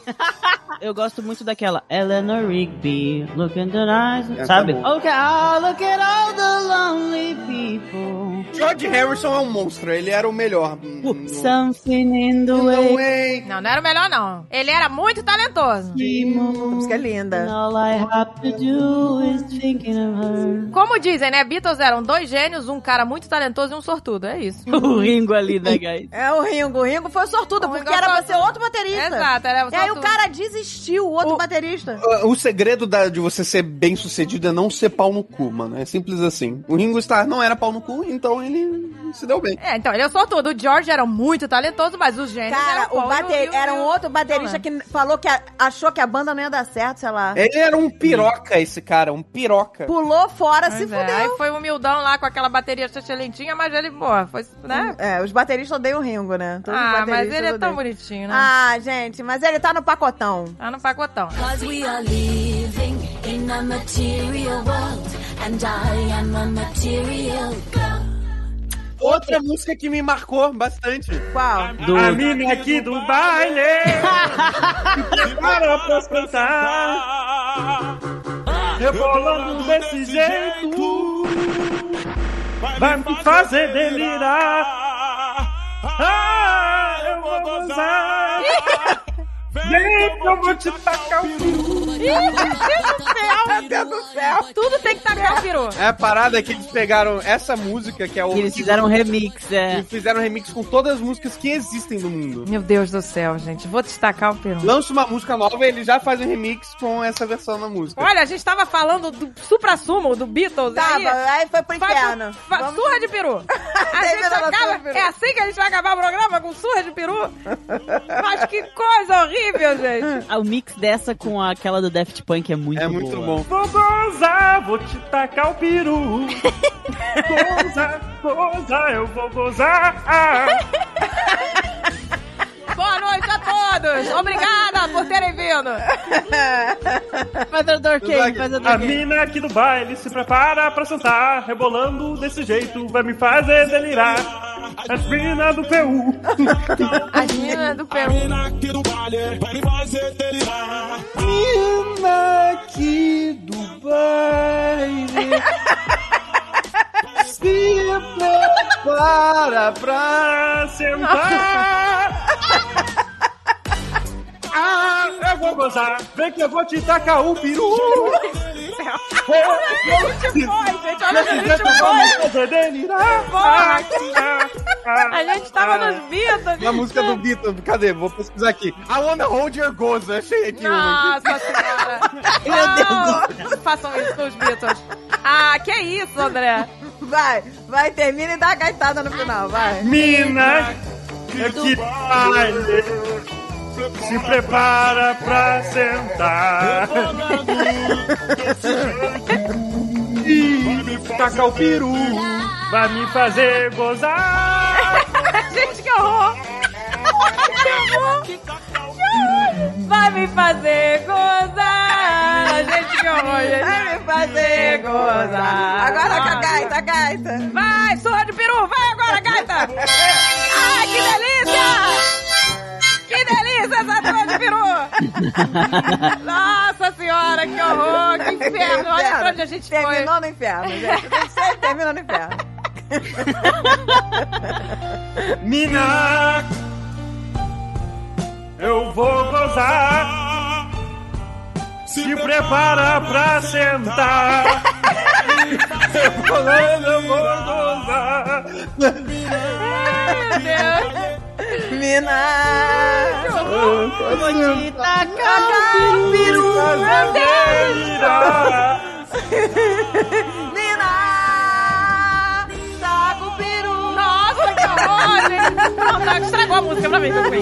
S3: Eu gosto muito daquela Eleanor Rigby, look in the eyes,
S4: Essa
S3: sabe?
S4: é boa.
S3: Okay, oh, look at all the lonely people.
S4: George Harrison é um monstro, ele era o melhor. é.
S3: Put something in the way.
S4: way.
S1: Não, não era o melhor, não. Ele era muito talentoso.
S2: Essa música é
S3: And
S2: linda.
S3: all I have to do is thinking of her.
S1: Como dizem, né? Beatles eram dois gênios, um cara muito talentoso e um sortudo. É isso.
S3: O Ringo ali, né, guys?
S2: É o Ringo. O Ringo foi o sortudo,
S1: O
S2: porque
S1: Ringo
S2: era
S1: foi
S2: pra
S1: o
S2: ser outro baterista.
S1: Exato, era
S2: E aí o
S1: sortudo.
S2: cara desistiu, o outro
S1: O-
S2: baterista.
S4: O segredo da- de você ser bem sucedido é não ser pau no cu, mano. É simples assim. O Ringo Starr não era pau no cu, então ele se deu bem.
S1: É, então, ele é o sortudo. O George era muito talentoso, mas os gênios
S2: Cara,
S1: eram
S2: o
S1: Paul e
S2: bate...
S1: o-
S2: era um outro baterista
S1: Não,
S2: que falou que a- achou que a banda não ia dar certo, sei lá.
S4: Ele era um piroca, esse cara, um piroca.
S2: Pulou fora, se
S1: Pois é,
S2: fudeu.
S1: aí foi humildão lá com aquela bateria excelentinha, mas ele, pô, foi, né?
S2: É, os bateristas odeiam o Ringo, né? Todos os
S1: ah, mas
S2: bateristas
S1: ele é tão
S2: odeiam.
S1: bonitinho, né?
S2: Ah, gente, mas ele tá no pacotão.
S1: Tá no pacotão.
S11: Cause we are living in a material world, and I am a material girl.
S4: Outra música que me marcou bastante.
S2: Qual?
S3: Do...
S4: mina aqui do baile para pra cantar Rebolando desse jeito Vai me fazer delirar Ah, eu vou gozar Vem que eu vou te um tacar o peru
S2: Meu Deus do céu!
S1: Tudo tem que tacar o peru.
S4: É a parada é que eles pegaram essa música que é o...
S3: que Eles fizeram um remix, é.
S4: Eles fizeram um remix com todas as músicas que existem no mundo
S1: Meu Deus do céu, gente. Vou destacar o peru.
S4: Lança uma música nova e eles já fazem remix com essa versão da música
S1: Olha, a gente tava falando do supra-sumo do Beatles. Tá aí,
S2: Tava, aí Tá, foi pro
S1: faz
S2: inferno.
S1: um- fa-
S2: Vamos-
S1: surra de peru. A
S2: Teve
S1: gente
S2: relação
S1: acaba-
S2: de peru.
S1: é assim que a gente vai acabar o programa, com surra de peru? Mas que coisa horrível, gente.
S3: Ah, O mix dessa com aquela do Daft Punk é muito
S4: É muito
S3: boa.
S4: bom
S14: Vou gozar, vou te tacar o peru. Gozar, gozar, eu vou gozar.
S1: Boa noite a todos. todos! Obrigada por terem vindo!
S16: Mas eu dou quem? Mas eu dou
S4: A
S16: quem?
S4: mina aqui do baile se prepara pra sentar, rebolando desse jeito, vai me fazer delirar. As mina do PU.
S1: As meninas é do Peru.
S6: Mina aqui do baile. Se prepara pra
S4: sentar. Ah, eu vou gozar. Vem que eu vou te tacar um peru.
S1: A gente foi, gente. Olha que a gente foi.
S4: Ah,
S1: Porra, A gente tava nos Beatles.
S6: Na música do Beatles, cadê? Vou pesquisar aqui. I wanna hold your gozo. Achei
S4: um
S6: aqui uma. aqui.
S1: Nossa senhora. Meu Deus. Não façam isso com os Beatles. Ah, que isso, André.
S2: Vai, vai, termina e dá a gaitada no final, vai.
S4: Mina, que baile. Se prepara pra sentar. Ih, Tacar o peru. Vai me fazer gozar.
S1: Gente, que horror. Que horror. Que horror. Vai me fazer gozar. Gente, que horror, gente.
S2: Vai me fazer gozar. Agora com a gaita, a gaita.
S1: Vai, surra de peru, vai agora, gaita! Ai, que delícia! Que delícia essa surra de peru! Nossa senhora, que horror, que inferno! Olha pra onde a gente foi.
S2: Terminou no inferno, gente. Sempre terminou no inferno.
S4: Mina, eu vou gozar. Se prepara pra sentar. Eu vou, eu vou gozar.
S1: Meu Deus!
S2: Mina!
S16: Vou te tacar.
S4: Meu Deus!
S2: Mina!
S1: Tá
S2: Saco o peru!
S1: Nossa, que horror, gente! Pronto, estragou a música pra mim, meu bem.